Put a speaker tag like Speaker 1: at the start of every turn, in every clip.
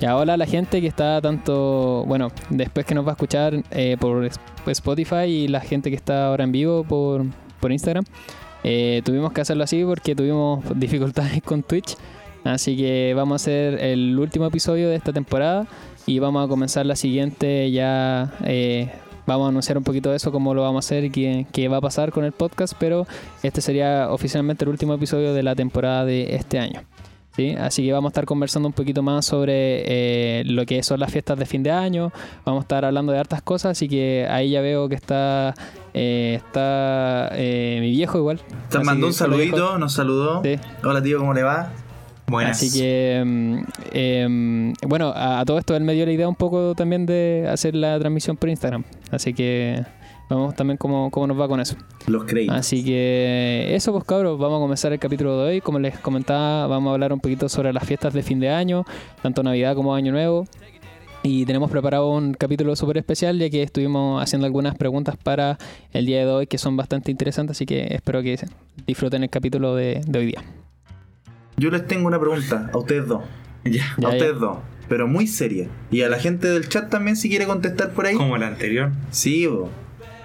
Speaker 1: Ya, hola a la gente que está tanto, bueno, después que nos va a escuchar eh, por es- Spotify y la gente que está ahora en vivo por, por Instagram. Eh, tuvimos que hacerlo así porque tuvimos dificultades con Twitch. Así que vamos a hacer el último episodio de esta temporada y vamos a comenzar la siguiente ya. eh, vamos a anunciar un poquito de eso, cómo lo vamos a hacer y qué, qué va a pasar con el podcast, pero este sería oficialmente el último episodio de la temporada de este año. ¿sí? Así que vamos a estar conversando un poquito más sobre eh, lo que son las fiestas de fin de año, vamos a estar hablando de hartas cosas, así que ahí ya veo que está, eh, está eh, mi viejo igual.
Speaker 2: Te
Speaker 1: Así
Speaker 2: mandó
Speaker 1: que
Speaker 2: un
Speaker 1: solo viejo.
Speaker 2: saludito, nos saludó.
Speaker 1: Sí.
Speaker 2: Hola tío, ¿cómo le va? Buenas.
Speaker 1: Así que, mm, em, bueno, a, a todo esto él me dio la idea un poco también de hacer la transmisión por Instagram. Así que vamos también cómo, cómo nos va con eso.
Speaker 2: Los créditos.
Speaker 1: Así que eso pues cabros, vamos a comenzar el capítulo de hoy. Como les comentaba, vamos a hablar un poquito sobre las fiestas de fin de año, tanto Navidad como Año Nuevo. Y tenemos preparado un capítulo súper especial ya que estuvimos haciendo algunas preguntas para el día de hoy que son bastante interesantes, así que espero que disfruten el capítulo de, de hoy día.
Speaker 2: Yo les tengo una pregunta a ustedes dos.
Speaker 3: Ya.
Speaker 1: Ya,
Speaker 2: a
Speaker 1: ya.
Speaker 2: ustedes dos. Pero muy seria. Y a la gente del chat también si quiere contestar por ahí.
Speaker 3: Como el anterior.
Speaker 2: Sí, bo.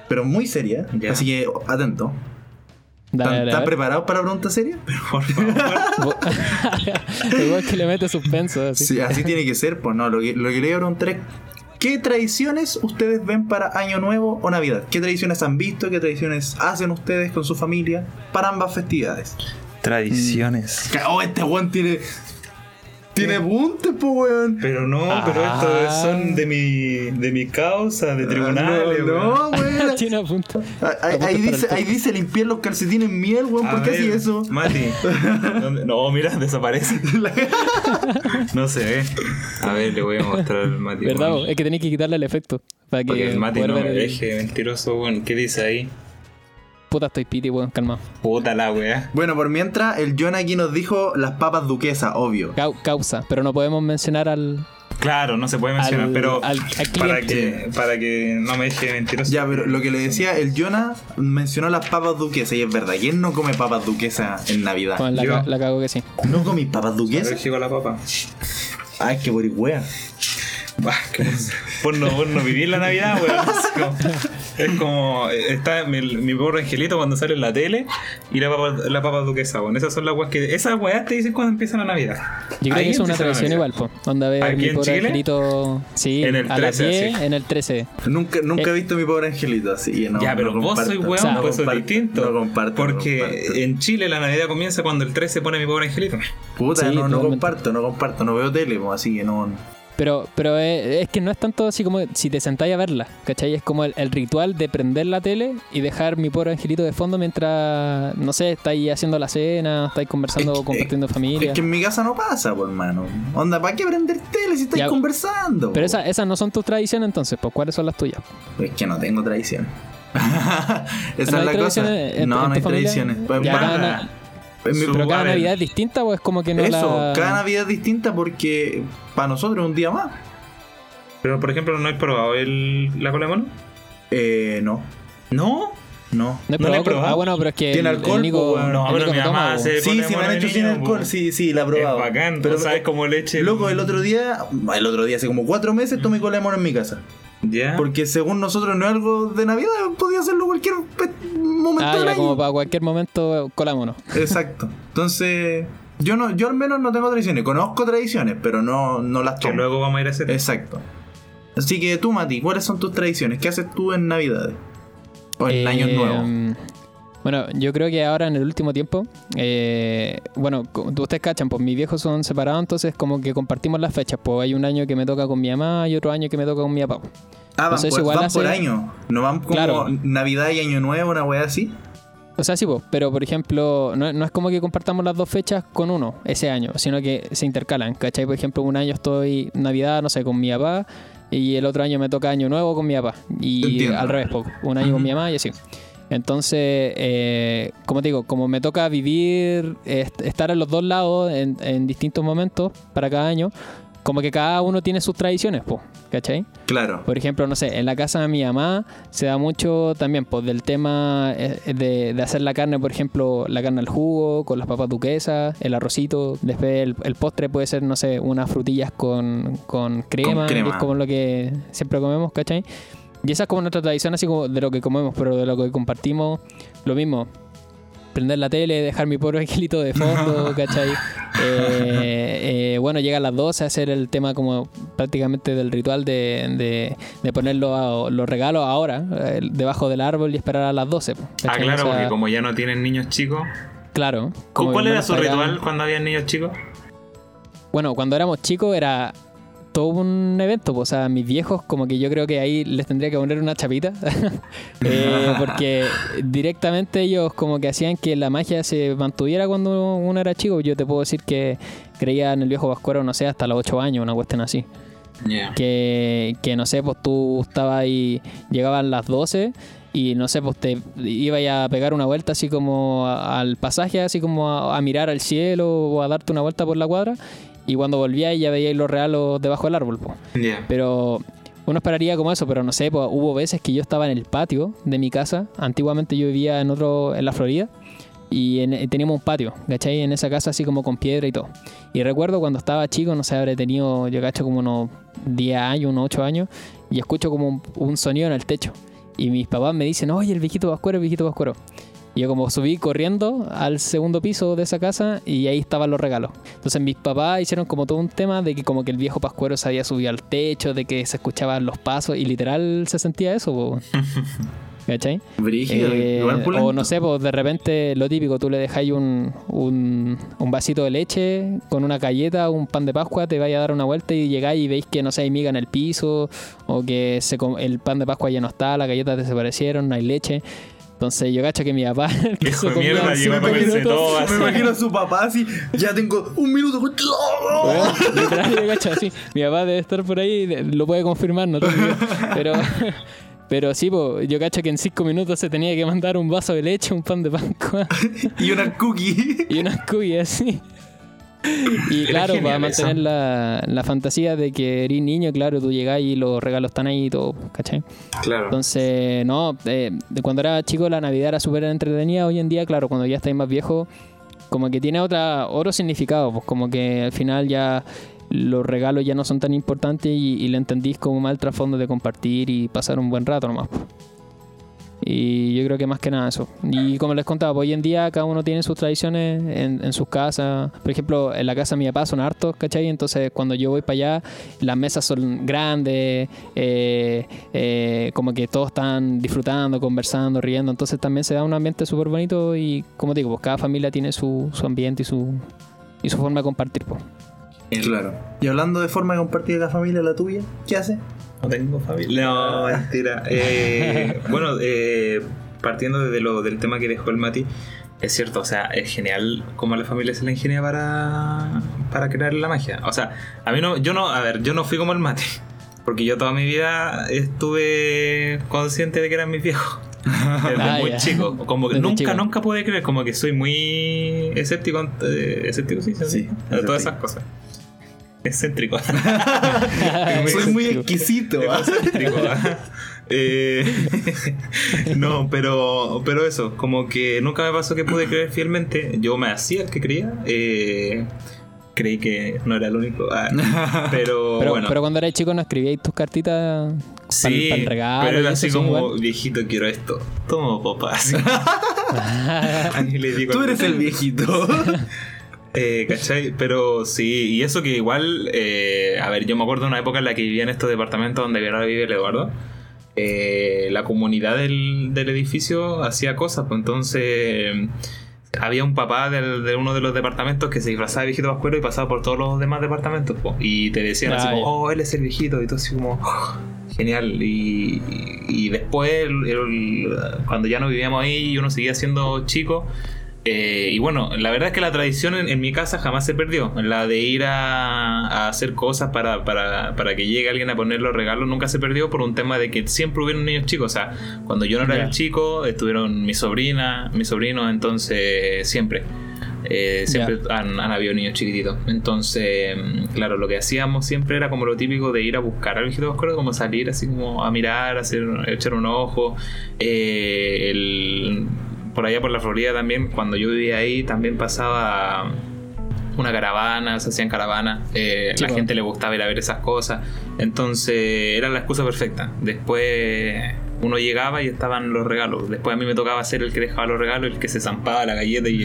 Speaker 2: pero muy seria.
Speaker 3: Ya.
Speaker 2: Así que atento.
Speaker 1: Dale,
Speaker 2: ¿Están
Speaker 1: dale,
Speaker 2: están
Speaker 1: a ver.
Speaker 2: preparados para la pregunta seria?
Speaker 3: Por favor.
Speaker 1: Bo- Igual que le mete suspenso. Así.
Speaker 2: Sí, así tiene que ser. Pues no, lo que, lo que le iba a preguntar es, ¿qué tradiciones ustedes ven para Año Nuevo o Navidad? ¿Qué tradiciones han visto? ¿Qué tradiciones hacen ustedes con su familia para ambas festividades?
Speaker 3: Tradiciones.
Speaker 2: Oh, este weón tiene. Tiene punte, po weón.
Speaker 3: Pero no, pero
Speaker 1: Ah.
Speaker 3: estos son de mi, de mi causa, de tribunales. weón.
Speaker 2: Ah, No, no, weón.
Speaker 1: Tiene apunta.
Speaker 2: Ah, Ahí,
Speaker 1: Apunta
Speaker 2: ahí
Speaker 1: para
Speaker 2: dice,
Speaker 1: el
Speaker 2: ahí dice limpiar los calcetines en miel, weón.
Speaker 3: A
Speaker 2: ¿Por qué
Speaker 3: ver,
Speaker 2: así eso?
Speaker 3: Mati. ¿Dónde- No, mira, desaparece. No se ve. A ver, le voy a mostrar al Mati.
Speaker 1: ¿Verdad?
Speaker 3: weón.
Speaker 1: bo? Es que tenéis que quitarle el efecto. Para que
Speaker 3: Para que el Mati
Speaker 1: poder
Speaker 3: no
Speaker 1: ver
Speaker 3: me
Speaker 1: el-
Speaker 3: deje mentiroso, weón. ¿Qué dice ahí?
Speaker 1: Puta, estoy piti, weón, calmado.
Speaker 3: Puta la weá.
Speaker 2: Bueno, por mientras, el John aquí nos dijo las papas duquesas, obvio.
Speaker 1: Cau- causa, pero no podemos mencionar al.
Speaker 3: Claro, no se puede mencionar,
Speaker 1: Al-
Speaker 3: pero
Speaker 1: al- al
Speaker 3: para,
Speaker 1: cliente.
Speaker 3: que, para que no me deje mentiroso.
Speaker 2: Ya, pero lo que le decía, el Jonah mencionó las papas duquesas y es verdad, ¿quién no come papas duquesas en Navidad?
Speaker 1: Bueno, la,
Speaker 3: Ah, yo-
Speaker 1: ca- la cago que sí.
Speaker 2: ¿No comí papas duquesas?
Speaker 3: Alérgico a la papa.
Speaker 2: Ah, es que por wea.
Speaker 3: Bah, Ah, qué bueno. por, no, por no vivir la Navidad, weón. Es como- Es como. eh, Está mi, mi pobre angelito cuando sale en la tele y la papa, la papa duquesa, weón. Esas son las weas que. Esas weas te dicen cuando empieza la Navidad.
Speaker 1: Yo creo
Speaker 3: Ahí
Speaker 1: que eso es una
Speaker 3: empieza la
Speaker 1: tradición
Speaker 3: Navidad.
Speaker 1: igual, po. Onda ver
Speaker 3: ¿Aquí
Speaker 1: mi
Speaker 3: en
Speaker 1: pobre
Speaker 3: Chile?
Speaker 1: angelito. Sí,
Speaker 3: En el
Speaker 1: a las
Speaker 3: 13,
Speaker 1: 10,
Speaker 3: sí.
Speaker 1: en el 13.
Speaker 2: Nunca, nunca
Speaker 1: Eh.
Speaker 2: he visto a mi pobre angelito así. que No,
Speaker 3: ya, pero
Speaker 2: no
Speaker 3: vos
Speaker 2: comparto,
Speaker 3: soy
Speaker 2: no
Speaker 3: weón, pues eso es
Speaker 2: comparto,
Speaker 3: distinto.
Speaker 2: No comparto. no
Speaker 3: Porque
Speaker 2: comparto.
Speaker 3: en Chile la Navidad comienza cuando el 13 se pone mi pobre angelito.
Speaker 2: Puta,
Speaker 1: Sí,
Speaker 2: no- no,
Speaker 1: totalmente.
Speaker 2: comparto, no comparto. No veo tele, po, así que no.
Speaker 1: Pero, pero es, es que no es tanto así como si te sentáis a verla, ¿cachai? Es como el, el ritual de prender la tele y dejar mi pobre angelito de fondo mientras, no sé, estáis haciendo la cena, estáis conversando,
Speaker 2: Es que-
Speaker 1: compartiendo familia.
Speaker 2: Es que en mi casa no pasa, pues hermano. Onda, ¿para qué prender tele si estáis
Speaker 1: Ya,
Speaker 2: conversando?
Speaker 1: Pero
Speaker 2: po?
Speaker 1: esa- esas no son tus tradiciones entonces, pues ¿cuáles son las tuyas?
Speaker 2: Es que no tengo tradición. Esa
Speaker 1: ¿No
Speaker 2: es
Speaker 1: hay
Speaker 2: la cosa.
Speaker 1: tradiciones en- en
Speaker 2: no,
Speaker 1: tu
Speaker 2: no hay
Speaker 1: familia?
Speaker 2: tradiciones. Pues,
Speaker 1: Ya,
Speaker 2: hermano,
Speaker 1: na-
Speaker 2: en mi-
Speaker 3: su-
Speaker 1: Pero cada
Speaker 3: a ver.
Speaker 1: Navidad es distinta o es como que no
Speaker 2: eso, pues,
Speaker 1: la...
Speaker 2: cada Navidad es distinta porque para nosotros es un día más.
Speaker 3: Pero por ejemplo, ¿no has probado el, la cola de mono?
Speaker 2: Eh, no,
Speaker 3: No.
Speaker 2: no.
Speaker 1: No he
Speaker 3: No la he
Speaker 1: probado, pero-
Speaker 3: probado.
Speaker 1: Ah, bueno, pero es que
Speaker 2: Tiene
Speaker 1: el-
Speaker 2: alcohol, pues,
Speaker 1: el Nico,
Speaker 2: po, weón.
Speaker 3: No,
Speaker 1: el
Speaker 3: pero
Speaker 1: Nico
Speaker 3: mi
Speaker 1: no toma,
Speaker 3: mamá
Speaker 1: po.
Speaker 3: se-
Speaker 2: Sí,
Speaker 3: pone
Speaker 2: sí, me
Speaker 3: mono
Speaker 2: han
Speaker 3: de
Speaker 2: hecho sin
Speaker 3: niño,
Speaker 2: alcohol,
Speaker 3: po.
Speaker 2: sí, sí, la he
Speaker 3: pues, Es
Speaker 2: probado.
Speaker 3: bacán,
Speaker 2: Pero,
Speaker 3: pero eh, sabes como leche.
Speaker 2: Loco, el otro día, el otro día, hace como cuatro meses, tomé cola de mono en mi casa.
Speaker 1: Ah.
Speaker 3: Ya.
Speaker 2: Porque según nosotros no es algo de Navidad, podía hacerlo cualquier pe- momento
Speaker 1: Ah,
Speaker 2: del
Speaker 1: ya,
Speaker 2: año.
Speaker 1: como para cualquier momento colámonos.
Speaker 2: Exacto. Entonces, yo no, yo al menos no tengo tradiciones. Conozco tradiciones, pero no, no las
Speaker 3: Que
Speaker 2: tomo.
Speaker 3: luego vamos a ir a hacer.
Speaker 2: Exacto. Así que tú, Mati, ¿cuáles son tus tradiciones? ¿Qué haces tú en Navidades? O
Speaker 1: Eh,
Speaker 2: en Años Nuevos.
Speaker 1: Em, Bueno, yo creo que ahora en el último tiempo, eh, bueno, co- ustedes cachan, pues mis viejos son separados, entonces como que compartimos las fechas, pues hay un año que me toca con mi mamá y otro año que me toca con mi papá.
Speaker 2: Ah, van,
Speaker 1: entonces
Speaker 2: por,
Speaker 1: igual
Speaker 2: van
Speaker 1: hace-
Speaker 2: por año. No van como
Speaker 1: Claro.
Speaker 2: Navidad y Año Nuevo, una weá así.
Speaker 1: O sea, sí, pues, pero por ejemplo, no, no es como que compartamos las dos fechas con uno ese año, sino que se intercalan, ¿cachai? Por ejemplo, un año estoy Navidad, no sé, con mi papá, y el otro año me toca Año Nuevo con mi papá, y
Speaker 2: Entiendo.
Speaker 1: al revés, po, un año con mi mamá y así. Entonces, eh, como te digo, como me toca vivir, est- estar en los dos lados en, en distintos momentos para cada año, como que cada uno tiene sus tradiciones, po, ¿cachai?
Speaker 2: Claro.
Speaker 1: Por ejemplo, no sé, en la casa de mi mamá se da mucho también, pues, del tema eh, de, de hacer la carne, por ejemplo, la carne al jugo, con las papas duquesas, el arrocito. Después el, el postre puede ser, no sé, unas frutillas con, con crema,
Speaker 2: crema.
Speaker 1: que es como lo que siempre comemos, ¿cachai? Y esa es como nuestra tradición, así como de lo que comemos, pero de lo que compartimos, lo mismo. Prender la tele, dejar mi pobre angelito de fondo, ¿cachai? Eh, eh, bueno, llega a las 12 a hacer el tema como prácticamente del ritual de, de, de poner los- los regalos ahora, eh, debajo del árbol y esperar a las 12.
Speaker 3: Ah,
Speaker 1: ¿cachai?
Speaker 3: claro,
Speaker 1: O sea,
Speaker 3: porque como ya no tienen niños chicos.
Speaker 1: Claro. como
Speaker 3: ¿Cuál
Speaker 1: mi
Speaker 3: era
Speaker 1: hermano
Speaker 3: su
Speaker 1: está acá-
Speaker 3: ritual cuando había niños chicos?
Speaker 1: Bueno, cuando éramos chicos era todo un evento, po. o sea, mis viejos como que yo creo que ahí les tendría que poner una chapita, Eh, porque directamente ellos como que hacían que la magia se mantuviera cuando uno era chico, yo te puedo decir que creía en el viejo Vascuero, no sé, hasta los 8 años, una cuestión así
Speaker 3: Ya.
Speaker 1: que, que, no sé, pues tú estabas ahí, llegaban las 12 y no sé, pues te ibas a pegar una vuelta así como a- al pasaje, así como a, a mirar al cielo o a darte una vuelta por la cuadra y cuando volvías ya veíais los realos debajo del árbol, pues.
Speaker 3: Ya.
Speaker 1: Pero uno esperaría como eso, pero no sé, pues, hubo veces que yo estaba en el patio de mi casa. Antiguamente yo vivía en otro, en la Florida. Y en- eh, teníamos un patio, ¿cachai? En esa casa así como con piedra y todo. Y recuerdo cuando estaba chico, no sé, habré tenido, yo cacho como unos 10 años, unos 8 años, y escucho como un, un sonido en el techo. Y mis papás me dicen, oye, el viejito vascuero, el viejito vascuero. Y yo como subí corriendo al segundo piso de esa casa y ahí estaban los regalos. Entonces mis papás hicieron como todo un tema de que como que el viejo pascuero se había subido al techo, de que se escuchaban los pasos y literal se sentía eso, po. ¿cachai?
Speaker 2: Brígido,
Speaker 1: Eh,
Speaker 2: igual
Speaker 1: o
Speaker 2: pulento.
Speaker 1: no sé, pues de repente lo típico, tú le dejáis un, un, un vasito de leche con una galleta, un pan de Pascua, te vais a dar una vuelta y llegáis y veis que no sé, hay miga en el piso, o que se com- el pan de Pascua ya no está, las galletas desaparecieron, no hay leche. Entonces yo cacho que mi papá...
Speaker 3: Hijo de
Speaker 1: comía
Speaker 3: mierda,
Speaker 1: en
Speaker 3: llegó
Speaker 1: cinco
Speaker 3: con el
Speaker 1: minutos.
Speaker 3: setó,
Speaker 2: Me
Speaker 3: así.
Speaker 2: imagino a su papá así, ya tengo un minuto.
Speaker 1: Bueno, literal, yo cacho así. Mi papá debe estar por ahí, de- lo puede confirmar, no tengo idea. Pero, pero sí, po, yo cacho que en cinco minutos se tenía que mandar un vaso de leche, un pan de pancoa
Speaker 2: Y una cookie.
Speaker 1: y unas cuyas así. Y
Speaker 3: Era
Speaker 1: claro, para
Speaker 3: genial eso.
Speaker 1: mantener la, la fantasía de que eres niño, claro, tú llegás y los regalos están ahí y todo, ¿cachai?
Speaker 3: Claro.
Speaker 1: Entonces, no, eh, de cuando era chico la Navidad era súper entretenida. Hoy en día, claro, cuando ya estáis más viejo, como que tiene otra, otro significado. Pues como que al final ya los regalos ya no son tan importantes y, y le entendís como mal trasfondo de compartir y pasar un buen rato nomás. pues. Y yo creo que más que nada eso. Y como les contaba, pues, hoy en día cada uno tiene sus tradiciones en, en sus casas. Por ejemplo, en la casa de mi papá son hartos, ¿cachai? Entonces cuando yo voy para allá, las mesas son grandes, eh, eh, como que todos están disfrutando, conversando, riendo. Entonces también se da un ambiente súper bonito y como te digo, pues cada familia tiene su, su ambiente y su, y su forma de compartir. Pues.
Speaker 2: Claro. Y hablando de forma de compartir la familia, la tuya, ¿qué hace?
Speaker 3: No tengo familia. No, mentira. Eh, bueno, eh, partiendo desde lo, del tema que dejó el Mati, es cierto, o sea, es genial cómo la familia se la ingenia para, para crear la magia. O sea, a mí no, yo no, a ver, yo no fui como el Mati, porque yo toda mi vida estuve consciente de que eran mis viejos. Desde
Speaker 1: Ah,
Speaker 3: muy
Speaker 1: ya.
Speaker 3: chico, como que
Speaker 1: Desde
Speaker 3: nunca,
Speaker 1: chico.
Speaker 3: nunca pude creer, como que soy muy escéptico, ante- escéptico, sí,
Speaker 2: Sí,
Speaker 3: sí, de todas esas cosas. Excéntrico.
Speaker 2: Soy muy
Speaker 1: Excéntrico.
Speaker 2: exquisito. ¿ah?
Speaker 3: Egocéntrico, ¿ah? Eh, no, pero, pero eso, como que nunca me pasó que pude creer fielmente. Yo me hacía el que creía. eh, creí que no era el único. ah, pero,
Speaker 1: Pero,
Speaker 3: bueno,
Speaker 1: pero cuando erais chico no escribíais tus cartitas
Speaker 3: sí,
Speaker 1: pa'l regalo
Speaker 3: pero era
Speaker 1: y eso,
Speaker 3: así
Speaker 1: sí,
Speaker 3: como,
Speaker 1: igual.
Speaker 3: viejito, quiero esto. Toma, papá. así. Y le digo
Speaker 2: Tú
Speaker 3: al-
Speaker 2: eres el viejito.
Speaker 3: Eh, ¿Cachai? Pero sí, y eso que igual, eh, a ver, yo me acuerdo de una época en la que vivía en estos departamentos donde ahora vive el Eduardo. eh, la comunidad del, del edificio hacía cosas, pues entonces había un papá del- de uno de los departamentos que se disfrazaba de viejito vascuero y pasaba por todos los demás departamentos, pues, y te decían así
Speaker 1: Ah,
Speaker 3: como,
Speaker 1: ya.
Speaker 3: oh, él es el viejito, y todo así como, "Oh, genial. Y, y- y después, el- el- cuando ya no vivíamos ahí y uno seguía siendo chico, eh, y bueno, la verdad es que la tradición en, en mi casa jamás se perdió. La de ir a, a hacer cosas para, para, para que llegue alguien a poner los regalos nunca se perdió por un tema de que siempre hubieron niños chicos. O sea, cuando yo no era
Speaker 1: Ya.
Speaker 3: el chico, estuvieron mi sobrina, mi sobrino, entonces siempre. eh, siempre han, han habido niños chiquititos. Entonces, mm, claro, lo que hacíamos siempre era como lo típico de ir a buscar al viejito oscuro, como salir así como a mirar, hacer, echar un ojo. Eh, el- por allá por la Florida también, cuando yo vivía ahí, también pasaba mm, una caravana, se hacían caravanas, eh,
Speaker 1: Sí,
Speaker 3: la
Speaker 1: bueno.
Speaker 3: gente le gustaba ir a ver esas cosas, entonces era la excusa perfecta. Después uno llegaba y estaban los regalos, después a mí me tocaba ser el que dejaba los regalos, el que se zampaba la galleta y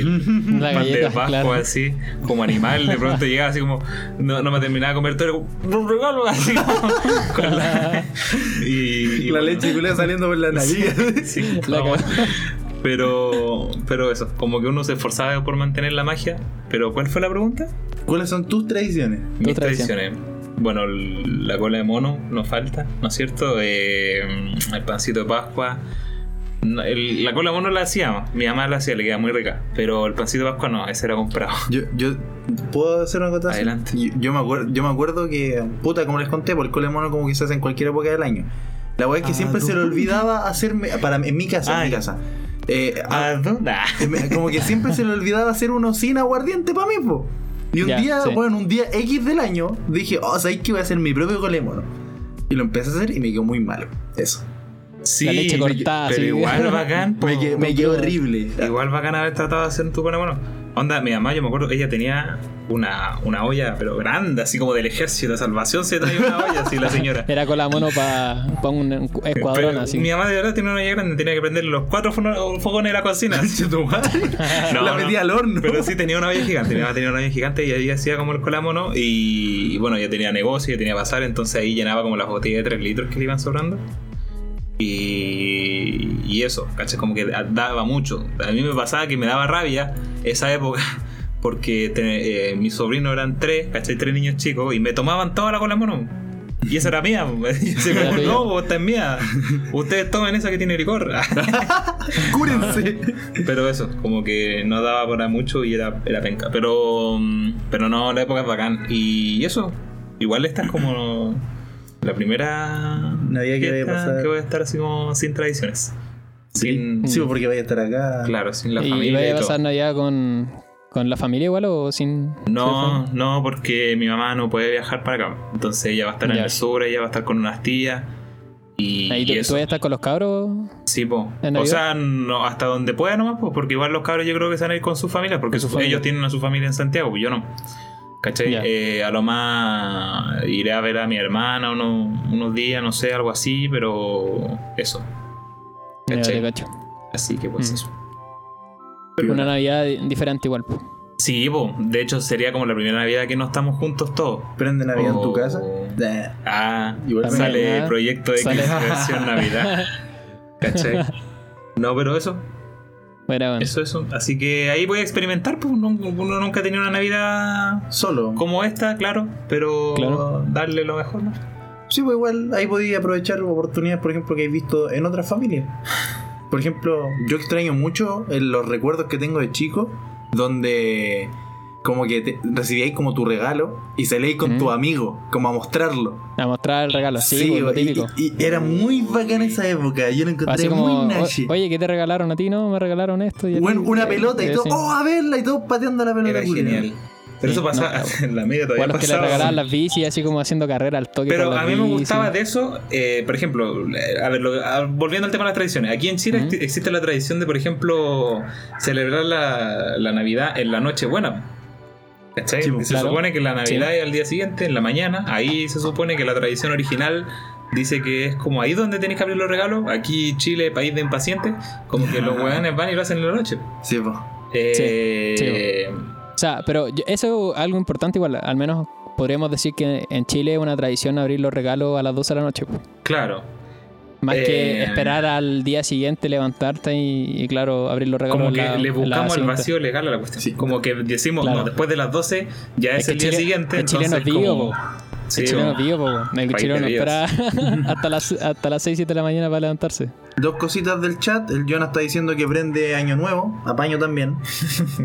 Speaker 3: el
Speaker 1: La
Speaker 3: pan de
Speaker 1: galleta,
Speaker 3: Pascua
Speaker 1: claro.
Speaker 3: así, como animal, de pronto llegaba así como, no, no me terminaba de comer todo, era como, los regalos así como, con la, y- y
Speaker 2: la
Speaker 3: bueno.
Speaker 2: leche culea saliendo por la nariz.
Speaker 3: Sí,
Speaker 1: La
Speaker 3: no,
Speaker 1: cagó.
Speaker 3: pero, pero eso, como que uno se esforzaba por mantener la magia. Pero ¿cuál fue la pregunta?
Speaker 2: ¿Cuáles son tus tradiciones?
Speaker 3: Mis
Speaker 1: tradición.
Speaker 3: tradiciones. Bueno, l- la cola de mono no falta, ¿no es cierto? Eh, el pancito de Pascua. No, el- la cola de mono la hacíamos, mi mamá la hacía, le queda muy rica. Pero el pancito de Pascua no, ese era comprado.
Speaker 2: Yo, yo puedo hacer una acotación?
Speaker 3: Adelante.
Speaker 2: Yo, yo me acuerdo, yo me acuerdo que, puta, como les conté, por el cole mono como que se hace en cualquier época del año. La weá es que
Speaker 3: Ah,
Speaker 2: siempre
Speaker 3: tú.
Speaker 2: se le olvidaba hacerme para en mi casa,
Speaker 3: Ah,
Speaker 2: en mi
Speaker 3: ya.
Speaker 2: casa. Eh,
Speaker 3: ¿A dónde? Ah.
Speaker 2: Me- Como que siempre se le olvidaba hacer uno sin aguardiente para mí, po. Y un
Speaker 1: Ya,
Speaker 2: día,
Speaker 1: sí.
Speaker 2: bueno, un día X del año, dije, oh, ¿sabes que voy a hacer mi propio colémono? Y lo empecé a hacer y me quedó muy malo. Eso.
Speaker 3: Sí,
Speaker 1: La leche
Speaker 3: me-
Speaker 1: cortada,
Speaker 3: pero
Speaker 1: sí.
Speaker 3: igual bacán. po.
Speaker 2: Me, que- me quedó horrible.
Speaker 3: Igual bacán haber tratado de hacer tu cola de mono. Onda, mi mamá, yo me acuerdo, ella tenía una, una olla, pero grande, así como del ejército de salvación se traía una olla, así la señora.
Speaker 1: Era con la mono para un escuadrón
Speaker 3: Pero
Speaker 1: así.
Speaker 3: Mi mamá de verdad tenía una olla grande, tenía que prender los cuatro fono- fogones de la cocina.
Speaker 2: Conche tu madre. La metí al horno.
Speaker 3: Pero sí tenía una olla gigante. Mi mamá tenía una olla gigante y ahí hacía como el colamono. Y, y bueno, ya tenía negocio, ya tenía bazar, entonces ahí llenaba como las botellas de 3 litros que le iban sobrando. Y, y eso, ¿cachai? Como que daba mucho. A mí me pasaba que me daba rabia esa época. Porque te- eh, mis sobrinos eran tres, ¿cachai? Tres niños chicos y me tomaban toda la cola mono. Y esa era mía. po. Y así como,
Speaker 1: tuya.
Speaker 3: no, po, esta es mía. Ustedes tomen esa que tiene licor.
Speaker 2: Cúrense.
Speaker 3: Pero eso, como que no daba para mucho y era, era penca. Pero, mm, pero no, la época es bacán. Y eso, igual esta es como la primera
Speaker 2: Navidad que
Speaker 3: fiesta
Speaker 2: voy a pasar.
Speaker 3: que voy a estar así como sin tradiciones.
Speaker 2: Sí, Mm.
Speaker 3: Sin,
Speaker 2: sí, porque vaya a estar acá.
Speaker 3: Mm. Claro, sin la
Speaker 1: ¿Y
Speaker 3: familia. y
Speaker 1: vaya a
Speaker 3: todo.
Speaker 1: pasar Navidad con, con la familia igual o sin.?
Speaker 3: No, no, porque mi mamá no puede viajar para acá. Entonces ella va a estar en
Speaker 1: Ya.
Speaker 3: el sur, ella va a estar con unas tías. Y,
Speaker 1: Ahí tú,
Speaker 3: y
Speaker 1: tú
Speaker 3: eso.
Speaker 1: vayas a estar con los cabros.
Speaker 3: Sí, po.
Speaker 1: ¿En
Speaker 3: O
Speaker 1: Navidad?
Speaker 3: sea, no, hasta donde pueda nomás, pues, porque igual los cabros yo creo que se van a ir con sus familias, porque
Speaker 1: Con su
Speaker 3: su-
Speaker 1: familia.
Speaker 3: ellos tienen a su familia en Santiago, pues yo no. ¿Cachai?
Speaker 1: Ya.
Speaker 3: Eh, a lo más iré a ver a mi hermana uno- unos días, no sé, algo así, pero eso.
Speaker 1: Ya,
Speaker 3: ¿Cachai?
Speaker 1: te cacho.
Speaker 3: Así que pues
Speaker 1: Mm.
Speaker 3: eso.
Speaker 1: Una Navidad di- diferente igual. po.
Speaker 3: Sí, po. de hecho sería como la primera Navidad que no estamos juntos todos.
Speaker 2: Prende Navidad en tu
Speaker 3: Oh.
Speaker 2: casa. Nah.
Speaker 3: Ah,
Speaker 2: Igual
Speaker 3: sale
Speaker 1: también, ¿eh?
Speaker 3: Proyecto X
Speaker 1: Sale-
Speaker 3: versión Navidad. ¿Cachai? No, pero eso,
Speaker 1: Bueno, bueno.
Speaker 3: Eso, eso. Así que ahí voy a experimentar, pues uno, uno nunca ha tenido una Navidad
Speaker 2: Solo.
Speaker 3: como esta, claro, pero
Speaker 1: Claro.
Speaker 3: darle lo mejor, ¿no?
Speaker 2: Sí, pues igual ahí podía aprovechar oportunidades, por ejemplo, que he visto en otras familias. Por ejemplo, yo extraño mucho eh, los recuerdos que tengo de chico, donde como que te- recibíais como tu regalo y salíais con
Speaker 1: Mm.
Speaker 2: tu amigo, como a mostrarlo.
Speaker 1: A mostrar el regalo. Sí, po, lo
Speaker 2: y-
Speaker 1: típico.
Speaker 2: y, y era muy bacán esa época, yo lo encontré
Speaker 1: Así como,
Speaker 2: muy
Speaker 1: "O-
Speaker 2: nashi.
Speaker 1: oye, ¿qué te regalaron a ti? No, me regalaron esto. y a ti-
Speaker 2: Bueno, una pelota y
Speaker 1: eh,
Speaker 2: todo,
Speaker 1: sí.
Speaker 2: oh,
Speaker 3: ah!
Speaker 2: a verla y todos pateando la pelota.
Speaker 3: Era
Speaker 2: culia.
Speaker 3: genial. Pero
Speaker 1: Sí,
Speaker 3: eso pasaba
Speaker 1: no.
Speaker 3: en la media
Speaker 1: O a
Speaker 3: todavía.
Speaker 1: los que le
Speaker 3: pasaba.
Speaker 1: regalaban las bicis, así como haciendo carrera al toque.
Speaker 3: Pero
Speaker 1: con las
Speaker 3: a mí me
Speaker 1: bicis.
Speaker 3: gustaba de eso, eh, por ejemplo, eh, a ver, lo- a- volviendo al tema de las tradiciones, aquí en Chile
Speaker 1: Ujú.
Speaker 3: exi- existe la tradición de, por ejemplo, celebrar la, la Navidad en la noche buena. ¿Cachai?
Speaker 2: Sí, pues,
Speaker 3: se
Speaker 1: claro.
Speaker 3: supone que la Navidad es al día siguiente, en la mañana, ahí se supone que la tradición original dice que es como ahí donde tenéis que abrir los regalos, aquí Chile, país de impacientes, como que los hueones van y lo hacen en la noche.
Speaker 2: Sí, pues.
Speaker 3: Eh,
Speaker 1: sí, O sea, pero yo- eso es algo importante igual. Al menos podríamos decir que en Chile es una tradición abrir los regalos a las 12 de la noche. po.
Speaker 3: Claro,
Speaker 1: Más que
Speaker 3: Eh,
Speaker 1: esperar al día siguiente, levantarte y, y, claro, abrir los regalos.
Speaker 3: como
Speaker 1: en
Speaker 3: que
Speaker 1: la-
Speaker 3: le
Speaker 1: en la
Speaker 3: buscamos el
Speaker 1: siguiente.
Speaker 3: vacío legal a la cuestión.
Speaker 2: Sí.
Speaker 3: Como que decimos,
Speaker 1: Claro.
Speaker 3: no, después de las 12 ya es,
Speaker 1: Es que
Speaker 3: el día
Speaker 1: Chile-
Speaker 3: siguiente.
Speaker 1: el chileno
Speaker 3: entonces
Speaker 1: es vivo,
Speaker 3: como-
Speaker 1: po.
Speaker 3: Sí,
Speaker 1: El chileno
Speaker 3: po.
Speaker 1: vivo, po. El
Speaker 3: País
Speaker 1: chileno no
Speaker 3: de
Speaker 1: espera hasta las, hasta las 6, 7 de la mañana para levantarse.
Speaker 2: Dos cositas del chat, el Jonas está diciendo que prende Año Nuevo, apaño también.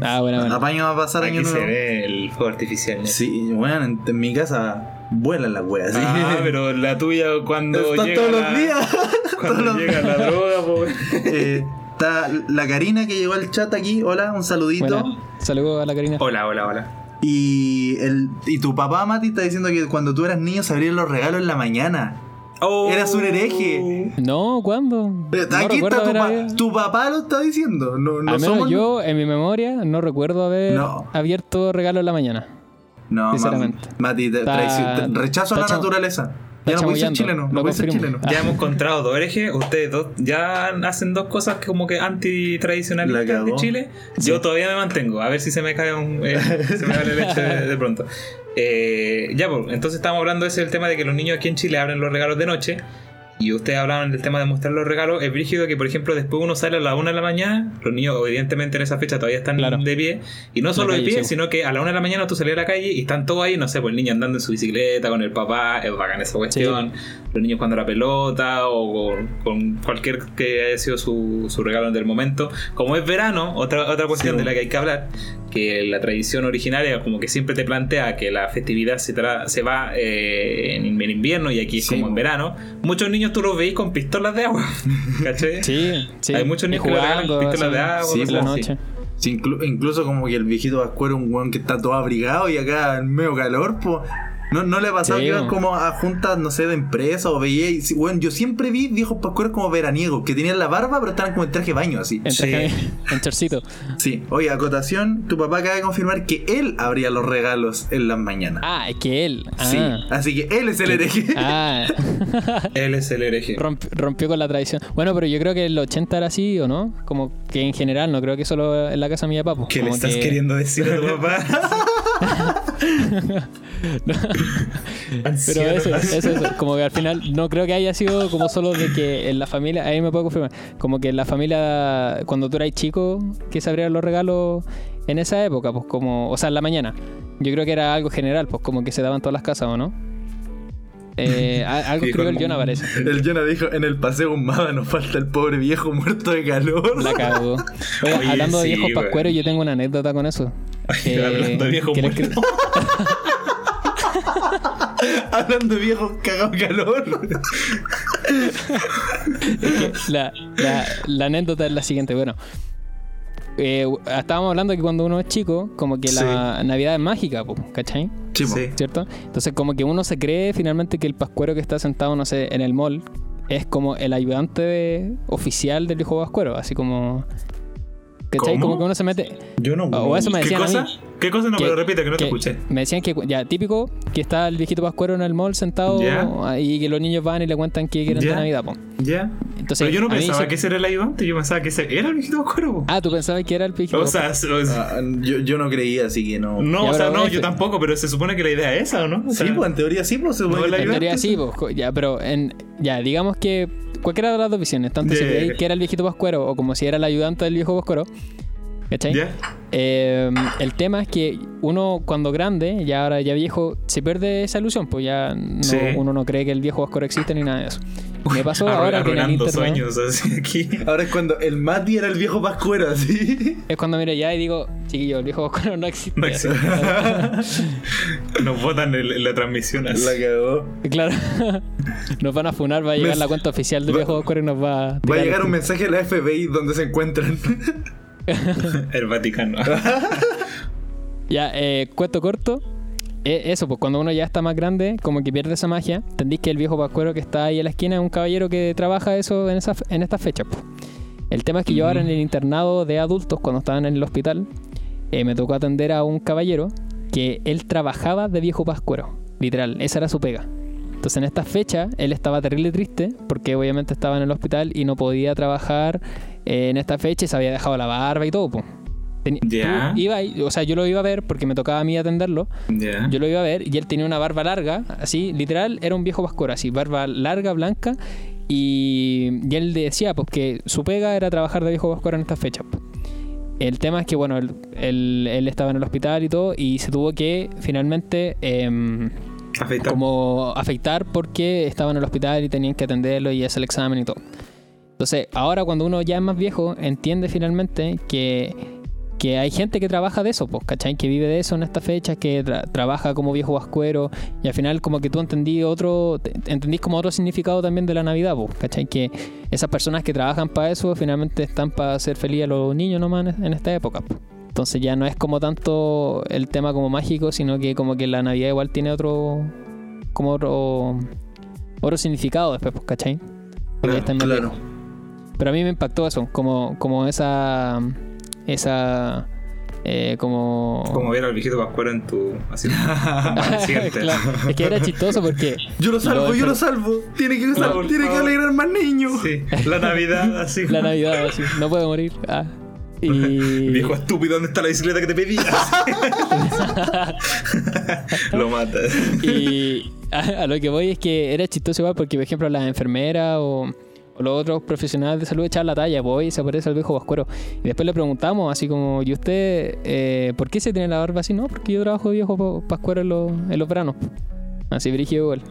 Speaker 1: Ah, bueno, bueno.
Speaker 2: Apaño va a pasar Año
Speaker 3: Aquí
Speaker 2: Nuevo.
Speaker 3: se ve el fuego artificial. ¿eh? ¿no?
Speaker 2: Sí, bueno, en, en mi casa vuelan las weas. ¿sí?
Speaker 3: Ah, pero la tuya cuando
Speaker 2: Están
Speaker 3: llega
Speaker 2: todos
Speaker 3: la-
Speaker 2: los días.
Speaker 3: Cuando
Speaker 2: todos los
Speaker 3: llega la droga, po.
Speaker 2: Eh, Está la Karina que llegó al chat aquí. Hola, un saludito.
Speaker 1: Bueno, saludos a la Karina.
Speaker 3: Hola, hola, hola.
Speaker 2: Y, el, y tu papá, Mati, está diciendo que cuando tú eras niño se abrían los regalos en la mañana.
Speaker 3: Oh.
Speaker 2: Eras un hereje.
Speaker 1: No, ¿cuándo?
Speaker 2: Pero
Speaker 1: no
Speaker 2: aquí
Speaker 1: recuerdo
Speaker 2: está tu,
Speaker 1: haber
Speaker 2: pa-
Speaker 1: habido-
Speaker 2: tu papá lo está diciendo. No, no
Speaker 1: Al menos
Speaker 2: somos-
Speaker 1: yo, en mi memoria, no recuerdo haber
Speaker 2: No.
Speaker 1: abierto regalo en la mañana.
Speaker 2: No,
Speaker 1: Sinceramente.
Speaker 2: Mati, Mati, te-
Speaker 1: Está-
Speaker 2: traición- te- rechazo a la
Speaker 1: está chamo-
Speaker 2: naturaleza. Ya no
Speaker 1: está
Speaker 2: puedes ser
Speaker 1: chamullando,
Speaker 2: chileno. No
Speaker 1: lo
Speaker 2: puedes ser
Speaker 1: confirmo.
Speaker 2: chileno.
Speaker 1: Ah.
Speaker 3: Ya hemos encontrado dos herejes, ustedes dos ya hacen dos cosas que como que antitradicionalistas
Speaker 2: La
Speaker 3: de
Speaker 2: cagó.
Speaker 3: Chile. Yo todavía me mantengo, a ver si se me cae un, eh, se me vale leche de, de pronto. Eh, ya, pues, entonces estábamos hablando ese el tema de que los niños aquí en Chile abren los regalos de noche. Y ustedes hablaban del tema de mostrar los regalos. Es brígido que, por ejemplo, después uno sale a la una de la mañana. Los niños, evidentemente, en esa fecha todavía están
Speaker 1: Claro.
Speaker 3: de pie. Y no solo de
Speaker 1: calle,
Speaker 3: pie,
Speaker 1: sí.
Speaker 3: sino que a la una de la mañana tú salías a la calle y están todos ahí. No sé, pues el niño andando en su bicicleta con el papá. Es bacán esa cuestión. Los niños jugando a la pelota o, o con cualquier que haya sido su, su regalo del momento. Como es verano, otra, otra cuestión
Speaker 2: Sí.
Speaker 3: de la que hay que hablar. Que la tradición originaria, como que siempre te plantea que la festividad se, tra- se va eh, en en invierno y aquí es
Speaker 2: Sí,
Speaker 3: como en
Speaker 2: po.
Speaker 3: verano. Muchos niños tú los veis con pistolas de agua. ¿Cachai?
Speaker 1: Sí, sí.
Speaker 3: Hay muchos
Speaker 1: Y
Speaker 3: niños que le regalan
Speaker 1: jugando,
Speaker 3: pistolas
Speaker 1: así,
Speaker 3: de agua,
Speaker 1: sí,
Speaker 2: cosas
Speaker 1: en la
Speaker 3: así.
Speaker 1: noche.
Speaker 2: Sí, inclu- incluso como que el viejito Vascuero es un weón que está todo abrigado y acá en medio calor, po. ¿No, ¿No le ha pasado
Speaker 1: Sí,
Speaker 2: que
Speaker 1: po.
Speaker 2: iban como a juntas, no sé, de empresa o veía? Y, sí, weón, yo siempre vi viejos Pascueros como veraniegos, que tenían la barba pero estaban como en traje de baño, así.
Speaker 1: En, traje- en chorcito.
Speaker 2: Sí. Oye, acotación, tu papá acaba de confirmar que él abría los regalos en las mañanas.
Speaker 1: Ah, es que él. Ah,
Speaker 2: Sí. Así que él es el hereje.
Speaker 1: Ah,
Speaker 3: Él es el hereje.
Speaker 1: romp- rompió con la tradición. Bueno, pero yo creo que el 80 era así, ¿o no? Como que en general, no creo que solo en la casa de mi papá. pues,
Speaker 3: ¿Qué le
Speaker 1: como
Speaker 3: estás
Speaker 1: que-
Speaker 3: queriendo decir a tu papá?
Speaker 1: Pero eso, eso, eso. Como que al final, no creo que haya sido como solo de que en la familia, ahí me puedo confirmar, como que en la familia, cuando tú eras chico, que se abrieron los regalos en esa época, pues como, o sea, en la mañana. Yo creo que era algo general, pues como que se daban todas las casas, ¿o no? Eh, a- algo
Speaker 3: Sí,
Speaker 1: escribió el
Speaker 3: con-
Speaker 1: Jonah, parece.
Speaker 2: El Jonah dijo, en el paseo humada nos falta el pobre viejo muerto de calor.
Speaker 1: La cagó. Oye,
Speaker 3: Oye,
Speaker 1: hablando de
Speaker 3: sí,
Speaker 1: viejos
Speaker 3: güey.
Speaker 1: pascueros, yo tengo una anécdota con eso. Eh,
Speaker 3: hablando de viejo
Speaker 1: ¿quieres que-
Speaker 3: muerto.
Speaker 2: Hablando de viejos cagados de calor.
Speaker 1: la, la- la anécdota es la siguiente. Bueno, eh, estábamos hablando que cuando uno es chico, como que la Navidad es mágica, po, ¿cachai?
Speaker 2: Sí, po.
Speaker 3: Sí.
Speaker 1: ¿Cierto? Entonces, como que uno se cree finalmente que el pascuero que está sentado, no sé, en el mall, es como el ayudante de- oficial del viejo pascuero, así como. ¿Cachai?
Speaker 3: ¿Cómo?
Speaker 1: Como que uno se mete.
Speaker 3: Yo no.
Speaker 1: O eso me
Speaker 3: ¿Qué
Speaker 1: decían a
Speaker 3: cosa?
Speaker 1: mí.
Speaker 3: ¿Qué cosa? No me
Speaker 1: Que-
Speaker 3: lo repita, que no te
Speaker 1: que
Speaker 3: escuché.
Speaker 1: Me decían que, ya, típico, que está el viejito pascuero en el mall sentado
Speaker 3: Ya.
Speaker 1: y que los niños van y le cuentan que quieren de
Speaker 3: Ya.
Speaker 1: Navidad, po.
Speaker 3: Ya.
Speaker 1: Entonces,
Speaker 3: Pero yo no
Speaker 1: a mí
Speaker 3: pensaba
Speaker 1: se-
Speaker 3: que ese era el ayudante, yo pensaba que ese era el viejito oscuro.
Speaker 1: Ah, tú pensabas que era el viejito
Speaker 3: O sea, o sea,
Speaker 2: Ah, yo, yo no creía, así que no.
Speaker 3: no,
Speaker 1: Y
Speaker 3: o sea,
Speaker 1: ahora
Speaker 3: no,
Speaker 1: este.
Speaker 3: yo tampoco, pero se supone que la idea es esa, ¿o no? O
Speaker 2: Sí,
Speaker 3: sea,
Speaker 2: pues en teoría sí, pues se supone
Speaker 3: No,
Speaker 2: que
Speaker 3: la-
Speaker 1: En teoría
Speaker 3: ayudante,
Speaker 1: sí, pues, co- ya, pero en, ya, digamos que cualquiera de las dos visiones, tanto
Speaker 3: Ya,
Speaker 1: si
Speaker 3: ya,
Speaker 1: creí
Speaker 3: ya.
Speaker 1: que era el viejito pascuero o como si era el ayudante del viejo pascuero, ¿cachai?
Speaker 3: Ya.
Speaker 1: Eh, el tema es que uno cuando grande, ya ahora ya viejo, se pierde esa ilusión, pues ya no-
Speaker 3: Sí.
Speaker 1: uno no cree que el viejo pascuero existe ni nada de eso. Me pasó
Speaker 3: Arru-
Speaker 1: ahora que en el
Speaker 3: arruinando
Speaker 1: internet
Speaker 3: sueños así aquí.
Speaker 2: Ahora es cuando el Mati era el viejo pascuero, así.
Speaker 1: es cuando miro ya y digo, chiquillo, el viejo pascuero no existe.
Speaker 3: No existe. Nos botan el- en la transmisión así.
Speaker 2: La cagó.
Speaker 1: Claro, nos van a funar, va a llegar
Speaker 2: Me-
Speaker 1: la cuenta oficial del
Speaker 2: va-
Speaker 1: viejo pascuero y nos va a...
Speaker 2: Va
Speaker 1: tirar
Speaker 2: a
Speaker 1: el
Speaker 2: llegar un
Speaker 1: tiro.
Speaker 2: mensaje de la FBI donde se encuentran.
Speaker 3: El Vaticano.
Speaker 1: Ya, eh, cuento corto. Eh, eso, pues cuando uno ya está más grande, como que pierde esa magia, entendís que el viejo pascuero que está ahí en la esquina es un caballero que trabaja eso en, esa, en estas fechas. pues. El tema es que yo ahora en el internado de adultos, cuando estaban en el hospital, eh, me tocó atender a un caballero que él trabajaba de viejo pascuero, literal, esa era su pega. Entonces en esta fecha él estaba terrible triste porque obviamente estaba en el hospital y no podía trabajar eh, en esta fecha y se había dejado la barba y todo. po. Teni-
Speaker 3: Ya.
Speaker 1: tú iba ahí, o sea, yo lo iba a ver porque me tocaba a mí atenderlo.
Speaker 3: Ya.
Speaker 1: Yo lo iba a ver y él tenía una barba larga, así, literal, era un viejo pascuero, así, barba larga, blanca. Y, y él decía, pues, que su pega era trabajar de viejo pascuero en estas fechas. pues. El tema es que, bueno, él, él- él estaba en el hospital y todo, y se tuvo que finalmente em,
Speaker 3: Afeitar.
Speaker 1: como afectar porque estaba en el hospital y tenían que atenderlo y hacer el examen y todo. Entonces, ahora cuando uno ya es más viejo, entiende finalmente que que hay gente que trabaja de eso, pues, ¿cachai? Que vive de eso en esta fecha, que tra- trabaja como viejo vascuero y al final como que tú entendí otro, te- entendís como otro significado también de la Navidad, pues, ¿cachai? Que esas personas que trabajan para eso finalmente están para hacer feliz a los niños nomás en en esta época. po. Entonces ya no es como tanto el tema como mágico, sino que como que la Navidad igual tiene otro, como otro, otro significado después, pues, ¿cachai? Porque ya están más
Speaker 2: claro.
Speaker 1: pero a mí me impactó eso, como, como esa. Esa. eh, como.
Speaker 3: Como ver al viejito Pascuero en tu. Así. Amaneciente.
Speaker 1: Claro, es que era chistoso porque.
Speaker 2: Yo lo salvo,
Speaker 1: Lo-
Speaker 2: yo lo salvo. Tiene que, sal-
Speaker 3: por
Speaker 2: tiene que
Speaker 3: favor.
Speaker 2: alegrar más niños.
Speaker 3: Sí, la Navidad, así.
Speaker 1: La Navidad, así, no puede morir. Ah. Y.
Speaker 3: Viejo estúpido, ¿dónde está la bicicleta que te pedí? Lo mata.
Speaker 1: y a, a lo que voy es que era chistoso igual porque, por ejemplo, las enfermeras o, o los otros profesionales de salud echaban la talla, voy y se aparece el viejo vascuero. Y después le preguntamos, así como, ¿y usted eh, por qué se tiene la barba así? No, porque yo trabajo de viejo pa- pascuero en, los- en los veranos. Así, Brigio igual.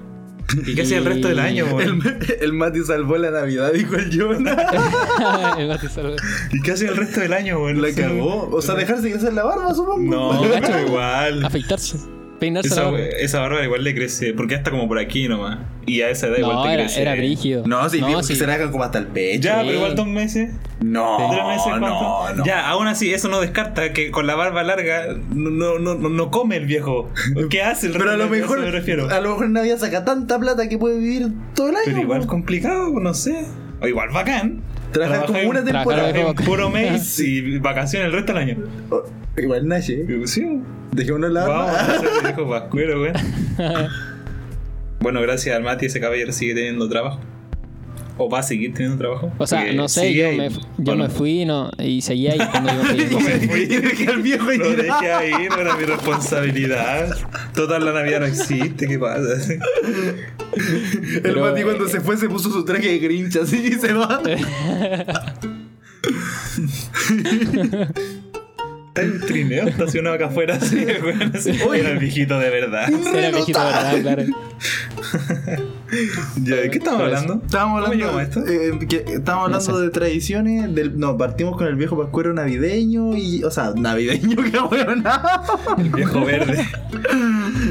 Speaker 3: ¿Y qué hacía el resto del año, weón?
Speaker 2: El, el Mati salvó la Navidad, dijo el Jonah.
Speaker 1: El Mati Salvador.
Speaker 3: ¿Y qué hacía el resto del año, weón?
Speaker 2: La
Speaker 3: Sí.
Speaker 2: cagó. O sea, dejarse crecer la barba, supongo.
Speaker 3: No, pero igual.
Speaker 1: afeitarse, peinarse la
Speaker 3: Esa,
Speaker 1: barba.
Speaker 3: esa barba igual le crece, porque hasta como por aquí nomás. Y a esa edad igual
Speaker 1: No,
Speaker 3: te
Speaker 1: era,
Speaker 3: crece.
Speaker 1: era brígido.
Speaker 2: No, sí, viejo,
Speaker 1: sí.
Speaker 2: que se la hagan como hasta el pecho.
Speaker 3: Ya,
Speaker 1: Sí.
Speaker 3: pero igual dos meses.
Speaker 2: No,
Speaker 3: ¿Tres meses
Speaker 2: no,
Speaker 3: cuánto?
Speaker 2: no.
Speaker 3: Ya, aún así, eso no descarta que con la barba larga no, no, no, no- no come el viejo. ¿Qué hace el
Speaker 2: Pero a
Speaker 3: resto
Speaker 2: lo
Speaker 3: del año?
Speaker 2: mejor,
Speaker 3: Eso me refiero.
Speaker 2: a lo mejor nadie saca tanta plata que puede vivir todo el año.
Speaker 3: Pero igual
Speaker 2: po.
Speaker 3: complicado, no sé. O igual bacán.
Speaker 2: Trabajar como
Speaker 3: en-
Speaker 2: una
Speaker 1: trabajar
Speaker 2: temporada.
Speaker 1: de
Speaker 3: en
Speaker 1: Bacán.
Speaker 3: puro mes y vacaciones el resto del año.
Speaker 2: Oh, igual ¿eh? Nache,
Speaker 3: Y- Sí,
Speaker 2: dejémonos la
Speaker 3: vamos
Speaker 2: barba.
Speaker 3: a ser viejo vascuero, güey. Bueno, gracias al Mati, ese caballero sigue teniendo trabajo. O va a seguir teniendo trabajo.
Speaker 1: O sea,
Speaker 3: Porque
Speaker 1: no sé,
Speaker 3: sigue
Speaker 1: yo,
Speaker 3: ahí.
Speaker 1: me, yo
Speaker 3: Bueno,
Speaker 1: me fui no, y seguía ahí cuando yo me fui.
Speaker 3: me fui.
Speaker 2: Y dejé al viejo ahí
Speaker 3: Lo
Speaker 2: tirado.
Speaker 3: dejé ahí, no era mi responsabilidad. Total, la Navidad no existe, ¿qué pasa?
Speaker 2: El
Speaker 1: Pero,
Speaker 2: Mati cuando
Speaker 1: eh,
Speaker 2: se fue se puso su traje de grincha así y se va.
Speaker 3: Está en un trineo estacionado acá afuera, así, el weón, así.
Speaker 2: Oye.
Speaker 3: Era el viejito de verdad.
Speaker 1: Era viejito, ¿verdad? Claro.
Speaker 3: Ya, ¿De qué estamos
Speaker 1: Pero
Speaker 3: hablando?
Speaker 2: Estábamos
Speaker 3: ¿Cómo
Speaker 2: hablando,
Speaker 3: llegamos a esto?
Speaker 2: eh, que- estábamos
Speaker 1: No
Speaker 2: hablando
Speaker 1: sé.
Speaker 2: de tradiciones. Del, no, partimos con el viejo pascuero navideño y. O sea, navideño, que bueno,
Speaker 3: El viejo verde.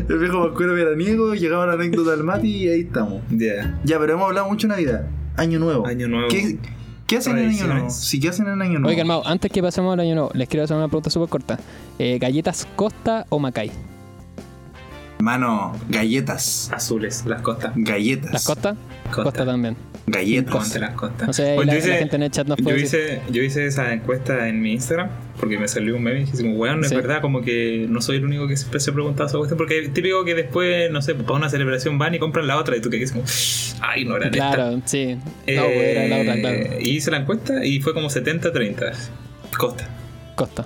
Speaker 2: El viejo pascuero veraniego, llegaba la anécdota del Mati y ahí estamos.
Speaker 3: Ya.
Speaker 2: Ya, pero hemos hablado mucho de Navidad. Año nuevo.
Speaker 3: Año nuevo.
Speaker 2: ¿Qué, qué hacen en año
Speaker 3: Tradiciones.
Speaker 2: nuevo? Si qué hacen en año nuevo.
Speaker 1: Oigan, Mau, antes que pasemos al año nuevo, les quiero hacer una pregunta súper corta. Eh, ¿Galletas Costa o Macay?
Speaker 2: Mano, galletas.
Speaker 3: Azules, las costas.
Speaker 2: Galletas.
Speaker 1: ¿Las Costa? Costa, también.
Speaker 2: Galletas.
Speaker 3: Ponte las costas.
Speaker 1: No sé, ahí
Speaker 3: Oye,
Speaker 1: la,
Speaker 3: yo hice-
Speaker 1: la gente en el chat nos
Speaker 3: Yo
Speaker 1: puede decir.
Speaker 3: hice, yo hice esa encuesta en mi Instagram porque me salió un meme y dije, como, weón, es
Speaker 1: Sí.
Speaker 3: verdad, como que no soy el único que siempre se ha preguntado esa cuestión. Porque es típico que después, no sé, para una celebración van y compran la otra y tú que dices, como, ay, no era esta".
Speaker 1: Claro, sí.
Speaker 3: Eh,
Speaker 1: No, güey, era la otra, claro.
Speaker 3: Y hice la encuesta y fue como 70-30. Costa,
Speaker 1: Costa.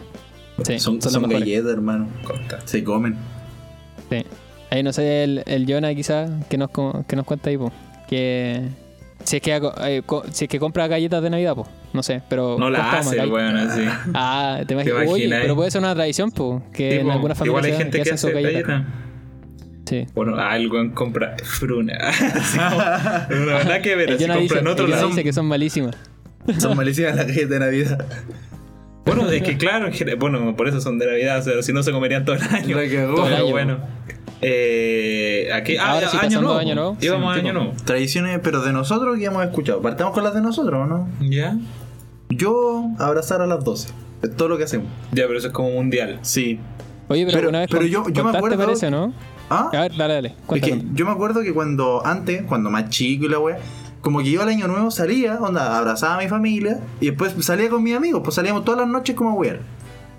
Speaker 1: Sí, son,
Speaker 2: Son,
Speaker 1: las
Speaker 2: son
Speaker 1: mejores.
Speaker 2: galletas, hermano.
Speaker 3: costa.
Speaker 2: Se comen.
Speaker 1: Sí. Ahí no sé, el, el Jonah quizás que nos, co- que nos cuenta ahí, po. Que si es que, hago- eh, co- si es que compra galletas de Navidad, po. No sé, pero...
Speaker 3: No la
Speaker 1: compra
Speaker 3: hace,
Speaker 1: Macay.
Speaker 3: weón, así.
Speaker 1: Ah, te imaginas.
Speaker 3: ¿Te
Speaker 1: Oye,
Speaker 3: imaginas?
Speaker 1: pero puede ser una tradición, po. Que
Speaker 3: Tipo,
Speaker 1: en algunas familias
Speaker 3: igual hay
Speaker 1: se-
Speaker 3: gente que
Speaker 1: hacen
Speaker 3: hace
Speaker 1: sus galletas.
Speaker 3: galleta.
Speaker 1: Sí.
Speaker 3: Bueno, ah, el weón compra fruna. Así como, la verdad que ver,
Speaker 1: El
Speaker 3: así
Speaker 1: Eh, Jonah dice,
Speaker 3: compra en otro
Speaker 1: el Jonah
Speaker 3: lado.
Speaker 1: dice que son malísimas.
Speaker 2: Son malísimas las galletas de Navidad.
Speaker 3: Bueno, es que claro, en general- bueno, por eso son de Navidad, o sea, si no se comerían todo el año.
Speaker 2: La cagó.
Speaker 1: Todo el
Speaker 3: Pero
Speaker 1: año.
Speaker 3: bueno. Eh, aquí, ah,
Speaker 1: Ahora sí,
Speaker 3: año,
Speaker 1: pasando
Speaker 3: nuevo.
Speaker 1: año nuevo.
Speaker 3: Íbamos
Speaker 1: Sí,
Speaker 3: a año
Speaker 1: tipo.
Speaker 3: nuevo.
Speaker 2: Tradiciones, pero de nosotros que hemos escuchado. Partamos con las de nosotros, ¿o ¿no?
Speaker 3: ¿Ya?
Speaker 2: Yo abrazar a las 12. Es todo lo que hacemos.
Speaker 3: Ya, pero eso es como mundial.
Speaker 2: Sí.
Speaker 1: Oye, pero,
Speaker 2: Pero-
Speaker 1: una vez
Speaker 2: pero
Speaker 1: con-
Speaker 2: yo- yo me
Speaker 1: contaste,
Speaker 2: acuerdo-
Speaker 1: parece, ¿no?
Speaker 2: ¿Ah?
Speaker 1: A ver, dale, dale.
Speaker 2: Es
Speaker 1: Cuéntame.
Speaker 2: que yo me acuerdo que cuando antes, cuando más chico y la wea, como que yo al año nuevo salía, onda, abrazaba a mi familia y después salía con mis amigos, pues salíamos todas las noches como a wear.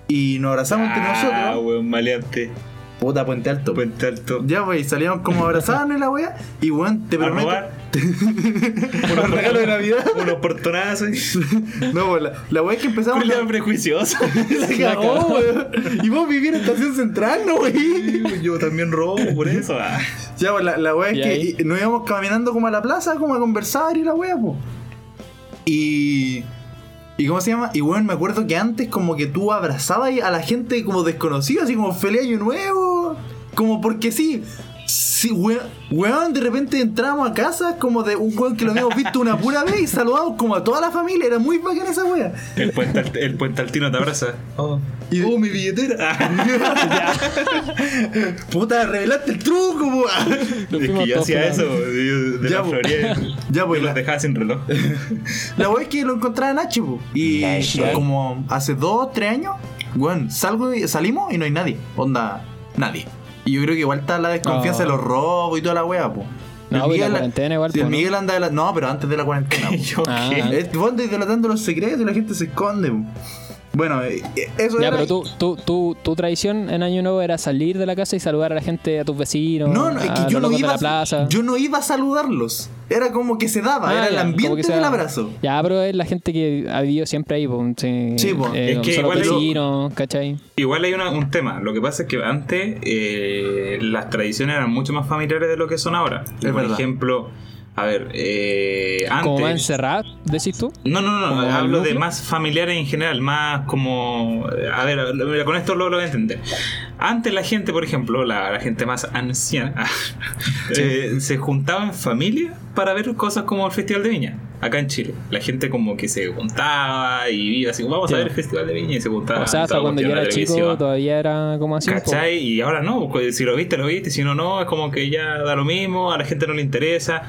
Speaker 2: Y nos abrazamos entre
Speaker 3: Ah,
Speaker 2: nosotros.
Speaker 3: weón, maleante.
Speaker 2: Puta, puente alto.
Speaker 3: Puente alto.
Speaker 2: Ya, wey, salíamos como abrazándonos y la wea. Y weón, te
Speaker 3: A
Speaker 2: prometo.
Speaker 3: robar.
Speaker 2: Por regalo de Navidad.
Speaker 3: Unos portonazos.
Speaker 2: No, pues la, la wea es que empezamos.
Speaker 3: Julián prejuicioso.
Speaker 2: Se cagó, weón. Y vos vivís en Estación Central, ¿no, wey?
Speaker 3: Yo también robo por eso. ah.
Speaker 2: Ya, pues la, la wea
Speaker 1: ¿Y
Speaker 2: es
Speaker 1: ahí?
Speaker 2: que y- nos íbamos caminando como a la plaza, como a conversar y la wea, po. Y. ¿Y cómo se llama? Y weón, me acuerdo que antes como que tú abrazabas a la gente como desconocida, así como feliz año nuevo. Como porque sí. Sí, weón, weón, de repente entramos a casa como de un weón que lo habíamos visto una pura vez y saludamos como a toda la familia. Era muy bacán esa wea.
Speaker 3: El puente, al- el puente altino te abraza. Oh,
Speaker 2: Y-
Speaker 3: oh, mi billetera.
Speaker 2: Puta, revelaste el truco, pues. weón.
Speaker 1: Lo
Speaker 3: es
Speaker 1: fuimos
Speaker 3: que yo
Speaker 1: todos
Speaker 3: hacía
Speaker 1: pelados.
Speaker 3: eso. yo- de
Speaker 2: Ya,
Speaker 3: la
Speaker 2: po.
Speaker 3: Florida.
Speaker 2: Ya, po,
Speaker 3: yo
Speaker 2: y
Speaker 3: los
Speaker 2: Ah, pues, la-
Speaker 3: dejaba sin reloj.
Speaker 2: La wea es que lo encontraba Nachi, po. Y
Speaker 4: Nachi.
Speaker 2: como hace dos, tres años, weón, salgo y- salimos y no hay nadie. Onda, nadie. Y yo creo que igual está la desconfianza
Speaker 1: No.
Speaker 2: de los robos y toda la wea, po.
Speaker 1: No, pues,
Speaker 2: El
Speaker 1: la
Speaker 2: Miguel-
Speaker 1: cuarentena igual,
Speaker 2: si el
Speaker 1: po, ¿no?
Speaker 2: Miguel anda de la- No, pero antes de la cuarentena. po.
Speaker 3: Yo,
Speaker 1: Ah.
Speaker 3: ¿qué?
Speaker 2: Eh, Vos andas delatando los secretos y la gente se esconde. po. Bueno, eh, eh, eso
Speaker 1: Ya,
Speaker 2: era-
Speaker 1: pero tú, tú, tú, tu tradición en Año Nuevo era salir de la casa y saludar a la gente, a tus vecinos,
Speaker 2: No, no, es
Speaker 1: a
Speaker 2: que yo
Speaker 1: ah, los
Speaker 2: no,
Speaker 1: locos
Speaker 2: iba,
Speaker 1: de la plaza.
Speaker 2: yo no iba a saludarlos. Era como que se daba,
Speaker 1: Ah,
Speaker 2: era el
Speaker 1: ya, como
Speaker 2: ambiente
Speaker 1: que sea-
Speaker 2: del abrazo.
Speaker 1: Ya, pero es la gente que ha vivido siempre ahí, po, sí,
Speaker 2: Sí, pues, po.
Speaker 1: eh,
Speaker 3: Es que
Speaker 1: son los
Speaker 3: igual yo-
Speaker 1: vecinos, ¿cachai?
Speaker 3: Igual hay una- un tema. Lo que pasa es que antes eh, las tradiciones eran mucho más familiares de lo que son ahora. Y,
Speaker 2: Es
Speaker 3: por
Speaker 2: verdad.
Speaker 3: ejemplo, a ver, eh,
Speaker 1: Como más
Speaker 3: antes.
Speaker 1: encerrado, decís tú.
Speaker 3: No, no, no,
Speaker 1: como el
Speaker 3: hablo de
Speaker 1: núcleo.
Speaker 3: más familiares en general, más como... A ver, mira, con esto lo, lo voy a entender. Antes la gente, por ejemplo, la, la gente más anciana, eh, se juntaba en familia para ver cosas como el Festival de Viña, acá en Chile. La gente como que se juntaba y iba así, vamos
Speaker 1: Sí.
Speaker 3: a ver el Festival de Viña y se juntaba.
Speaker 1: o sea, hasta
Speaker 3: Ah, estaba
Speaker 1: cuando yo
Speaker 3: viendo
Speaker 1: era
Speaker 3: la
Speaker 1: chico
Speaker 3: televisión.
Speaker 1: todavía era como así. pues. po.
Speaker 3: ¿Cachai? Y ahora no, pues, si lo viste, lo viste, si no, no, es como que ya da lo mismo, a la gente no le interesa.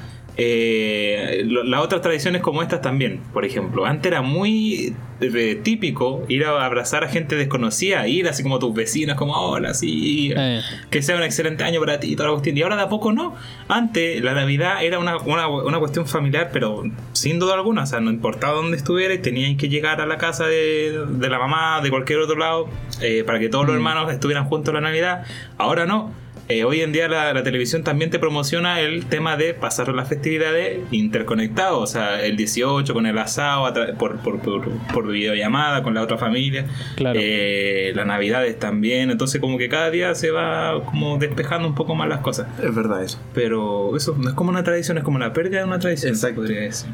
Speaker 3: Eh, lo- las otras tradiciones como estas también, por ejemplo, antes era muy eh, típico ir a abrazar a gente desconocida, ir así como a tus vecinos, como hola, sí,
Speaker 1: Eh,
Speaker 3: que sea un excelente año para ti y toda la cuestión. Y ahora de a poco no. Antes la Navidad era una, una- una cuestión familiar, pero sin duda alguna. O sea, no importaba dónde estuviera, tenían que llegar a la casa de, de la mamá, de cualquier otro lado, eh, para que todos los hermanos estuvieran juntos la Navidad. Ahora no. Eh, hoy en día la, la televisión también te promociona el tema de pasar las festividades interconectados, o sea, el 18 con el asado, a tra- por, por, por- por videollamada con la otra familia,
Speaker 1: Claro.
Speaker 3: Eh, las navidades también, entonces como que cada día se va como despejando un poco más las cosas,
Speaker 2: Es verdad eso.
Speaker 3: pero eso no es como una tradición, es como la pérdida de una tradición,
Speaker 2: Exacto.
Speaker 3: podría decir.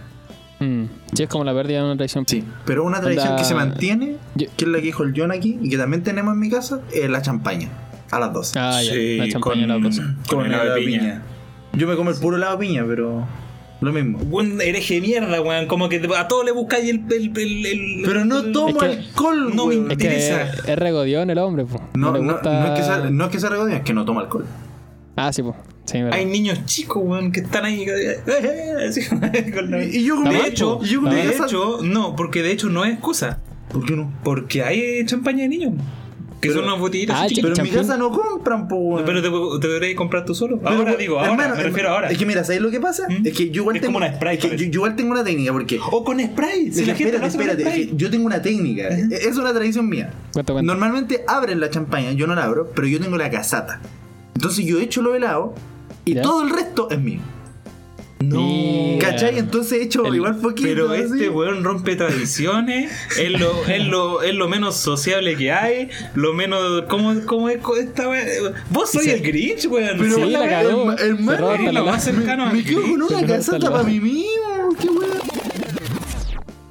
Speaker 1: mm. Sí, es como la pérdida de una tradición.
Speaker 2: Sí, pero una tradición
Speaker 1: Onda-
Speaker 2: que se mantiene,
Speaker 1: Yo-
Speaker 2: que es la que dijo el John aquí y que también tenemos en mi casa, es la champaña. A las 12.
Speaker 1: Ah, ya,
Speaker 3: Sí,
Speaker 1: la champaña
Speaker 3: con-
Speaker 1: la cosa.
Speaker 3: con el helado de piña.
Speaker 2: Yo me como el puro helado de piña, pero lo mismo.
Speaker 3: Buen hereje de mierda, weón, como que a todos le buscáis el, el- el- el-
Speaker 2: Pero no tomo
Speaker 1: que-
Speaker 2: alcohol,
Speaker 3: no me
Speaker 2: weón.
Speaker 3: interesa.
Speaker 1: Es que
Speaker 3: Utiliza-
Speaker 1: es regodión el hombre, po.
Speaker 2: No,
Speaker 1: le
Speaker 2: no,
Speaker 1: gusta-
Speaker 2: no es que sea, no es que sea regodeo, es que no toma alcohol.
Speaker 1: Ah, sí, po. Sí, verdad.
Speaker 3: Hay niños chicos, weón, que están ahí. eh, así, con la-
Speaker 2: Y- y yo con
Speaker 1: mi-
Speaker 3: de hecho,
Speaker 1: Ah,
Speaker 2: y yo con mi
Speaker 3: de
Speaker 2: casa-
Speaker 3: hecho, no, porque de hecho no es excusa.
Speaker 2: ¿Por qué no?
Speaker 3: Porque hay champaña de niños. Que
Speaker 2: Pero-
Speaker 3: son unas botellitas
Speaker 1: Ah,
Speaker 3: así
Speaker 1: chiquita.
Speaker 3: chiquitas.
Speaker 2: Pero en mi
Speaker 1: Champín.
Speaker 2: casa no compran, po, weón.
Speaker 3: Pero te, te deberías comprar tú solo.
Speaker 2: Pero,
Speaker 3: ahora
Speaker 2: pues,
Speaker 3: digo, ahora,
Speaker 2: hermano,
Speaker 3: me
Speaker 2: hermano,
Speaker 3: refiero ahora.
Speaker 2: Es que mira, ¿sabes lo que pasa?
Speaker 3: ¿Mm?
Speaker 2: Es que yo igual
Speaker 3: Es
Speaker 2: tengo
Speaker 3: como una spray,
Speaker 2: es que yo,
Speaker 3: parece.
Speaker 2: yo igual tengo una técnica porque
Speaker 3: O con spray. Si
Speaker 2: Es que
Speaker 3: la gente
Speaker 2: espérate,
Speaker 3: no hace con
Speaker 2: espérate, es
Speaker 3: spray.
Speaker 2: que yo tengo una técnica. e-, Es es una tradición mía.
Speaker 1: Cuenta, cuenta.
Speaker 2: Normalmente abren la champaña, yo no la abro, pero yo tengo la casata. Entonces yo echo lo helado y
Speaker 1: ¿Ya?
Speaker 2: todo el resto es mío.
Speaker 1: No.
Speaker 2: ¿Cachai? Entonces echo
Speaker 1: El-
Speaker 2: igual poquito.
Speaker 3: Pero
Speaker 2: así.
Speaker 3: este weón rompe tradiciones, es lo, es, lo, es lo menos sociable que hay, lo menos... ¿Cómo, cómo es co- esta weón? Vos soy
Speaker 1: Sí.
Speaker 3: el Grinch, weón.
Speaker 1: Pero- Sí,
Speaker 3: weón,
Speaker 1: la
Speaker 3: weón,
Speaker 1: cagó.
Speaker 2: el- el
Speaker 1: Se
Speaker 2: man-
Speaker 1: roba
Speaker 3: eres
Speaker 1: hasta
Speaker 3: lo
Speaker 1: la-
Speaker 3: más cercano al
Speaker 2: Me quedo con
Speaker 3: Grinch.
Speaker 1: Pero
Speaker 2: una
Speaker 1: no está
Speaker 2: casata
Speaker 1: el
Speaker 2: para
Speaker 1: bajo.
Speaker 2: mí mismo. Qué weón.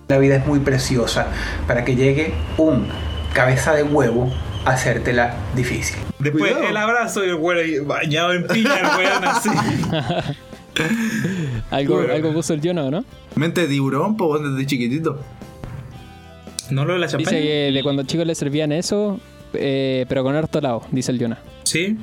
Speaker 5: La vida es muy preciosa para que llegue un cabeza de huevo a hacértela difícil.
Speaker 3: Después
Speaker 2: Cuidado.
Speaker 3: Pues, el abrazo y el weón ahí bañado en piña, el weón así.
Speaker 1: Algo,
Speaker 3: Bueno.
Speaker 1: algo puso el Yono, ¿no?
Speaker 2: Mente de tiburón, po, desde chiquitito.
Speaker 3: ¿No lo de la champaña?
Speaker 1: Dice que le- cuando chicos le servían eso, eh, pero con harto lado, dice el Yona.
Speaker 3: Sí,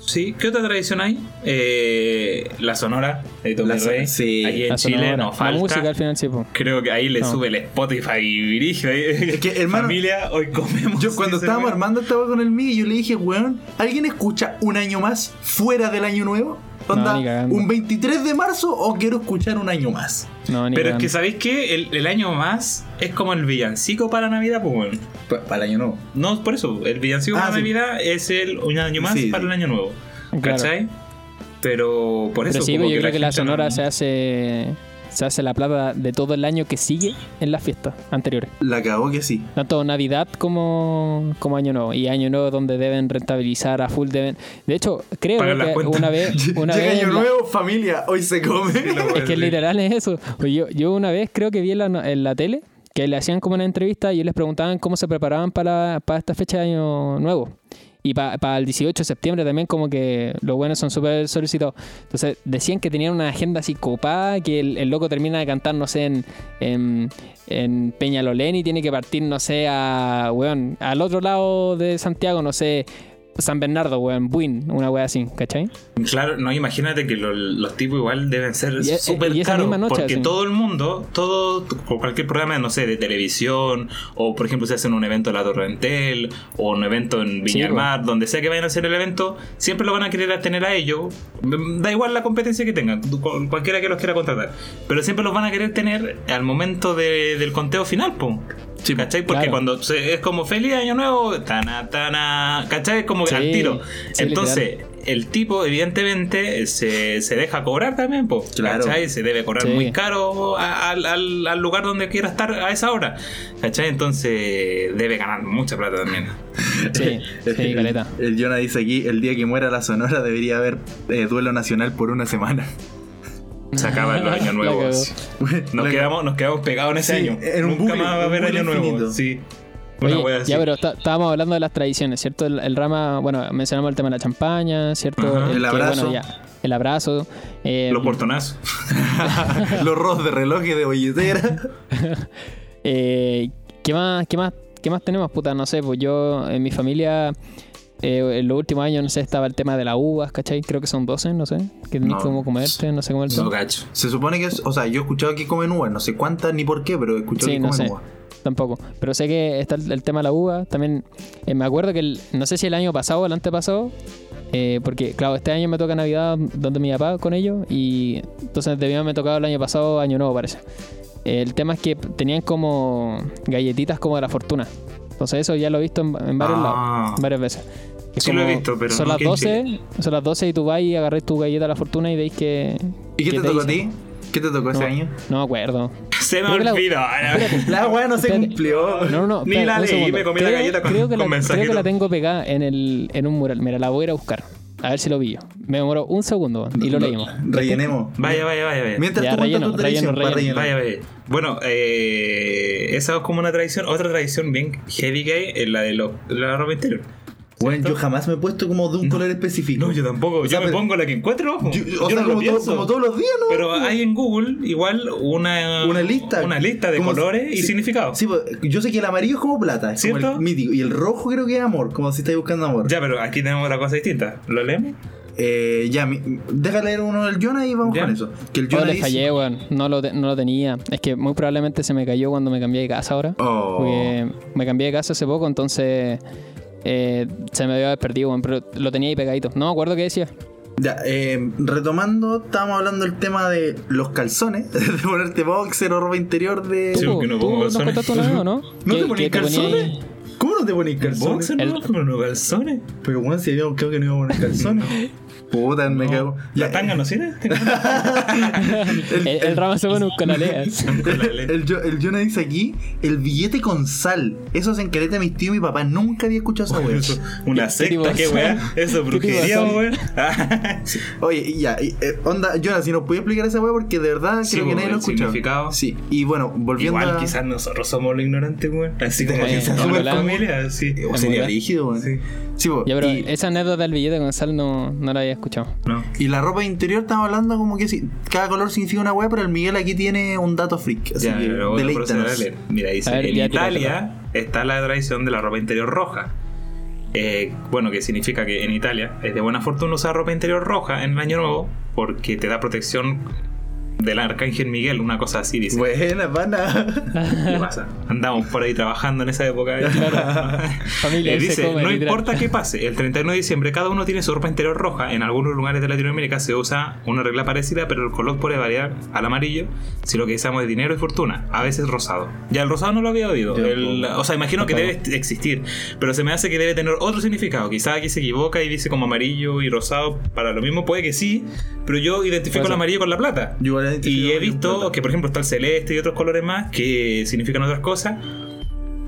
Speaker 3: sí. ¿Qué otra tradición hay? Eh, la Sonora de Tommy
Speaker 2: La so-
Speaker 3: Rey.
Speaker 2: sí.
Speaker 3: Aquí en
Speaker 1: La
Speaker 3: Chile
Speaker 1: Sonora.
Speaker 3: no
Speaker 1: La
Speaker 3: falta.
Speaker 1: música al final sí, po.
Speaker 3: Creo que ahí le
Speaker 1: No.
Speaker 3: sube el Spotify y virige. Es
Speaker 2: que, hermano,
Speaker 3: Familia, hoy comemos.
Speaker 2: Yo cuando
Speaker 3: Dice,
Speaker 2: estábamos
Speaker 3: bueno.
Speaker 2: armando esta weá con el Miguel, yo le dije, weón, ¿alguien escucha un año más fuera del año nuevo? Onda,
Speaker 1: ni cagando.
Speaker 2: ¿un 23 de marzo o quiero escuchar un año más?
Speaker 1: No, ni
Speaker 3: Pero es
Speaker 1: cagando.
Speaker 3: que, ¿sabéis qué? El, el año más es como el villancico para Navidad, pues bueno.
Speaker 2: Pa- Para el año nuevo.
Speaker 3: No, por eso, el villancico
Speaker 2: Ah,
Speaker 3: para
Speaker 2: sí.
Speaker 3: Navidad es el un año más
Speaker 2: Sí,
Speaker 3: para
Speaker 2: sí.
Speaker 3: el año nuevo.
Speaker 1: Claro.
Speaker 3: ¿Cachai? Pero por eso.
Speaker 1: Pero sí, yo
Speaker 3: como
Speaker 1: creo que la
Speaker 3: gente
Speaker 1: sonora
Speaker 3: no-
Speaker 1: se hace se hace la plata de todo el año que sigue en las fiestas anteriores.
Speaker 2: La cagó que sí.
Speaker 1: Tanto Navidad como, como Año Nuevo. Y Año Nuevo donde deben rentabilizar a full. deben De hecho, creo
Speaker 3: Pagan las
Speaker 1: que
Speaker 3: cuentas.
Speaker 1: una vez... Una
Speaker 2: Llega
Speaker 1: vez en
Speaker 2: año
Speaker 1: la-
Speaker 2: nuevo, familia, hoy se come.
Speaker 1: Es que literal es eso. Pues yo, yo una vez creo que vi en la, no- en la tele que le hacían como una entrevista y les preguntaban cómo se preparaban para, para esta fecha de año nuevo. Y para el 18 de septiembre también como que los buenos son súper solicitados. Entonces decían que tenían una agenda así copada, que el, el loco termina de cantar, no sé, en, en, en Peñalolén y tiene que partir, no sé, a, weón, al otro lado de Santiago, no sé, San Bernardo, weón, Buin, una wea así, ¿cachai?
Speaker 3: Claro, no, imagínate que lo- los tipos igual deben ser
Speaker 1: Y-
Speaker 3: súper
Speaker 1: y esa
Speaker 3: caros.
Speaker 1: misma noche,
Speaker 3: porque
Speaker 1: así.
Speaker 3: todo el mundo, todo, o cualquier programa, no sé, de televisión, o por ejemplo, se hacen un evento en la Torrentel, o un evento en
Speaker 1: Sí,
Speaker 3: Viña del
Speaker 1: po.
Speaker 3: Mar, donde sea que vayan a hacer el evento, siempre lo van a querer tener a ellos. Da igual la competencia que tengan, cu- cualquiera que los quiera contratar. Pero siempre los van a querer tener al momento de- del conteo final, po. ¿Cachai? Porque
Speaker 1: Claro.
Speaker 3: cuando se- es como feliz año nuevo, tana, tana, ¿cachai? Es como
Speaker 1: Sí,
Speaker 3: al tiro.
Speaker 1: sí,
Speaker 3: Entonces, el tipo, evidentemente, se, se deja cobrar también, po,
Speaker 2: Claro.
Speaker 3: ¿cachai? Se debe cobrar
Speaker 1: Sí.
Speaker 3: muy caro a- al, al- al lugar donde quiera estar a esa hora, ¿cachai? Entonces, debe ganar mucha plata también.
Speaker 1: Sí, sí, caleta.
Speaker 2: El, el Jonah dice aquí, el día que muera la Sonora debería haber eh, duelo nacional por una semana.
Speaker 3: Se acaban los años nuevos. Nos
Speaker 2: La-
Speaker 3: quedamos, nos quedamos pegados en ese
Speaker 2: Sí,
Speaker 3: año.
Speaker 2: en un
Speaker 3: Nunca
Speaker 2: bucle,
Speaker 3: más va a
Speaker 2: un
Speaker 3: haber
Speaker 2: bucle
Speaker 3: año nuevo.
Speaker 2: infinito.
Speaker 3: Sí.
Speaker 1: Oye,
Speaker 3: Una wea así.
Speaker 1: ya, pero está- estábamos hablando de las tradiciones, ¿cierto? El, el rama, bueno, mencionamos el tema de la champaña, ¿cierto?
Speaker 3: Ajá.
Speaker 2: El
Speaker 1: que,
Speaker 2: abrazo.
Speaker 1: ya, el abrazo. eh,
Speaker 3: Los portonazos.
Speaker 2: Los ros de relojes de billetera.
Speaker 1: eh, ¿qué, más, qué, más, ¿Qué más tenemos, puta? No sé, pues yo, en mi familia, eh, en los últimos años, no sé, estaba el tema de las uvas, ¿cachai? Creo que son 12, no sé. Que tenéis
Speaker 2: No.
Speaker 1: como comerte, no sé cómo
Speaker 3: No, cacho.
Speaker 2: Se supone que es, o sea, yo he escuchado que comen uvas, no sé cuántas ni por qué, pero he escuchado
Speaker 1: Sí,
Speaker 2: que
Speaker 1: no
Speaker 2: comen
Speaker 1: sé.
Speaker 2: uvas.
Speaker 1: Tampoco. Pero sé que está el, el tema de la uva. También eh, me acuerdo que, el- no sé si el año pasado o el antepasado, eh, porque claro, este año me toca Navidad donde mi papá con ellos y entonces debía haberme tocado el año pasado, año nuevo parece. Eh, El tema es que tenían como galletitas como de la fortuna. Entonces eso ya lo he visto en, en varios
Speaker 3: Ah.
Speaker 1: lados, varias veces. Es
Speaker 3: Sí lo he visto, pero
Speaker 1: son las
Speaker 3: no aquí en
Speaker 1: 12, son las 12 y tú vas y agarrás tu galleta de la fortuna y veis que...
Speaker 2: ¿Y qué
Speaker 1: que
Speaker 2: te tocó a
Speaker 1: dicen.
Speaker 2: ti? ¿Qué te tocó ese
Speaker 1: No,
Speaker 2: año?
Speaker 1: no me acuerdo.
Speaker 3: Se me
Speaker 1: Creo que la-
Speaker 3: olvida.
Speaker 2: La weá no se
Speaker 1: Espérate.
Speaker 2: cumplió.
Speaker 1: No, no, no.
Speaker 3: Ni
Speaker 1: espera,
Speaker 3: la
Speaker 1: un
Speaker 3: leí,
Speaker 1: segundo.
Speaker 3: me comí la galleta con-
Speaker 1: creo que
Speaker 3: con
Speaker 1: la,
Speaker 3: mensajito.
Speaker 1: Creo que la tengo pegada en, el, en un mural. Mira, la voy a ir a buscar. A ver si lo pillo. Me demoró un segundo y lo leímos.
Speaker 2: Rellenemos.
Speaker 3: Vaya, vaya, vaya, vaya.
Speaker 2: Mientras
Speaker 1: Ya,
Speaker 2: tú
Speaker 1: relleno,
Speaker 2: cuentas tu tradición
Speaker 1: relleno,
Speaker 2: para
Speaker 1: relleno.
Speaker 2: rellenar.
Speaker 3: Vaya, vaya. Bueno, eh, esa es como una tradición, otra tradición bien heavy que hay es la de los la ropa interior.
Speaker 2: Bueno, yo jamás me he puesto como de un color específico.
Speaker 3: No, yo tampoco.
Speaker 2: sea,
Speaker 3: yo me
Speaker 2: pero-
Speaker 3: pongo la que encuentro. ojo. Yo,
Speaker 2: Yo- o sea,
Speaker 3: no lo
Speaker 2: como, todo-
Speaker 3: pienso.
Speaker 2: como todos los días, ¿no?
Speaker 3: Pero hay en Google igual una,
Speaker 2: una lista.
Speaker 3: una lista de
Speaker 2: Como-
Speaker 3: colores y
Speaker 2: sí,
Speaker 3: significados.
Speaker 2: Sí, pues, yo sé que el amarillo es como plata, es como
Speaker 3: ¿Cierto?
Speaker 2: el mítico. Y el rojo creo que es amor, como si estáis buscando amor.
Speaker 3: Ya, pero aquí tenemos otra cosa distinta. ¿Lo leemos?
Speaker 2: Eh, ya mi- deja leer uno del Jonah y vamos
Speaker 3: Ya.
Speaker 2: con eso. Que el
Speaker 1: Yo
Speaker 2: Jonah
Speaker 1: le
Speaker 2: dice-
Speaker 1: fallé, weón. No lo, te- no lo tenía. Es que muy probablemente se me cayó cuando me cambié de casa ahora.
Speaker 2: Oh.
Speaker 1: Porque me cambié de casa hace poco, entonces eh, se me había perdido, weón. Pero lo tenía ahí pegadito. No me acuerdo qué decía.
Speaker 2: Ya, eh, retomando, estábamos hablando del tema de los calzones, de ponerte boxer o ropa interior de.
Speaker 3: Sí,
Speaker 1: Tú,
Speaker 3: porque no
Speaker 1: tú
Speaker 3: pongo
Speaker 1: nos
Speaker 3: calzones.
Speaker 1: contaste una vez, ¿o no?
Speaker 2: ¿No
Speaker 1: Que-
Speaker 2: te
Speaker 1: que
Speaker 2: ponéis
Speaker 1: ponía ahí-
Speaker 2: calzones? ¿Cómo no te ponéis calzones?
Speaker 3: ¿Boxer?
Speaker 1: El-
Speaker 3: No, pero no calzones.
Speaker 2: Pero bueno, si habíamos quedado que no íbamos a poner calzones. Puta, me cago. Ya, eh,
Speaker 3: ¿La tanga no sirve?
Speaker 1: El, el ramo se pone con aleas.
Speaker 2: El, Jo- el Jonah dice aquí, el billete con sal. Eso se encareta mis tíos y mi papá. Nunca había escuchado esa wea.
Speaker 3: Eso, una
Speaker 1: ¿Qué tipo
Speaker 3: secta,
Speaker 1: de
Speaker 3: qué
Speaker 1: son?
Speaker 3: weá. Eso,
Speaker 1: ¿Qué tipo de
Speaker 3: brujería,
Speaker 1: son?
Speaker 3: weón. Ah,
Speaker 2: Oye, y ya, y, eh, onda, Jonah, si nos podía explicar esa wea porque de verdad
Speaker 3: Sí,
Speaker 2: creo que
Speaker 3: po,
Speaker 2: nadie lo
Speaker 3: el
Speaker 2: escuchó.
Speaker 3: significado.
Speaker 2: Sí, y bueno, volviendo
Speaker 3: Igual
Speaker 2: a...
Speaker 3: quizás nosotros somos los ignorantes, weón. Así como
Speaker 2: Bueno,
Speaker 3: que
Speaker 2: en
Speaker 3: somos
Speaker 1: verdad.
Speaker 3: familia, sí.
Speaker 2: O sería
Speaker 1: verdad.
Speaker 2: rígido, weón.
Speaker 3: Sí.
Speaker 2: Sí, po,
Speaker 1: Ya, pero
Speaker 2: y,
Speaker 1: esa anécdota del billete con sal no, no la había escuchado.
Speaker 3: No.
Speaker 2: y la ropa interior estamos hablando como que sí, cada color significa una wea, pero el Miguel aquí tiene un dato freak. Así
Speaker 3: Ya,
Speaker 2: que
Speaker 3: lo voy a proceder a
Speaker 2: deleítanos.
Speaker 3: leer. Mira, dice,
Speaker 1: A ver,
Speaker 3: en
Speaker 1: ya,
Speaker 3: Italia está la tradición de la ropa interior roja. Eh, bueno, que significa que en Italia es de buena fortuna usar ropa interior roja en el año nuevo porque te da protección del arcángel Miguel, una cosa así, dice.
Speaker 2: Buena, pana.
Speaker 3: ¿Qué pasa? Andamos por ahí trabajando en esa época.
Speaker 1: Familia,
Speaker 3: Eh,
Speaker 1: ahí se
Speaker 3: dice,
Speaker 1: come,
Speaker 3: no
Speaker 1: literal".
Speaker 3: importa qué pase, el 31 de diciembre cada uno tiene su ropa interior roja. En algunos lugares de Latinoamérica se usa una regla parecida, pero el color puede variar al amarillo si lo que deseamos es dinero y fortuna, a veces rosado. Ya el rosado no lo había oído.
Speaker 2: Yo
Speaker 3: El- o sea, imagino que debe existir, pero se me hace que debe tener otro significado. Quizá aquí se equivoca y dice como amarillo y rosado para lo mismo, puede que sí, pero yo
Speaker 1: Puede
Speaker 3: identifico el
Speaker 1: ser.
Speaker 3: amarillo con la plata.
Speaker 2: Yo igual identifico
Speaker 3: Y he
Speaker 2: con la
Speaker 3: visto
Speaker 2: plata.
Speaker 3: que, por ejemplo, está el celeste y otros colores más que significan otras cosas.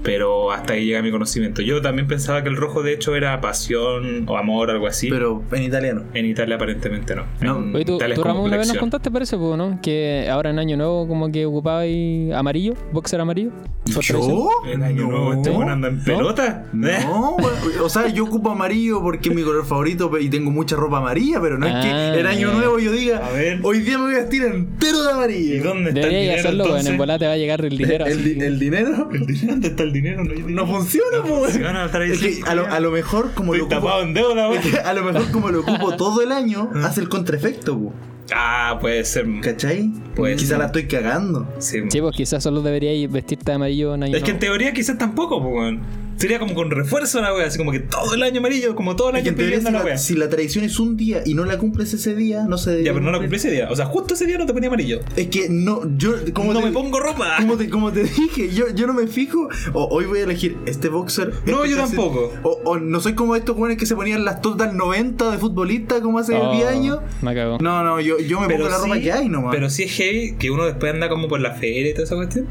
Speaker 3: Pero hasta ahí llega mi conocimiento. Yo también pensaba que el rojo, de hecho, era pasión o amor, algo así.
Speaker 2: Pero en italiano.
Speaker 3: en Italia aparentemente no.
Speaker 2: No.
Speaker 3: En
Speaker 1: Oye, tú,
Speaker 3: Italia es
Speaker 1: tú,
Speaker 3: como
Speaker 1: Ramón, una vez nos
Speaker 3: complexión.
Speaker 1: contaste, parece, po, ¿no? Que ahora en Año Nuevo como que ocupabais amarillo, boxer amarillo. por tradición.
Speaker 3: En año nuevo este weón anda en pelota. ¿Eh?
Speaker 2: No, güey. o sea, yo ocupo amarillo porque es mi color favorito y tengo mucha ropa amarilla, pero no es
Speaker 1: Ah,
Speaker 2: que el año
Speaker 1: ya.
Speaker 2: nuevo yo
Speaker 3: A
Speaker 2: diga,
Speaker 3: ver.
Speaker 2: hoy día me voy a vestir entero de amarillo.
Speaker 3: ¿Y dónde está el
Speaker 1: Deberías
Speaker 3: dinero
Speaker 1: hacerlo, weón.
Speaker 3: entonces?
Speaker 1: En volada te va a llegar el dinero.
Speaker 2: el,
Speaker 1: así.
Speaker 2: di- el dinero
Speaker 3: ¿El dinero? ¿Dónde está el dinero? No, hay dinero.
Speaker 2: no funciona,
Speaker 3: No
Speaker 2: pues.
Speaker 3: funciona, la
Speaker 2: Es
Speaker 3: tradición.
Speaker 2: que a lo, a lo mejor como lo
Speaker 3: Estoy tapado
Speaker 2: ocupo,
Speaker 3: en deuda, weón.
Speaker 2: a lo mejor como lo ocupo todo el año, hace el contraefecto, po,
Speaker 3: Ah, puede ser.
Speaker 2: ¿cachai?
Speaker 3: Puede
Speaker 2: Quizá
Speaker 3: ser.
Speaker 2: la estoy cagando.
Speaker 3: Sí.
Speaker 1: Sí, pues quizás solo deberíais vestirte de amarillo en Año
Speaker 3: Es que en
Speaker 1: Nuevo.
Speaker 3: teoría quizás tampoco, pues, weón. Sería como con refuerzo la wea, así como que todo el año amarillo, como todo el
Speaker 2: Es que
Speaker 3: año
Speaker 2: en teoría,
Speaker 3: pidiendo
Speaker 2: si
Speaker 3: la wea.
Speaker 2: la, si la tradición es un día y no la cumples ese día, no se
Speaker 3: Ya,
Speaker 2: debería
Speaker 3: pero no la cumplí
Speaker 2: cumplir.
Speaker 3: ese día. O sea, justo ese día no te ponía amarillo.
Speaker 2: Es que no, yo como
Speaker 3: no
Speaker 2: te-
Speaker 3: me pongo ropa.
Speaker 2: Como te, como te dije, yo, yo no me fijo. O hoy voy a elegir este boxer.
Speaker 3: No,
Speaker 2: este
Speaker 3: yo
Speaker 2: calcet-
Speaker 3: tampoco.
Speaker 2: O, o no soy como estos jóvenes que se ponían las total 90 de futbolista como hace
Speaker 1: Oh,
Speaker 3: este
Speaker 2: 10 años.
Speaker 1: Me cagó.
Speaker 2: No, no, yo, yo me pongo la ropa que hay nomás.
Speaker 3: Pero Ah. sí es heavy que uno después anda como por la feria y toda esa cuestión.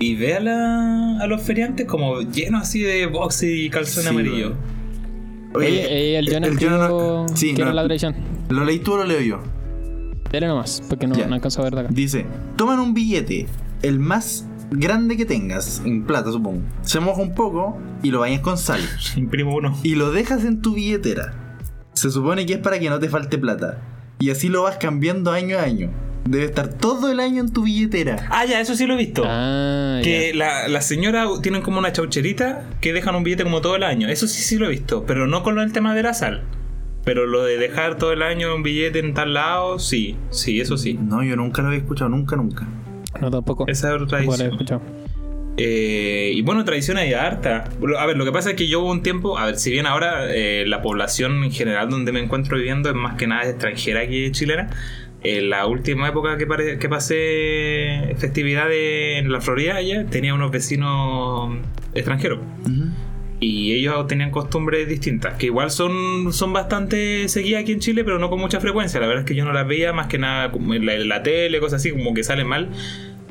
Speaker 3: Y ve a, la- a los feriantes como llenos así de boxer y calzón
Speaker 2: Sí,
Speaker 3: amarillo.
Speaker 1: Oye, eh, el John escribió
Speaker 2: no- sí,
Speaker 1: que
Speaker 2: no,
Speaker 1: era la traición.
Speaker 2: ¿Lo leí tú o lo leo yo?
Speaker 1: Dale nomás, porque no,
Speaker 2: Ya.
Speaker 1: no alcanzo a ver de acá.
Speaker 2: Dice, toman un billete, el más grande que tengas, en plata supongo. Se moja un poco y lo bañas con sal.
Speaker 3: Imprimo uno.
Speaker 2: y lo dejas en tu billetera. Se supone que es para que no te falte plata. Y así lo vas cambiando año a año. Debe estar todo el año en tu billetera.
Speaker 3: Ah, ya, eso sí lo he visto.
Speaker 1: Ah,
Speaker 3: Que la, la señora tienen como una chaucherita que dejan un billete como todo el año. Eso sí, sí lo he visto, pero no con el tema de la sal. Pero lo de dejar todo el año un billete en tal lado, sí, sí, eso sí.
Speaker 2: No, yo nunca lo había escuchado, nunca, nunca.
Speaker 1: ya. No, tampoco.
Speaker 3: Esa es otra
Speaker 1: Igual he
Speaker 3: tradición.
Speaker 1: escuchado.
Speaker 3: Eh, y bueno, tradición hay harta. Lo- A ver, lo que pasa es que yo hubo un tiempo, a ver, si bien ahora eh, la población en general donde me encuentro viviendo es más que nada extranjera que chilena, eh, la última época que, pare- que pasé festividades en la Florida allá, tenía unos vecinos extranjeros. Y ellos tenían costumbres distintas, que igual son, son bastante seguidas aquí en Chile, pero no con mucha frecuencia. La verdad es que yo no las veía más que nada como en la, en la tele, cosas así, como que salen mal.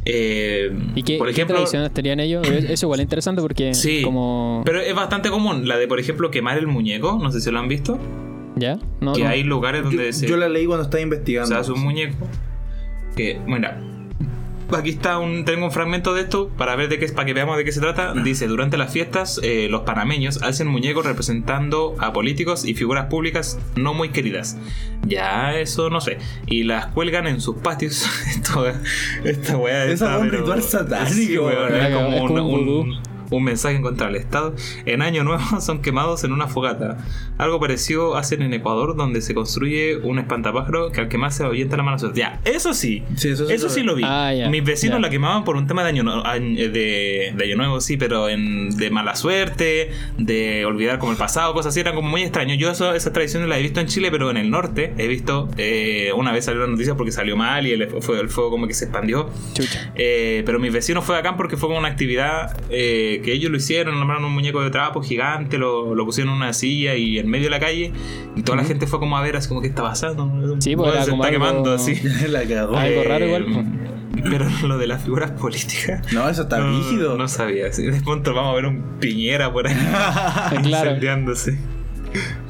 Speaker 3: Eh,
Speaker 1: ¿Y qué,
Speaker 3: por
Speaker 1: qué
Speaker 3: ejemplo,
Speaker 1: tradiciones tenían ellos? Eso igual es interesante porque
Speaker 3: Sí,
Speaker 1: como...
Speaker 3: pero es bastante común la de, por ejemplo, quemar el muñeco. No sé si lo han visto.
Speaker 1: ¿Ya? No,
Speaker 3: que
Speaker 1: no.
Speaker 3: hay lugares donde
Speaker 2: Yo,
Speaker 3: se
Speaker 2: yo la leí cuando estaba
Speaker 3: o
Speaker 2: investigando.
Speaker 3: sea, es un muñeco. Que, mira, aquí está un, tengo un fragmento de esto para ver de qué es, para que veamos de qué se trata. Dice, durante las fiestas, eh, los panameños hacen muñecos representando a políticos y figuras públicas no muy queridas. Ya, eso no sé. Y las cuelgan en sus patios. Esto- esta weá
Speaker 2: Esa
Speaker 3: está,
Speaker 2: es un
Speaker 3: pero-
Speaker 2: ritual satánico,
Speaker 3: Sí, weón,
Speaker 2: weón.
Speaker 3: es
Speaker 1: Es
Speaker 3: como,
Speaker 1: como
Speaker 3: un-
Speaker 1: un
Speaker 3: un- un mensaje en contra del Estado. En Año Nuevo son quemados en una fogata. Algo parecido hacen en Ecuador, donde se construye un espantapájaro que al quemar se ahuyenta la mala suerte. Ya, eso sí.
Speaker 2: Sí, eso sí
Speaker 3: eso
Speaker 2: lo-
Speaker 3: sí lo vi.
Speaker 1: Ah, ya,
Speaker 3: Mis vecinos
Speaker 1: ya.
Speaker 3: la quemaban por un tema de año, Nuevo- añ- de, de año Nuevo, sí, pero en, de mala suerte, de olvidar como el pasado, cosas así, eran como muy extraños. Yo eso, esas tradiciones las he visto en Chile, pero en el norte he visto, eh, una vez salió la noticia porque salió mal y el, fue, el fuego como que se expandió.
Speaker 1: Chucha.
Speaker 3: Eh, pero mis vecinos fue acá porque fue como una actividad eh, que ellos lo hicieron, nombraron un muñeco de trapo gigante, lo, lo pusieron en una silla y en medio de la calle y toda la gente fue como a ver así como qué está pasando.
Speaker 1: Sí, pues,
Speaker 3: Bueno,
Speaker 1: era
Speaker 3: se
Speaker 1: como
Speaker 3: está
Speaker 1: algo-
Speaker 3: quemando así. Eh,
Speaker 2: la cagó.
Speaker 1: Algo raro igual, pues.
Speaker 3: Pero lo de las figuras políticas.
Speaker 2: No, eso está
Speaker 3: no-
Speaker 2: rígido.
Speaker 3: No sabía. sí. De pronto vamos a ver un piñera por ahí Ah,
Speaker 1: claro.
Speaker 3: incendiándose.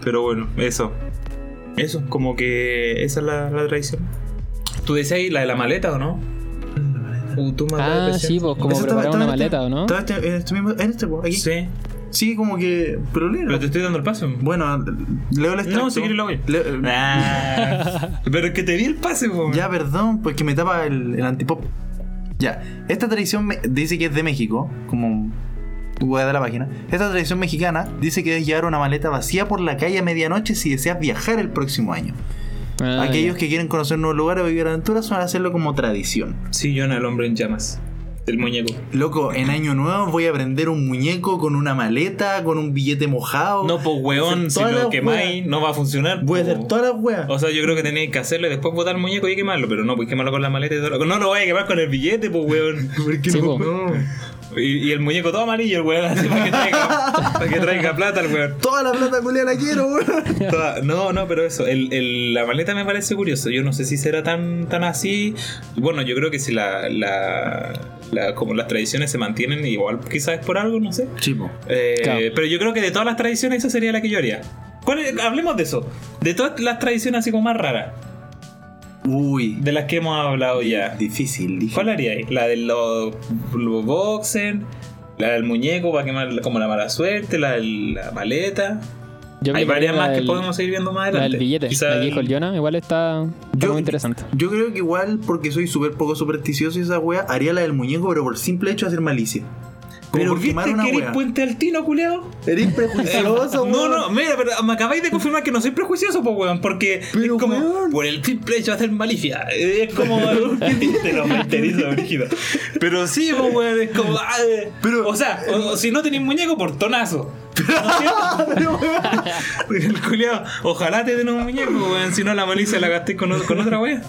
Speaker 3: Pero bueno, eso. Eso, como que esa es la, la tradición. ¿Tú decías ahí la de la maleta o no? Uh, tú me acabas de
Speaker 1: Ah,
Speaker 3: decir.
Speaker 1: sí, pues como
Speaker 2: Eso estaba-
Speaker 1: preparar una
Speaker 2: estaba en este-
Speaker 1: maleta, ¿o no?
Speaker 2: estaba este- en este mismo- en este, po, aquí. Sí.
Speaker 3: Sí,
Speaker 2: como que. Pero léelo.
Speaker 3: pero te estoy dando el paso.
Speaker 2: Bueno, leo el extracto.
Speaker 3: No, si quieres lo voy.
Speaker 2: Leo-
Speaker 3: Ah, pero es que te di el pase, po.
Speaker 2: Ya, perdón, pues que me tapa el, el antipop. Ya, esta tradición me- dice que es de México, como voy a dar la página. Esta tradición mexicana dice que debes llevar una maleta vacía por la calle a medianoche si deseas viajar el próximo año.
Speaker 1: Ah,
Speaker 2: Aquellos
Speaker 1: ya.
Speaker 2: que quieren conocer nuevos lugares o vivir aventuras suelen hacerlo como tradición.
Speaker 3: Sí, yo en el hombre en llamas. El muñeco.
Speaker 2: Loco, en año nuevo voy a prender un muñeco con una maleta, con un billete mojado.
Speaker 3: No, pues weón, si
Speaker 2: Todas las
Speaker 3: lo quemáis, no va a funcionar.
Speaker 2: Voy a
Speaker 3: po.
Speaker 2: hacer todas las weas.
Speaker 3: O sea, yo creo que tenéis que hacerlo y después botar el muñeco y quemarlo, pero no, pues quemarlo con la maleta y todo. lo- No lo vayas a quemar con el billete, pues weón.
Speaker 2: ¿Por qué
Speaker 1: Sí,
Speaker 2: no?
Speaker 1: po.
Speaker 2: No.
Speaker 3: Y, y el muñeco todo amarillo, el weón, así para que traiga, para que traiga plata el weón.
Speaker 2: Toda la plata culia la quiero, weón.
Speaker 3: Toda- No, no, pero eso, el, el- la maleta me parece curioso. Yo no sé si será tan, tan así. Bueno, yo creo que si la, la, la- como las tradiciones se mantienen, igual quizás es por algo, no sé.
Speaker 2: Chipo.
Speaker 3: Eh,
Speaker 1: Claro.
Speaker 3: Pero yo creo que de todas las tradiciones esa sería la que yo haría. ¿Cuál es- hablemos de eso. De todas las tradiciones así como más raras,
Speaker 2: Uy.
Speaker 3: de las que hemos hablado ya.
Speaker 2: Difícil, dije.
Speaker 3: ¿Cuál haría ahí? ¿La de los, los boxers? ¿La del muñeco para quemar como la mala suerte? ¿La de la maleta?
Speaker 1: Yo
Speaker 3: Hay
Speaker 1: aplicaría
Speaker 3: varias
Speaker 1: la
Speaker 3: más que
Speaker 1: del-
Speaker 3: podemos ir viendo más
Speaker 1: La
Speaker 3: adelante.
Speaker 1: del billete,
Speaker 3: Quizá
Speaker 1: la que dijo el Jonah, igual está, está
Speaker 2: Yo-
Speaker 1: muy interesante.
Speaker 2: Yo creo que igual, porque soy súper poco supersticioso y esa wea, haría la del muñeco, pero por simple hecho de hacer malicia. Como
Speaker 3: Pero
Speaker 2: por quemar
Speaker 3: viste
Speaker 2: una
Speaker 3: que eres
Speaker 2: wea.
Speaker 3: puente altino, culeado.
Speaker 2: Eres prejuicioso,
Speaker 3: No,
Speaker 2: weón.
Speaker 3: no, mira, pero me acabáis de confirmar que no soy prejuicioso, pues, weón, porque
Speaker 2: Pero,
Speaker 3: es como
Speaker 2: weón.
Speaker 3: por el simple hecho de hacer malicia. Eh, Es como te lo materizo, brígido. Pero sí, pues, weón, es como. ah, eh.
Speaker 2: Pero-
Speaker 3: o sea, o- o si no tenéis muñeco, por tonazo. ¿No es
Speaker 2: Ah,
Speaker 3: cierto? el culiao, ojalá te den un muñeco, weón, si no la malicia la gasté con, o- con otra wea.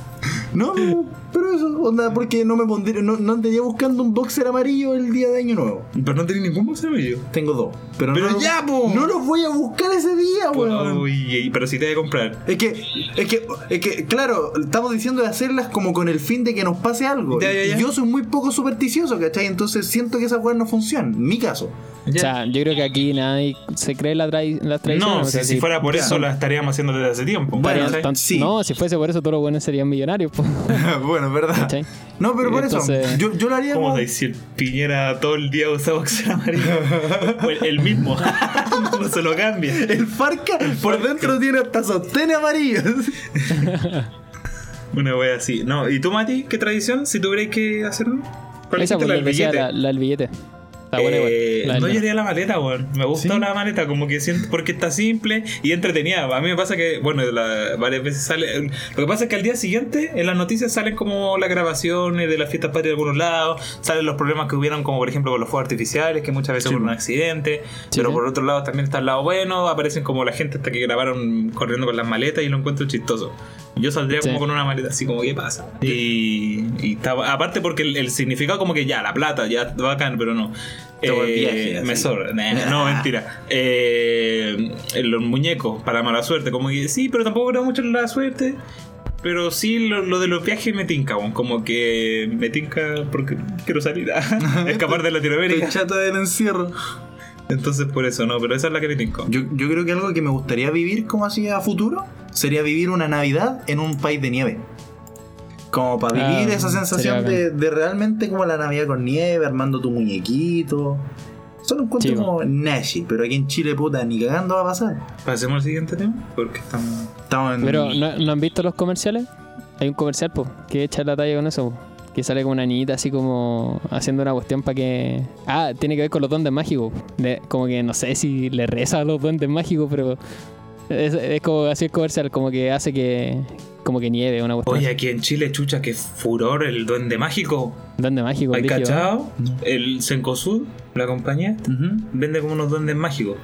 Speaker 2: No, no, pero eso, onda, porque no me pondría, no, no andaría buscando un boxer amarillo el día de Año Nuevo.
Speaker 3: Pero no tenía ningún boxeo yo.
Speaker 2: Tengo dos. Pero,
Speaker 3: Pero
Speaker 2: no los-
Speaker 3: ya, po.
Speaker 2: No los voy a buscar ese día, weón.
Speaker 3: Pues, Uy, pero sí te voy a comprar.
Speaker 2: Es que, es que, es que, claro, estamos diciendo de hacerlas como con el fin de que nos pase algo.
Speaker 3: Ya, ya,
Speaker 2: Y
Speaker 3: ya.
Speaker 2: Yo soy muy poco supersticioso, ¿cachai? Entonces siento que esas weas no funcionan. Mi caso.
Speaker 1: O sea, yo creo que aquí nadie se cree la, trai- las tradiciones.
Speaker 3: No,
Speaker 1: o
Speaker 3: si,
Speaker 1: sea,
Speaker 3: si fuera por eso la estaríamos haciendo desde hace tiempo.
Speaker 2: Bueno,
Speaker 1: estarían
Speaker 3: ¿cachai?
Speaker 1: tan-
Speaker 2: sí.
Speaker 1: No, si fuese por eso todos los buenos serían millonarios. po.
Speaker 2: bueno, es verdad.
Speaker 1: ¿Cachai?
Speaker 2: No, pero por eso.
Speaker 1: Entonces-
Speaker 2: Yo, yo lo haría
Speaker 3: ¿Cómo
Speaker 2: como-
Speaker 3: te dice el Piñera todo el día usa boxer amarillo? O Pues el, el mismo. no se lo cambia.
Speaker 2: El Farca por dentro tiene hasta sostenes amarillos.
Speaker 3: Una wea así. No, ¿y tú, Mati? ¿Qué tradición? Si tuvierais que hacerlo. ¿Cuál
Speaker 1: Esa
Speaker 3: hiciste?
Speaker 1: porque
Speaker 3: La del
Speaker 1: decía
Speaker 3: billete.
Speaker 1: la, la del billete. Está buena igual,
Speaker 3: Eh,
Speaker 1: la del
Speaker 3: no,
Speaker 1: Jonah.
Speaker 3: yo haría la maleta, weón. Me gusta la maleta, como que siento, porque está simple y entretenida. A mí me pasa que, bueno, la- varias veces sale. eh, Lo que pasa es que al día siguiente en las noticias salen como las grabaciones de las fiestas patrias de algunos lados, salen los problemas que hubieron, como por ejemplo con los fuegos artificiales, que muchas veces fueron un accidente.
Speaker 1: Sí,
Speaker 3: pero
Speaker 1: sí.
Speaker 3: por otro lado también está el lado bueno, aparecen como la gente hasta que grabaron corriendo con las maletas y lo encuentro chistoso. Yo saldría
Speaker 1: Sí.
Speaker 3: como con una maleta así como, ¿qué pasa? Y, y estaba, aparte porque el, el significado como que ya, la plata, ya bacán, pero no.
Speaker 2: Todo el
Speaker 3: Eh,
Speaker 2: viaje, así.
Speaker 3: me sobra. Nah, no, mentira. Eh, los muñecos para mala suerte, como que sí, pero tampoco creo mucho en la suerte. Pero sí, lo, lo de los viajes me tinca, weón. como que me tinca porque quiero salir a escapar de
Speaker 2: El
Speaker 3: Latinoamérica.
Speaker 2: chato del encierro.
Speaker 3: Entonces por eso no, pero esa es la que me tinca.
Speaker 2: Yo, yo creo que algo que me gustaría vivir como así a futuro sería vivir una Navidad en un país de nieve. Como para
Speaker 1: Ah,
Speaker 2: vivir esa
Speaker 1: sería
Speaker 2: sensación
Speaker 1: bacán.
Speaker 2: de, de realmente como la Navidad con nieve, armando tu muñequito. Solo encuentro
Speaker 1: Chivo.
Speaker 2: como Nashi, pero aquí en Chile, puta, ni cagando va a pasar.
Speaker 3: Pasemos al siguiente tema, porque estamos...
Speaker 2: Estamos en.
Speaker 1: Pero,
Speaker 3: Mm.
Speaker 1: ¿no, no han visto los comerciales? Hay un comercial, po, que echa la talla con eso, po, Que sale con una niñita así como haciendo una cuestión para que... Ah, tiene que ver con los duendes mágicos. po. De- como que no sé si le reza a los duendes mágicos, pero... Es, es como así el comercial, como que hace que... Como que nieve una cuestión.
Speaker 3: Oye, aquí en Chile, chucha, qué furor el duende mágico.
Speaker 1: Duende mágico.
Speaker 3: ¿Hay
Speaker 1: brígido. Mm.
Speaker 3: cachado? El Sencosud, la compañía,
Speaker 2: Ujú.
Speaker 3: vende como unos duendes mágicos.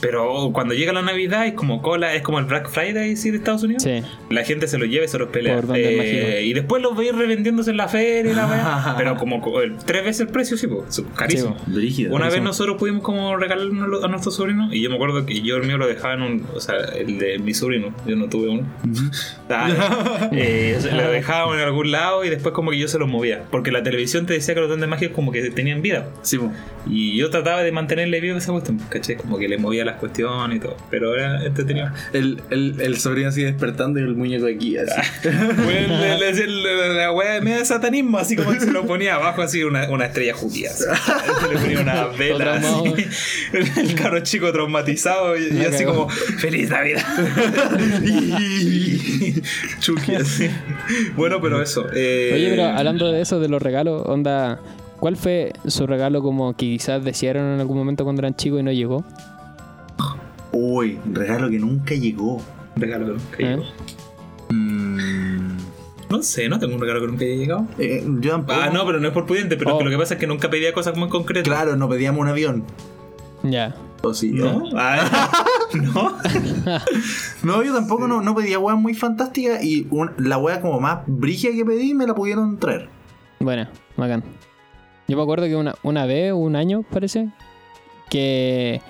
Speaker 3: Pero cuando llega la Navidad es como cola, es como el Black Friday sí, de Estados Unidos.
Speaker 1: Sí.
Speaker 3: La gente se los lleva y se los pelea. Eh,
Speaker 1: Por duendes mágicos.
Speaker 3: y después los veis revendiéndose en la feria, y la weá. pero como co- el- tres veces el precio, sí, pues, son carísimo.
Speaker 1: Sí,
Speaker 2: Brígido.
Speaker 3: Una vez
Speaker 1: Buenísimo.
Speaker 3: nosotros pudimos como regalarlo a lo- a nuestro sobrino y yo me acuerdo que yo el mío lo dejaba en un, o sea, el de mi sobrino, yo no tuve uno. Ah, eh, eh, lo dejaba en algún lado y después como que yo se lo movía, porque la televisión te decía que los duendes mágicos como que tenían vida
Speaker 2: Sí, po.
Speaker 3: y yo trataba de mantenerle vivo esa cuestión, ¿cachai? Como que le movía las cuestiones y todo, pero era entretenido.
Speaker 2: el, el, el sobrino así despertando y el muñeco aquí, así.
Speaker 3: Bueno, le, le- le- la weá de medio de satanismo, así como que se lo ponía abajo, así una, una estrella judía. así. Se le ponía una vela.
Speaker 1: Todo
Speaker 3: así. El caro chico traumatizado y, y
Speaker 1: La
Speaker 3: así
Speaker 1: cagó.
Speaker 3: como, ¡Feliz Navidad! Y- Chucky, así. Bueno, pero eso. eh,
Speaker 1: Oye, pero hablando de eso, de los regalos, onda... ¿Cuál fue su regalo como que quizás desearon en algún momento cuando eran chicos y no llegó?
Speaker 2: Uy, regalo que nunca llegó.
Speaker 3: Regalo que
Speaker 1: ¿Eh?
Speaker 3: nunca llegó.
Speaker 2: Mm,
Speaker 3: No sé, no tengo un regalo que nunca haya llegado.
Speaker 2: eh, yo tampoco.
Speaker 3: Ah, no, pero no es por pudiente, pero es
Speaker 1: Oh.
Speaker 3: que lo que pasa es que nunca pedía cosas muy concretas.
Speaker 2: Claro, no pedíamos un avión.
Speaker 1: Ya.
Speaker 2: O Pues sí,
Speaker 3: ¿No? Ah, ¿No?
Speaker 2: No, yo tampoco no, no pedía weas muy fantásticas y un- la wea como más brigia que pedí me la pudieron traer.
Speaker 1: Bueno, bacán. Yo me acuerdo que una, una vez, un año parece, que.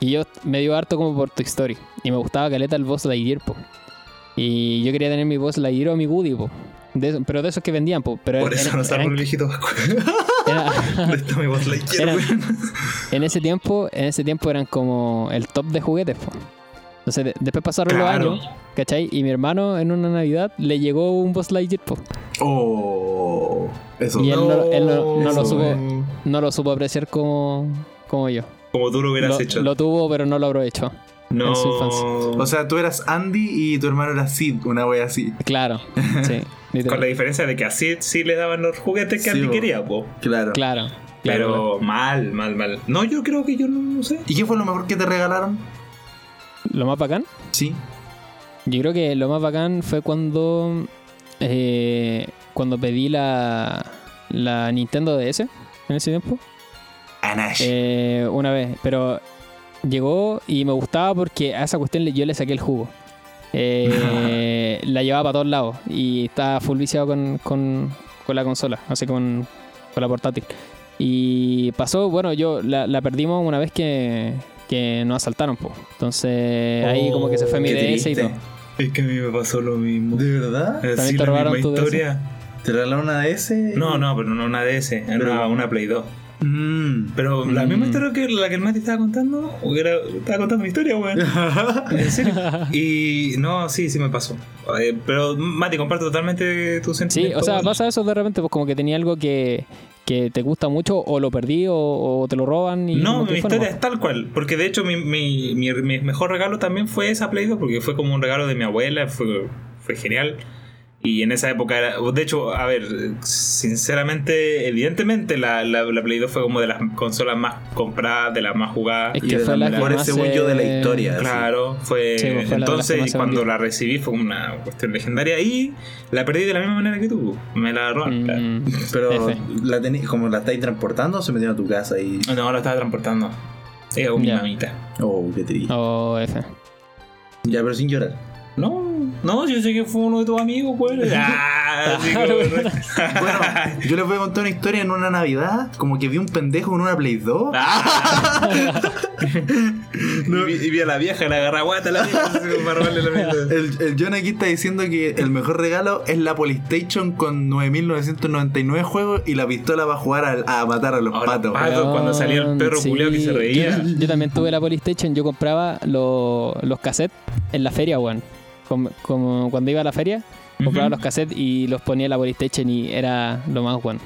Speaker 1: Y yo me dio harto como por tu Story. Y me gustaba caleta el Boss Lightyear, po. Y yo quería tener mi Boss Lightyear o mi Woody, po. De esos- pero de esos que vendían, po. Pero
Speaker 3: Por
Speaker 1: era-
Speaker 3: eso nos
Speaker 1: eran-
Speaker 3: armó el viejito Pascual.
Speaker 1: era-
Speaker 3: ¿Dónde está mi voz la izquierda,
Speaker 1: Era-
Speaker 3: weón?
Speaker 1: en ese tiempo, en ese tiempo eran como el top de juguetes, po. Entonces, de- después pasaron
Speaker 3: Claro.
Speaker 1: los años, ¿cachai? Y mi hermano en una Navidad le llegó un Boss Lightyear, po.
Speaker 2: Oh, eso.
Speaker 1: Y él no,
Speaker 3: No,
Speaker 1: él no- no lo
Speaker 2: eso,
Speaker 1: supo,
Speaker 2: eh.
Speaker 1: no lo supo apreciar como, como yo.
Speaker 3: Como tú lo hubieras
Speaker 1: Lo,
Speaker 3: hecho.
Speaker 1: lo tuvo, pero no lo aprovechó.
Speaker 3: no.
Speaker 1: en su infancia.
Speaker 2: O sea, tú eras Andy y tu hermano era Sid, una wea así.
Speaker 1: Claro, sí. literal.
Speaker 3: con la diferencia de que así sí le daban los juguetes
Speaker 2: Sí,
Speaker 3: que Andy
Speaker 2: po.
Speaker 3: quería, po.
Speaker 2: Claro.
Speaker 1: Claro.
Speaker 3: Pero
Speaker 1: claro.
Speaker 3: mal, mal, mal. No, yo creo que yo no, no sé.
Speaker 2: ¿Y qué fue lo mejor que te regalaron?
Speaker 1: Lo más bacán,
Speaker 2: Sí.
Speaker 1: yo creo que lo más bacán fue cuando eh, cuando pedí la, la Nintendo DS en ese tiempo.
Speaker 2: Anash.
Speaker 1: Eh, una vez, pero llegó y me gustaba porque a esa cuestión le- yo le saqué el jugo. Eh, la llevaba para todos lados y estaba full viciado con, con- con la consola, así con, con la portátil. Y pasó, bueno, yo la, la perdimos una vez que, que nos asaltaron, po. Entonces ahí como que se
Speaker 3: Oh,
Speaker 1: fue mi
Speaker 2: qué
Speaker 1: DS y
Speaker 2: triste.
Speaker 1: todo.
Speaker 3: Es que a mí me pasó lo mismo.
Speaker 2: ¿De verdad?
Speaker 3: Así
Speaker 1: ¿También te
Speaker 3: la
Speaker 1: robaron
Speaker 3: misma
Speaker 1: tu DS?
Speaker 3: historia.
Speaker 2: ¿Te regalaron una DS?
Speaker 3: No, no, pero no una DS, era una, una Play 2.
Speaker 2: Mm.
Speaker 3: Pero la
Speaker 1: Mm.
Speaker 3: misma historia que la que el Mati estaba contando, o que era- estaba contando mi historia, weón. En serio. Y no, sí, sí me pasó. Eh, pero Mati, comparto totalmente tu
Speaker 1: Sí,
Speaker 3: sentimiento.
Speaker 1: o sea,
Speaker 3: weón.
Speaker 1: pasa eso de repente, pues como que tenía algo que, que te gusta mucho o lo perdí o, o te lo roban y
Speaker 3: No,
Speaker 1: como que
Speaker 3: mi
Speaker 1: fue nomás. pues.
Speaker 3: historia es tal cual. Porque de hecho, mi, mi- mi- mi mejor regalo también fue esa Play 2, porque fue como un regalo de mi abuela, fue, fue genial. Y en esa época era. De hecho, a ver, sinceramente, evidentemente, la, la, la Play 2 fue como de las consolas más compradas, de las más jugadas.
Speaker 1: Es
Speaker 2: Y
Speaker 1: que
Speaker 2: de
Speaker 1: fue la
Speaker 2: las
Speaker 1: que
Speaker 2: mejores,
Speaker 1: más,
Speaker 2: según yo, de la
Speaker 1: eh,
Speaker 2: historia. así.
Speaker 3: Claro, fue.
Speaker 1: Sí, pues fue la de las que más
Speaker 3: entonces,
Speaker 1: se
Speaker 3: cuando
Speaker 1: vendió.
Speaker 3: la recibí, fue una cuestión legendaria y la perdí de la misma manera que tú. Me la robaron. claro.
Speaker 1: Mm.
Speaker 2: Pero
Speaker 1: F.
Speaker 2: la tení- como la estáis transportando, se metieron a tu casa y.
Speaker 3: No, la estaba transportando. Era con mi
Speaker 1: Ya.
Speaker 3: mamita.
Speaker 2: Oh, qué triste.
Speaker 1: Oh, F.
Speaker 2: Ya, pero sin llorar.
Speaker 3: No, no, yo sé que fue uno de tus amigos, pues. Ah, sí,
Speaker 1: Claro,
Speaker 3: como-
Speaker 2: Bueno, yo les voy a contar una historia en una Navidad, como que vi un pendejo con una Play 2.
Speaker 3: Ah. y, vi, y vi a la vieja, la garraguata, la vieja, así, para robarle la mierda.
Speaker 2: El, el John aquí está diciendo que el mejor regalo es la Polystation con 9.999 juegos y la pistola va a jugar al- a, matar a los
Speaker 3: Ahora,
Speaker 2: patos.
Speaker 3: pato. Pato, Ah, cuando salía el perro culiao que se reía.
Speaker 1: Yo, yo también tuve la Polystation, yo compraba lo- los cassettes en la feria, weón. Com- como cuando iba a la feria, compraba
Speaker 3: Ujú.
Speaker 1: los cassettes y los ponía en la Polystation y era lo más, weón.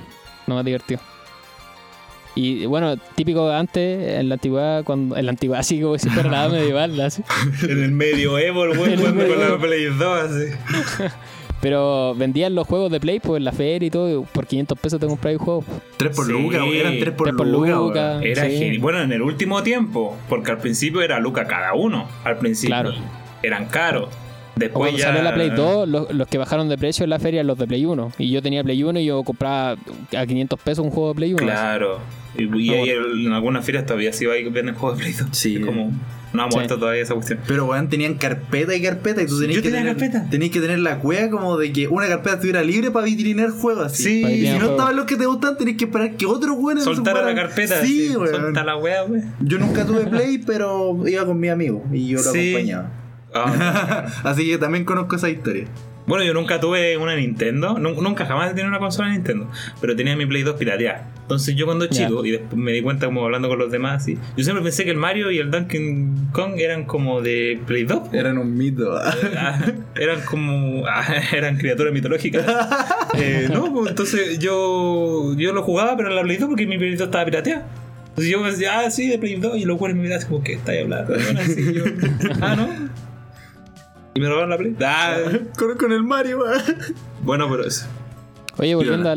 Speaker 1: Lo más divertido. Y bueno, típico antes, en la antigüedad, cuando, en la antigüedad, así como si fuera la edad medieval, así.
Speaker 3: En el medio Evo, el güey,
Speaker 1: En el
Speaker 3: jugando con
Speaker 1: medioevo.
Speaker 3: la Play 2, así.
Speaker 1: Pero vendían los juegos de Play pues, en la feria y todo, y por 500 pesos te compraba el juego. pues.
Speaker 2: Tres por
Speaker 3: Sí.
Speaker 2: lucas, weón. eran tres por,
Speaker 1: Tres por
Speaker 2: lucas,
Speaker 1: lucas.
Speaker 2: weón.
Speaker 3: Era
Speaker 1: Sí.
Speaker 3: geni- Bueno, en el último tiempo, porque al principio era Luca cada uno. Al principio
Speaker 1: Claro.
Speaker 3: eran caros.
Speaker 1: O
Speaker 3: Después
Speaker 1: cuando
Speaker 3: ya. eh.
Speaker 1: salió la Play 2, los, los que bajaron de precio en la feria, los de Play 1. Y yo tenía Play 1 y yo compraba a 500 pesos un juego de Play 1.
Speaker 3: Claro. Y, y ahí en algunas ferias todavía sí va y venden juegos de Play 2.
Speaker 2: Sí.
Speaker 3: Es como. No ha
Speaker 1: Sí.
Speaker 3: muerto todavía esa cuestión.
Speaker 2: Pero weón, tenían carpeta y carpeta y tú tenías
Speaker 3: Yo
Speaker 2: que
Speaker 3: tenía
Speaker 2: tener,
Speaker 3: carpeta.
Speaker 2: tenías que tener la cueva como de que una carpeta estuviera libre para vitrinar juegos así.
Speaker 3: Sí,
Speaker 1: Para
Speaker 2: Y si
Speaker 1: vitrinar
Speaker 2: no
Speaker 1: juegos.
Speaker 2: estaban los que te gustan, tenías que esperar que otros weones
Speaker 3: Soltar a la
Speaker 2: fueran.
Speaker 3: carpeta.
Speaker 2: Sí,
Speaker 3: así,
Speaker 2: weón.
Speaker 3: Solta la wea, wey.
Speaker 2: Yo nunca tuve play, pero iba con mi amigo y yo lo
Speaker 3: Sí.
Speaker 2: acompañaba.
Speaker 3: Ah.
Speaker 2: Así que también conozco esa historia.
Speaker 3: bueno, yo nunca tuve una Nintendo. Nu- Nunca jamás he tenido una consola Nintendo. Pero tenía mi Play 2 pirateada. Entonces yo cuando
Speaker 1: Ya.
Speaker 3: chico, y después me di cuenta como hablando con los demás, así, yo siempre pensé que el Mario y el Donkey Kong eran como de Play 2.
Speaker 2: Eran un mito.
Speaker 3: Ah, eran como ah, eran criaturas mitológicas Eh, no pues, entonces yo yo lo jugaba pero en la Play 2 porque mi Play 2 estaba pirateada entonces yo me decía ah sí de Play 2 y los cuales me miraban así como que estáis hablando weón?" Así yo, ah no y me robaron la Play Ah,
Speaker 2: con, con el Mario.
Speaker 3: bueno pero eso
Speaker 1: Oye, volviendo
Speaker 2: Piola.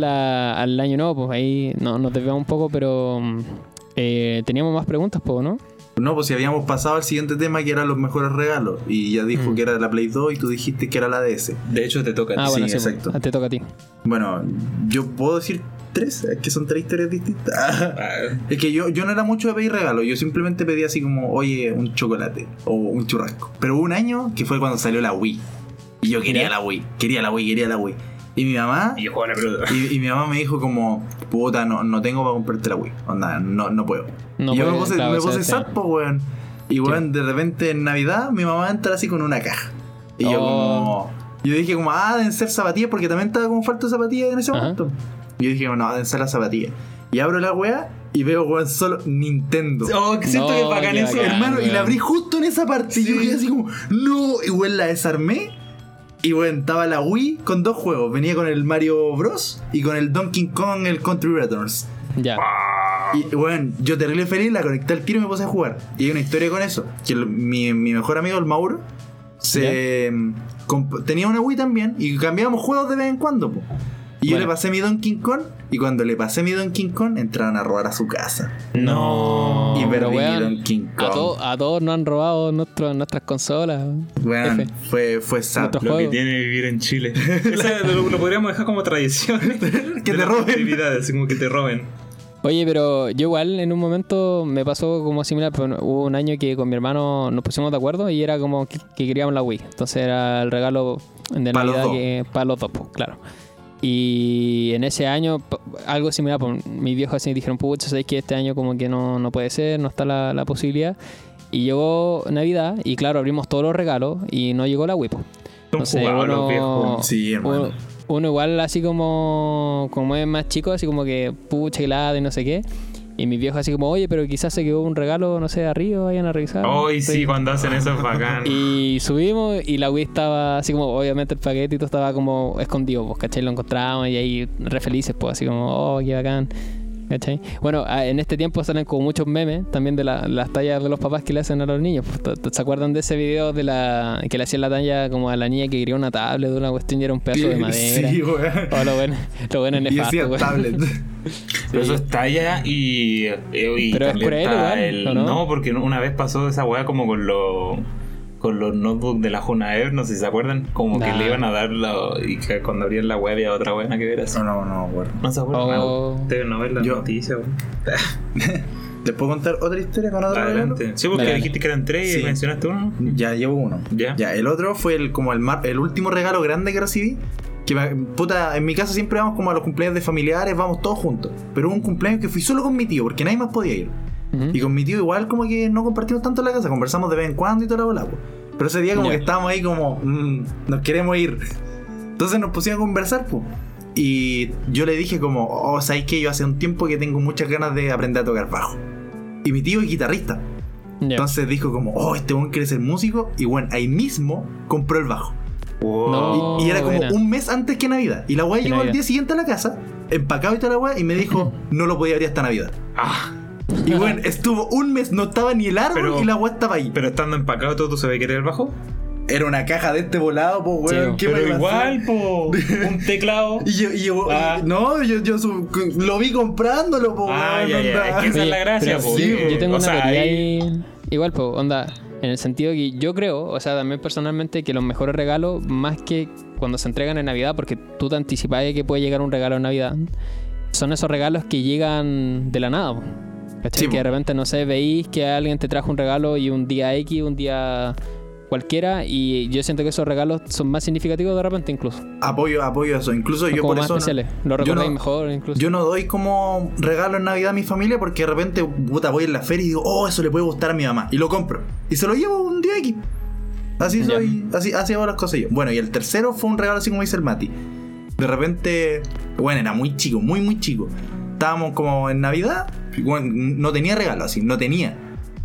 Speaker 1: a la- al año nuevo, pues ahí no, nos desviamos un poco, pero mm, eh, teníamos más preguntas, po, ¿no?
Speaker 2: no, pues si habíamos pasado al siguiente tema que eran los mejores regalos. Y ya dijo que era la Play 2 y tú dijiste que era la DS.
Speaker 3: de hecho te toca a
Speaker 1: Ah,
Speaker 3: ti.
Speaker 1: bueno,
Speaker 2: sí,
Speaker 1: sí, pues,
Speaker 2: exacto.
Speaker 1: te toca a ti.
Speaker 2: Bueno, yo puedo decir tres, es que son tres historias distintas.
Speaker 3: Ah,
Speaker 2: Es que yo, yo no era mucho de pedir regalos, yo simplemente pedía así como, oye, un chocolate o un churrasco. Pero hubo un año que fue cuando salió la Wii. Y yo quería la Wii, quería la Wii, quería la Wii. Y mi mamá.
Speaker 3: Y yo jugaba la pelota.
Speaker 2: Y, y mi mamá me dijo como, puta, no, no tengo para comprarte la Wii. Onda, no, no puedo.
Speaker 1: No
Speaker 2: y yo me
Speaker 1: puede,
Speaker 2: puse,
Speaker 1: claro,
Speaker 2: me
Speaker 1: o sea,
Speaker 2: puse
Speaker 1: este-
Speaker 2: sad, po, weón. Y weón, de repente en Navidad mi mamá entra así con una caja. Y yo
Speaker 1: Oh.
Speaker 2: como... Yo dije como, ah, deben ser zapatillas porque también estaba como falta de zapatillas en ese
Speaker 1: Ajá.
Speaker 2: momento. Y yo dije, no, deben ser las zapatillas. Y abro la weá y veo, weón, solo Nintendo.
Speaker 3: Oh, siento que es
Speaker 1: No,
Speaker 3: bacán
Speaker 1: qué
Speaker 3: eso.
Speaker 1: bacán.
Speaker 2: Hermano, y
Speaker 1: weón.
Speaker 2: la abrí justo en esa parte. Y yo dije así como, no, y weón, la desarmé. Y weón, estaba la Wii con dos juegos. Venía con el Mario Bros. y con el Donkey Kong, el Country Returns.
Speaker 1: Ya.
Speaker 2: Y bueno, yo terrible feliz, la conecté al tiro y me puse a jugar. Y hay una historia con eso. Que el- mi, mi mejor amigo, el Mauro, se em, comp- tenía una Wii también y cambiábamos juegos de vez en cuando. po. Y yo
Speaker 1: Bueno.
Speaker 2: le pasé mi Donkey Kong y cuando le pasé mi Donkey Kong entraron a robar a su casa.
Speaker 3: No.
Speaker 2: y
Speaker 1: Oh, pero
Speaker 2: perdí mi
Speaker 1: weón,
Speaker 2: Donkey Kong.
Speaker 1: A, to- a todos nos han robado nuestro- nuestras consolas.
Speaker 2: Weón,
Speaker 1: F.
Speaker 2: fue, fue sad.
Speaker 1: Otro
Speaker 3: Lo que
Speaker 1: juego.
Speaker 3: tiene vivir en Chile. Esa lo, lo podríamos dejar como tradición.
Speaker 2: Que
Speaker 3: De
Speaker 2: te
Speaker 3: las
Speaker 2: roben.
Speaker 3: Actividades, como que te roben.
Speaker 1: Oye, pero yo igual en un momento me pasó como similar, pero hubo un año que con mi hermano nos pusimos de acuerdo y era como que, que queríamos la Wii. Entonces era el regalo de
Speaker 2: Pa' los
Speaker 1: Navidad
Speaker 2: dos.
Speaker 1: que para los dos, pues, claro. Y en ese año, p- algo similar, pues, mis viejos así dijeron, pucha, sabéis que este año como que no, no puede ser, no está la, la posibilidad. Y llegó Navidad y claro, abrimos todos los regalos y no llegó la Wii. pues.
Speaker 3: Son
Speaker 1: Entonces,
Speaker 3: jugados
Speaker 1: uno-
Speaker 3: los viejos.
Speaker 2: Sí, hermano.
Speaker 1: Uno, uno igual así como, como es más chico, así como que pucha helada y no sé qué. Y mis viejos así como, oye, pero quizás se quedó un regalo, no sé, arriba, vayan a revisar.
Speaker 3: Hoy
Speaker 1: Estoy-
Speaker 3: sí, cuando hacen eso es bacán.
Speaker 1: Y subimos y la Wii estaba así como, obviamente el paquete y todo estaba como escondido, pues, ¿cachai? Lo encontramos y ahí re felices, pues, así como, oh, qué bacán. ¿Cachai? Bueno, a- en este tiempo salen como muchos memes también de la- las tallas de los papás que le hacen a los niños. pues, ¿te- te- ¿Se acuerdan de ese video de la que le hacían la talla como a la niña que quería una tablet de una cuestión y era un pedazo de madera?
Speaker 2: Sí, weón.
Speaker 1: Oh, lo bueno, lo bueno es
Speaker 2: Y decía
Speaker 1: nefasto, pues. güey.
Speaker 2: tablet.
Speaker 3: Pero eso es talla y. eh, y
Speaker 1: Pero es
Speaker 3: también
Speaker 1: cruel
Speaker 3: está
Speaker 1: igual, ¿o no?
Speaker 3: No, porque una vez pasó esa weá como con los. Con los notebooks de la Junaev, no sé si se acuerdan, como que
Speaker 1: Nah.
Speaker 3: le iban a dar la- y que cuando abrían la web había otra buena que ver así.
Speaker 2: No, no, no, weón.
Speaker 3: No se acuerdan.
Speaker 1: Oh.
Speaker 3: no. Deben no ver la
Speaker 2: Yo-
Speaker 3: noticia. weón.
Speaker 2: ¿Les puedo contar otra historia con otro regalo?
Speaker 3: Adelante. Sí, porque
Speaker 1: Dale.
Speaker 3: dijiste que eran tres
Speaker 2: Sí.
Speaker 3: y mencionaste uno.
Speaker 2: Ya llevo uno.
Speaker 3: Ya.
Speaker 2: el otro fue el, como el, mar- el último regalo grande que recibí. Que me- puta, en mi casa siempre vamos como a los cumpleaños de familiares, vamos todos juntos. Pero hubo un cumpleaños que fui solo con mi tío, porque nadie más podía ir.
Speaker 1: Ujú.
Speaker 2: Y con mi tío igual como que no compartimos tanto en la casa, conversamos de vez en cuando y todo el agua. Pero ese día como
Speaker 1: Ya.
Speaker 2: que estábamos ahí como, "Mm, nos queremos ir. Entonces nos pusimos a conversar, pues. Y yo le dije como, oh, ¿sabes qué? Yo hace un tiempo que tengo muchas ganas de aprender a tocar bajo. Y mi tío es guitarrista.
Speaker 1: Ya.
Speaker 2: Entonces dijo como, oh, este buen quiere ser músico. Y bueno, ahí mismo compró el bajo. Y,
Speaker 1: No.
Speaker 2: y era como
Speaker 1: Oh, buena.
Speaker 2: un mes antes que Navidad. Y la weá
Speaker 1: Que
Speaker 2: llegó al
Speaker 1: Navidad.
Speaker 2: día siguiente a la casa, empacado y toda la weá, y me dijo, no lo podía abrir hasta Navidad.
Speaker 3: Ah,
Speaker 2: Y bueno, estuvo un mes, no estaba ni el árbol
Speaker 3: Pero-
Speaker 2: y la weá estaba ahí.
Speaker 3: pero estando empacado todo, ¿tú sabes que era el bajo?
Speaker 2: Era una caja de este volado, pues
Speaker 1: Sí,
Speaker 2: weón.
Speaker 1: po.
Speaker 2: ¿qué me iba
Speaker 3: pero
Speaker 2: a hacer?
Speaker 3: igual, po. Un teclado.
Speaker 2: Y yo, y yo-
Speaker 3: Ah.
Speaker 2: y- no, yo, yo su- lo vi comprándolo, pues
Speaker 3: Ah, ya, ya. Es que esa es la
Speaker 1: Oye,
Speaker 3: gracia,
Speaker 1: pero
Speaker 3: po.
Speaker 1: sí,
Speaker 3: Eh,
Speaker 1: yo tengo
Speaker 3: o
Speaker 1: una
Speaker 3: sea,
Speaker 1: teoría
Speaker 3: ahí-
Speaker 1: ahí, Igual, po, onda. En el sentido que yo creo, o sea, también personalmente, que los mejores regalos, más que cuando se entregan en Navidad, porque tú te anticipas de que puede llegar un regalo en Navidad, son esos regalos que llegan de la nada. po. ¿Cachai?
Speaker 2: Sí, po.
Speaker 1: que de repente, no sé, veis que alguien te trajo un regalo y un día X, un día cualquiera, y yo siento que esos regalos son más significativos de repente incluso.
Speaker 2: Apoyo, apoyo eso. Incluso
Speaker 1: Son
Speaker 2: yo
Speaker 1: como
Speaker 2: por
Speaker 1: más
Speaker 2: eso. no-
Speaker 1: especiales. Lo
Speaker 2: yo
Speaker 1: recordáis
Speaker 2: no-
Speaker 1: mejor incluso.
Speaker 2: Yo no doy como regalo en Navidad a mi familia porque de repente, puta, voy en la feria y digo, oh, eso le puede gustar a mi mamá. Y lo compro. Y se lo llevo un día aquí. Así
Speaker 1: Ya.
Speaker 2: soy, así, así hago las cosas yo. Bueno, y el tercero fue un regalo así como dice el Mati. De repente, bueno, era muy chico, muy, muy chico. Estábamos como en Navidad, y bueno, no tenía regalo así, no tenía.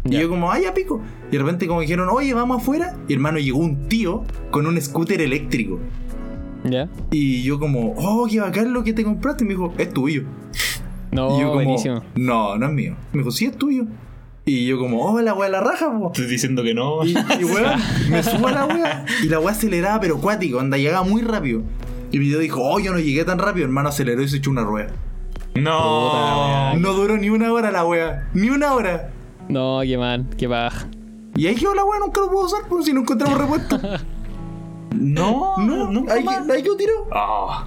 Speaker 1: Ya.
Speaker 2: Y yo como, ay, ya pico. Y de repente como dijeron, oye, vamos afuera. Y hermano, llegó un tío con un scooter eléctrico.
Speaker 1: ¿Ya?
Speaker 2: Y yo como, oh, qué bacán lo que te compraste. Y me dijo, es tuyo.
Speaker 1: No,
Speaker 2: Y yo como,
Speaker 1: buenísimo.
Speaker 2: no, no es mío. Me dijo, sí, es tuyo. Y yo como, oh, la weá la raja, po.
Speaker 3: Estoy diciendo que no.
Speaker 2: Y, y weón, me subo a la weá. Y la weá aceleraba, pero cuático, anda, llegaba muy rápido. Y mi tío dijo, oh, yo no llegué tan rápido, hermano, aceleró y se echó una rueda. Oh,
Speaker 3: No.
Speaker 2: No duró ni una hora la weá, ni una hora.
Speaker 1: No, qué mal, qué baja.
Speaker 2: Y ahí quedó la weá, nunca lo puedo usar, pues si no encontramos repuesto.
Speaker 3: No.
Speaker 2: No,
Speaker 3: nunca
Speaker 2: ahí,
Speaker 3: más.
Speaker 2: ahí quedó tirado.
Speaker 3: Ah,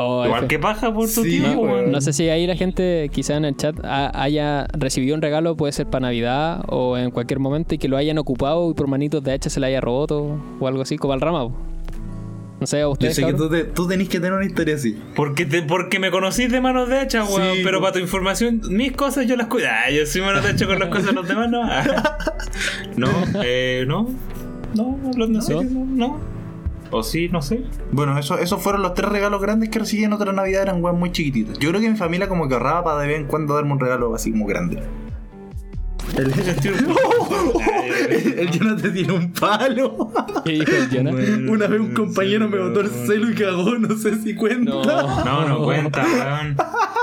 Speaker 1: Oh,
Speaker 3: igual
Speaker 1: F.
Speaker 3: que paja por tu
Speaker 2: Sí,
Speaker 3: tío,
Speaker 2: no,
Speaker 3: weón.
Speaker 1: No sé si ahí la gente quizá en el chat ha- haya recibido un regalo, puede ser para Navidad o en cualquier momento y que lo hayan ocupado y por manitos de H se le haya roto o algo así, como al rama. po. No sé, a
Speaker 2: Yo
Speaker 1: ustedes.
Speaker 2: sé que
Speaker 1: cabrón?
Speaker 2: tú, te- tú tenés que tener una historia así.
Speaker 3: Porque, te, porque me conocís de manos de hacha, weón.
Speaker 2: Sí.
Speaker 3: pero para tu información, mis cosas yo las cuido. Ah, yo soy manos de hacha con las cosas de los demás, no. Ah. No, eh, no. No, hablando en serio, no. no. O sí, no sé.
Speaker 2: Bueno, eso, esos fueron los tres regalos grandes que recibí en otra Navidad, eran weas muy chiquititos. Yo creo que mi familia como que ahorraba para de vez en cuando darme un regalo así muy grande.
Speaker 3: El
Speaker 2: El Jonathan tiene un palo.
Speaker 1: ¿Qué dijo el Jonah?
Speaker 3: Mm,
Speaker 2: Una vez un compañero me botó el celo y cagó, no sé si
Speaker 1: No.
Speaker 2: cuenta.
Speaker 3: No, no cuenta, weón.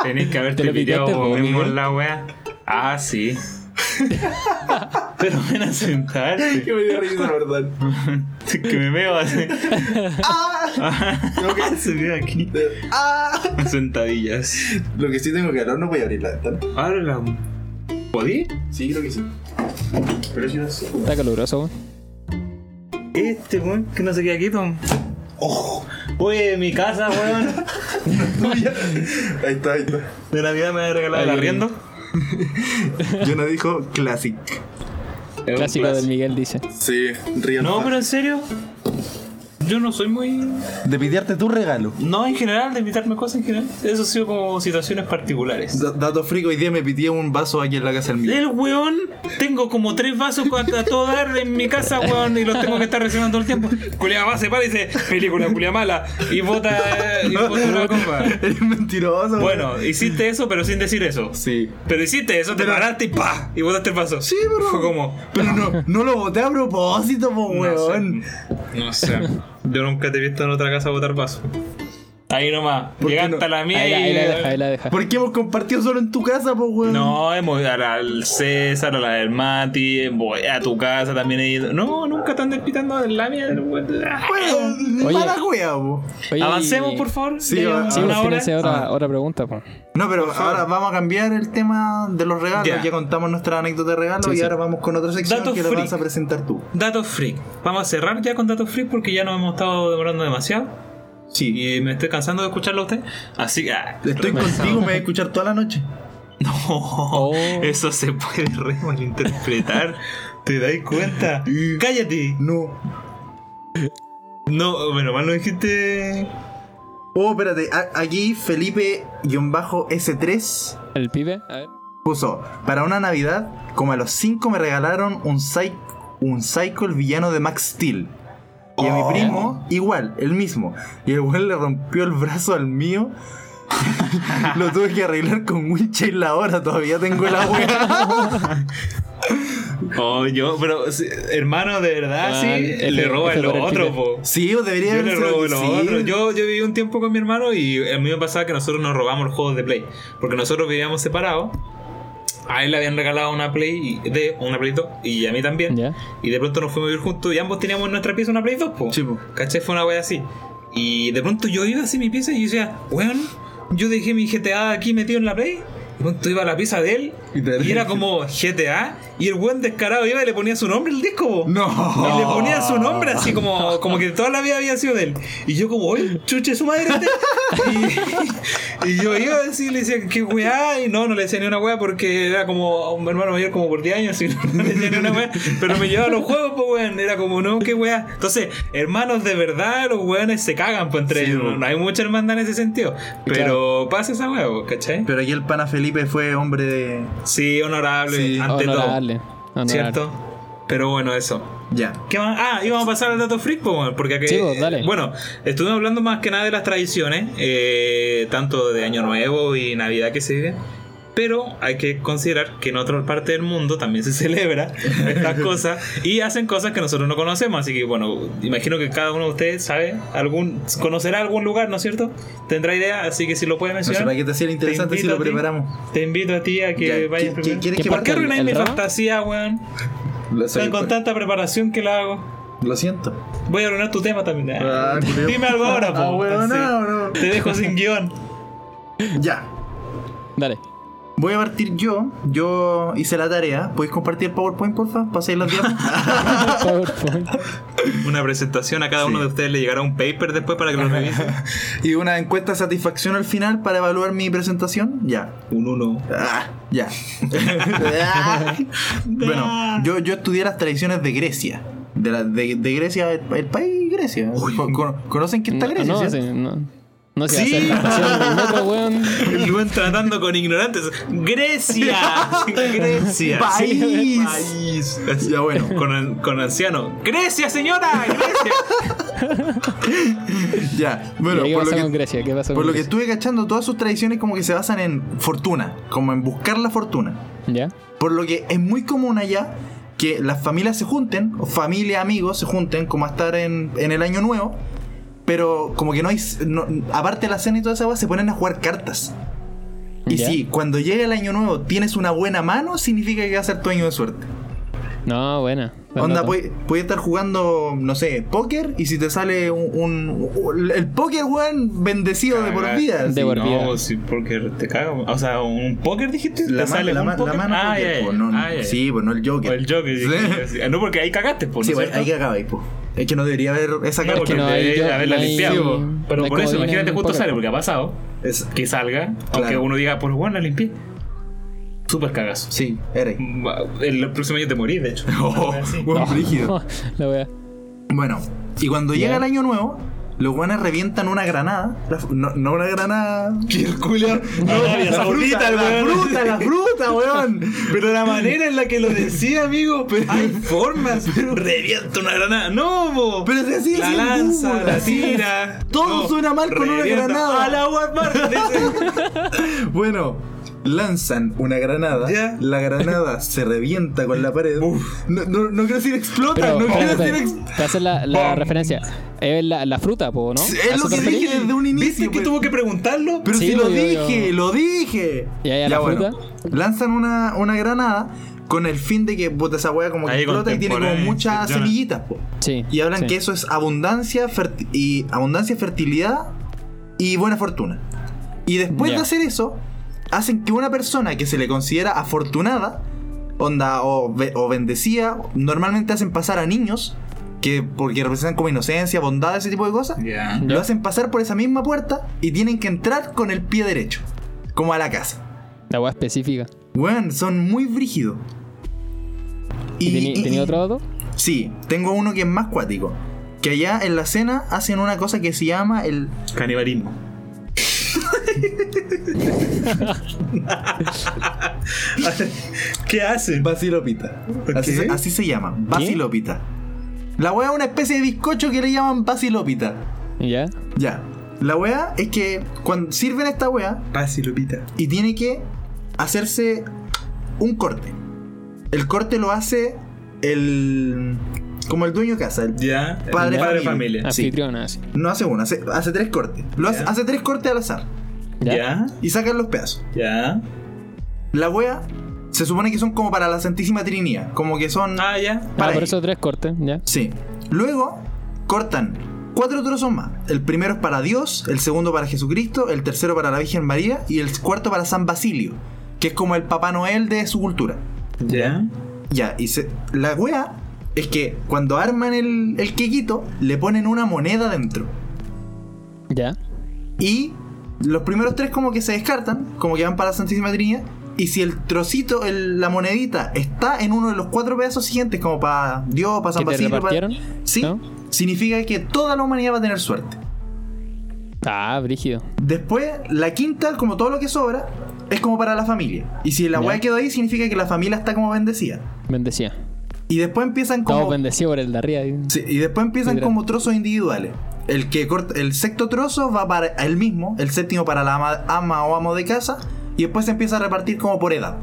Speaker 3: Tenéis que haberte
Speaker 1: ¿Te lo
Speaker 3: pillado
Speaker 1: pillaste,
Speaker 3: vos
Speaker 1: po,
Speaker 3: mismo
Speaker 1: Miguel?
Speaker 3: en la wea. Ah, sí. Pero ven a sentarte.
Speaker 2: Que me dio risa, la verdad.
Speaker 3: Es que me veo así. Ah.
Speaker 2: Creo que-
Speaker 3: Se ve aquí.
Speaker 2: ¡Ah!
Speaker 3: Sentadillas.
Speaker 2: Lo que sí tengo que hablar, no voy a abrir la ventana.
Speaker 3: Ahora la. ¿Podí?
Speaker 2: Sí, creo que sí. Pero si no sé.
Speaker 1: Está caluroso, weón.
Speaker 3: Este, weón, que no se queda quieto. ¡Oh! Voy de mi casa, weón.
Speaker 2: Ahí está, ahí está.
Speaker 3: De Navidad me ha regalado el
Speaker 1: Ahí.
Speaker 3: arriendo.
Speaker 2: Jonah dijo Classic.
Speaker 1: Clásico del Miguel, dice.
Speaker 2: Sí, real.
Speaker 3: No, pero en serio. Yo no soy muy.
Speaker 2: De pidiarte tu regalo.
Speaker 3: No, en general, de invitarme cosas en general. Eso ha sido como situaciones particulares.
Speaker 2: Da- Dato frico, hoy día me pidí un vaso aquí en la casa del mío.
Speaker 3: El weón, tengo como tres vasos con- a todo dar en mi casa, weón, y los tengo que estar reservando todo el tiempo. Culia va, se para y dice, película culia mala, y bota, y bota una copa.
Speaker 2: Eres mentiroso.
Speaker 3: Bueno, hiciste eso, pero sin decir eso.
Speaker 2: Sí.
Speaker 3: Pero hiciste eso, te
Speaker 2: Pero-
Speaker 3: paraste y pa, y botaste el vaso.
Speaker 2: Sí, pero-
Speaker 3: Fue como,
Speaker 2: Pero no, no lo boté a propósito, po,
Speaker 3: weón.
Speaker 2: weón.
Speaker 3: No sé. Yo nunca te he visto en otra casa botar vasos. Ahí nomás,
Speaker 2: ¿Por qué
Speaker 3: llegaste
Speaker 2: no?
Speaker 3: a la mía
Speaker 1: Ahí
Speaker 3: y.
Speaker 1: la, ahí la deja, ahí la deja.
Speaker 2: ¿Por qué hemos compartido solo en tu casa, po, weón?
Speaker 3: No, hemos ido a la- al César, a la del Mati, voy a tu casa también he ido. No, nunca están despitando de la mía. del-
Speaker 2: Weón,
Speaker 1: Oye.
Speaker 2: mala wea, po.
Speaker 1: Oye,
Speaker 3: Avancemos,
Speaker 1: y-
Speaker 3: por favor.
Speaker 2: Sí,
Speaker 3: Ya
Speaker 2: va-
Speaker 3: llevamos
Speaker 1: Sí,
Speaker 3: una
Speaker 1: pues
Speaker 3: hora. Ah.
Speaker 1: fíjense otra, otra pregunta, pues. po.
Speaker 2: No, pero ahora vamos a cambiar el tema de los regalos.
Speaker 3: Ya.
Speaker 2: Ya contamos nuestra anécdota de regalos
Speaker 1: Sí,
Speaker 2: y
Speaker 1: sí.
Speaker 2: ahora vamos con otra sección
Speaker 3: Dato
Speaker 2: que la
Speaker 3: freak.
Speaker 2: vas a presentar tú.
Speaker 3: Datos freak. Vamos a cerrar ya con datos freak porque ya nos hemos estado demorando demasiado.
Speaker 2: Sí.
Speaker 3: Y me estoy cansando de escucharlo a usted. Así que. ah,
Speaker 2: Estoy contigo, me voy a escuchar toda la noche.
Speaker 3: No,
Speaker 1: Oh.
Speaker 3: eso se puede re malinterpretar. ¿Te dais cuenta? ¡Cállate!
Speaker 2: No.
Speaker 3: No, bueno, mal no dijiste.
Speaker 2: Oh, espérate. a- aquí Felipe-S3
Speaker 1: El pibe, a ver.
Speaker 2: puso, para una Navidad, como a los 5 me regalaron un, psy- un Psycho el villano de Max Steel. Y a mi primo, igual, el mismo. Y el güey le rompió el brazo al mío. Lo tuve que arreglar con Wincha y la hora, todavía tengo la weá.
Speaker 3: Oh, yo, pero sí, hermano, de verdad,
Speaker 1: Ah,
Speaker 3: sí,
Speaker 1: F-
Speaker 3: le roba
Speaker 1: F
Speaker 3: lo
Speaker 1: por el
Speaker 3: otro,
Speaker 1: pibe.
Speaker 3: po.
Speaker 2: Sí, o debería
Speaker 3: Yo
Speaker 2: haber
Speaker 3: le
Speaker 2: sido-
Speaker 3: robo lo
Speaker 2: sí.
Speaker 3: otro. Yo, yo viví un tiempo con mi hermano y a mí me pasaba que nosotros nos robamos los juegos de Play. Porque nosotros vivíamos separados. A él le habían regalado una Play de una Play 2 y a mí también.
Speaker 1: Ya.
Speaker 3: Y de pronto nos fuimos a vivir juntos y ambos teníamos en nuestra pieza una Play 2, po.
Speaker 2: Sí, po.
Speaker 3: ¿Cachai? Fue una wea así. Y de pronto yo iba así a mi pieza y yo decía, weón, yo dejé mi GTA aquí metido en la Play. De pronto iba a la pieza de él
Speaker 2: Y te-
Speaker 3: y era como GTA. Y el weón descarado iba y le ponía su nombre al disco, po.
Speaker 2: No.
Speaker 3: Y le ponía su nombre así como, como que toda la vida había sido de él. Y yo como, oye, chuche su madre. este". Y, y yo iba así y le decía, qué weá. Y no, no le decía ni una weá porque era como un hermano mayor como por 10 años. Y no, no le decía ni una weá. Pero me llevaba los juegos, pues weón. Era como, no, qué weá. Entonces, hermanos de verdad, los weones se cagan pues, entre
Speaker 2: Sí,
Speaker 3: ellos.
Speaker 2: weón.
Speaker 3: No hay mucha hermandad en ese sentido. Pero pasa esa weá, pues, ¿cachai?
Speaker 2: Pero aquí el pana Felipe fue hombre de.
Speaker 3: Sí, honorable,
Speaker 2: Sí.
Speaker 1: Honorable.
Speaker 3: ante todo.
Speaker 1: honorable.
Speaker 3: ¿Cierto? Pero bueno, eso.
Speaker 2: Ya.
Speaker 3: ¿Qué más? Ah, íbamos a pasar al dato freak, po, weón, porque que-
Speaker 1: Sí, vos, dale.
Speaker 3: eh, bueno, estuvimos hablando más que nada de las tradiciones, eh, tanto de Año Nuevo y Navidad que se viven, pero hay que considerar que en otra parte del mundo también se celebra estas cosas y hacen cosas que nosotros no conocemos, así que bueno, imagino que cada uno de ustedes sabe algún conocerá algún lugar, ¿no es cierto? Tendrá idea, así que si lo puede
Speaker 2: No sé
Speaker 3: mencionar.
Speaker 2: para qué te hacía interesante si lo
Speaker 3: invito a ti.
Speaker 2: preparamos.
Speaker 3: Te invito a ti a
Speaker 2: Ya,
Speaker 3: que
Speaker 2: ¿qué-
Speaker 3: vayas
Speaker 2: qué-
Speaker 3: primero.
Speaker 2: quieres que
Speaker 3: ¿Por
Speaker 1: parta
Speaker 3: qué
Speaker 1: el-
Speaker 3: arruináis
Speaker 1: el
Speaker 3: mi
Speaker 1: ramo?
Speaker 3: fantasía, weón?
Speaker 2: Lo, soy-
Speaker 3: Con tanta preparación que la hago.
Speaker 2: lo siento.
Speaker 3: Voy a arruinar tu tema también.
Speaker 2: Ah, culiao.
Speaker 3: Dime algo ahora, po.
Speaker 2: Ah, weón, no, no.
Speaker 3: Te dejo sin guión.
Speaker 2: Ya.
Speaker 1: Dale.
Speaker 2: Voy a partir yo. Yo hice la tarea. ¿Podéis compartir el PowerPoint, porfa? Paséis las Ah. diapositivas.
Speaker 1: PowerPoint.
Speaker 3: Una presentación a cada
Speaker 2: Sí.
Speaker 3: uno de ustedes le llegará un paper después para que lo revisen.
Speaker 2: y una encuesta de satisfacción al final para evaluar mi presentación. Ya.
Speaker 3: Un uno.
Speaker 2: Ah, ya. Ah. bueno, yo, yo estudié las tradiciones de Grecia. De, la- de, de Grecia, el, el país Grecia.
Speaker 3: Uy.
Speaker 2: ¿Con- ¿Conocen qué es
Speaker 1: No,
Speaker 2: la Grecia?
Speaker 1: no,
Speaker 2: cierto?
Speaker 1: sí, no. No se
Speaker 3: ¿eh? Sí.
Speaker 1: va a hacer la pasión del metro, weón.
Speaker 3: El buen tratando con ignorantes. ¡Grecia! ¡Grecia!
Speaker 2: País.
Speaker 3: ¡País!
Speaker 2: ah, Ya bueno.
Speaker 3: Con, an- con anciano. ¡Grecia, señora! ¡Grecia!
Speaker 2: Ya,
Speaker 1: Bueno,
Speaker 2: bueno,
Speaker 1: ¿Qué
Speaker 2: por
Speaker 1: pasó
Speaker 2: lo,
Speaker 1: con
Speaker 2: que,
Speaker 1: Grecia? ¿Qué pasó
Speaker 2: por
Speaker 1: con
Speaker 2: lo que
Speaker 1: Grecia?
Speaker 2: estuve cachando, todas sus tradiciones como que se basan en fortuna, como en buscar la fortuna.
Speaker 1: ¿Ya?
Speaker 2: Por lo que es muy común allá que las familias se junten, o familia, amigos, se junten como a estar en, en el año nuevo, pero como que no hay, no- aparte de la cena y toda esa cosa, se ponen a jugar cartas. Y
Speaker 1: ¿Ya?
Speaker 2: si cuando llega el año nuevo tienes una buena mano, significa que vas a ser tu año de suerte.
Speaker 1: No, buena. buen
Speaker 2: Onda, pues-
Speaker 1: dato.
Speaker 2: puede, puede estar jugando, no sé, póker y si te sale un... un- un- el póker, weón, bendecido de por vida.
Speaker 1: De
Speaker 2: así.
Speaker 1: por vida.
Speaker 3: No, sí, porque te cago. O sea, un póker dijiste.
Speaker 2: La,
Speaker 3: ¿Te
Speaker 2: ma-
Speaker 3: sale
Speaker 2: la
Speaker 3: un
Speaker 2: ma- la
Speaker 3: póker?
Speaker 2: mano
Speaker 3: Ah,
Speaker 2: póker,
Speaker 3: ya, ya.
Speaker 2: po, no, no.
Speaker 3: Ah, ya, ya.
Speaker 2: Sí, pues no el joker.
Speaker 3: O el joker.
Speaker 2: Sí,
Speaker 3: dijiste. Ah, No, porque ahí cagaste, por
Speaker 2: Sí, pues, ahí que acabáis, po. Es que no debería haber esa carta.
Speaker 3: No,
Speaker 1: que
Speaker 3: porque
Speaker 1: no hay-
Speaker 3: debe
Speaker 1: yo-
Speaker 3: haberla
Speaker 1: no hay-
Speaker 3: limpiado. po.
Speaker 1: no
Speaker 3: Pero
Speaker 1: hay
Speaker 3: por eso,
Speaker 1: comodín
Speaker 3: imagínate,
Speaker 1: en
Speaker 3: justo
Speaker 1: póker.
Speaker 3: sale, porque ha pasado
Speaker 2: Es-
Speaker 3: que salga, aunque uno diga, pues bueno, la limpié. Súper cagazo.
Speaker 2: sí, eres.
Speaker 3: El próximo año te morís, de hecho.
Speaker 2: Oh, weón, brígido.
Speaker 1: Oh, la wea.
Speaker 2: Bueno, y cuando
Speaker 1: Ya.
Speaker 2: llega el año nuevo, los guanes revientan una granada. La f- no, no una granada. Que el culiao- No,
Speaker 3: Arabia Saudita,
Speaker 2: fruta,
Speaker 3: el
Speaker 2: la
Speaker 3: weón.
Speaker 2: fruta, la fruta, weón. Pero la manera en la que lo decía, amigo. Pero,
Speaker 3: Hay formas, revienta una granada. No, bo.
Speaker 2: pero se hacía
Speaker 3: la
Speaker 2: así en
Speaker 3: lanza,
Speaker 2: Google,
Speaker 3: la
Speaker 2: así.
Speaker 3: tira.
Speaker 2: Todo
Speaker 3: No,
Speaker 2: suena mal con una
Speaker 3: revienta.
Speaker 2: granada.
Speaker 3: A la Walmart, dice.
Speaker 2: Bueno, lanzan una granada.
Speaker 3: Ya.
Speaker 2: La granada se revienta con la pared. No, no, no quiero decir explota,
Speaker 1: Pero,
Speaker 2: Ah, no quiero
Speaker 1: espérate,
Speaker 2: decir
Speaker 1: espérate.
Speaker 2: ex-
Speaker 1: te haces la, la
Speaker 3: Bom.
Speaker 1: referencia. Es la, la fruta, po, ¿no? ¿A
Speaker 2: Es lo
Speaker 1: eso
Speaker 2: que
Speaker 1: te referís?
Speaker 2: dije desde un inicio.
Speaker 3: ¿Viste que
Speaker 2: pues.
Speaker 3: tuvo que preguntarlo?
Speaker 2: Pero
Speaker 1: Sí,
Speaker 2: si lo
Speaker 1: pues, yo-
Speaker 2: dije,
Speaker 1: yo-
Speaker 2: lo dije.
Speaker 1: Ya, ya, la
Speaker 2: Lanzan una, una granada con el fin de que puta, esa hueá como que
Speaker 3: Ahí
Speaker 2: explota y tiene como
Speaker 3: contemporáneo,
Speaker 2: muchas
Speaker 3: Jonah.
Speaker 2: semillitas, po.
Speaker 1: Sí,
Speaker 2: Y hablan
Speaker 1: sí.
Speaker 2: que eso es abundancia, ferti- y abundancia, fertilidad y buena fortuna. Y después
Speaker 1: Ya.
Speaker 2: de hacer eso, hacen que una persona que se le considera afortunada, onda o, be- o bendecida, normalmente hacen pasar a niños, que porque representan como inocencia, bondad, ese tipo de cosas,
Speaker 3: Ya.
Speaker 1: Ya.
Speaker 2: lo hacen pasar por esa misma puerta y tienen que entrar con el pie derecho, como a la casa.
Speaker 1: La wea específica.
Speaker 2: Weón, son muy brígidos.
Speaker 1: ¿Y, tení- tenía otro dato?
Speaker 2: Sí, tengo uno que es más cuático. Que allá en la cena hacen una cosa que se llama el.
Speaker 3: Canibalismo. ¿Qué hacen?
Speaker 2: Basilopita. Así,
Speaker 3: ¿Qué?
Speaker 2: se- así se llama, basilopita. La weá es una especie de bizcocho que le llaman basilopita.
Speaker 1: ¿Ya?
Speaker 2: Ya. La weá es que cuando sirven esta weá
Speaker 3: Basilopita.
Speaker 2: y tiene que hacerse un corte. El corte lo hace el. como el dueño de casa, el
Speaker 3: Ya.
Speaker 2: Padre
Speaker 3: padre
Speaker 2: familia.
Speaker 3: familia.
Speaker 2: Sí.
Speaker 1: Anfitriona, así.
Speaker 2: No hace uno, hace, hace tres cortes. Lo hace,
Speaker 3: Ya.
Speaker 2: hace tres cortes al azar.
Speaker 1: Ah, ¿Ya?
Speaker 3: Ya.
Speaker 2: Y sacan los pedazos.
Speaker 3: Ya.
Speaker 2: La wea se supone que son como para la Santísima Trinidad. Como que son.
Speaker 3: Ah, ya.
Speaker 1: Ah,
Speaker 2: para
Speaker 1: por
Speaker 2: ahí.
Speaker 1: eso tres cortes, ¿ya?
Speaker 2: Sí. Luego cortan cuatro trozos más. El primero es para Dios, el segundo para Jesucristo, el tercero para la Virgen María y el cuarto para San Basilio, que es como el Papá Noel de su cultura.
Speaker 3: Ya.
Speaker 2: Ya, y se- la wea es que cuando arman el, el quequito, le ponen una moneda dentro.
Speaker 1: ¿Ya?
Speaker 2: Y los primeros tres como que se descartan, como que van para la Santísima Trinidad. Y si el trocito, el- la monedita, está en uno de los cuatro pedazos siguientes, como para Dios, para San
Speaker 1: ¿Que te
Speaker 2: Basilio, para...
Speaker 1: repartieron?
Speaker 2: Sí,
Speaker 1: ¿No?
Speaker 2: significa que toda la humanidad va a tener suerte.
Speaker 1: Ah, brígido.
Speaker 2: Después, la quinta, como todo lo que sobra, es como para la familia. Y si la
Speaker 1: Ya.
Speaker 2: hueá quedó ahí, significa que la familia está como bendecida.
Speaker 1: Bendecía.
Speaker 2: Y después empiezan
Speaker 1: Estamos
Speaker 2: como...
Speaker 1: bendecidos por el de arriba. ahí.
Speaker 2: Sí, y después empiezan
Speaker 1: Literal.
Speaker 2: como trozos individuales. El que corta, el sexto trozo va para el mismo, el séptimo para la ama, ama o amo de casa, y después se empieza a repartir como por edad.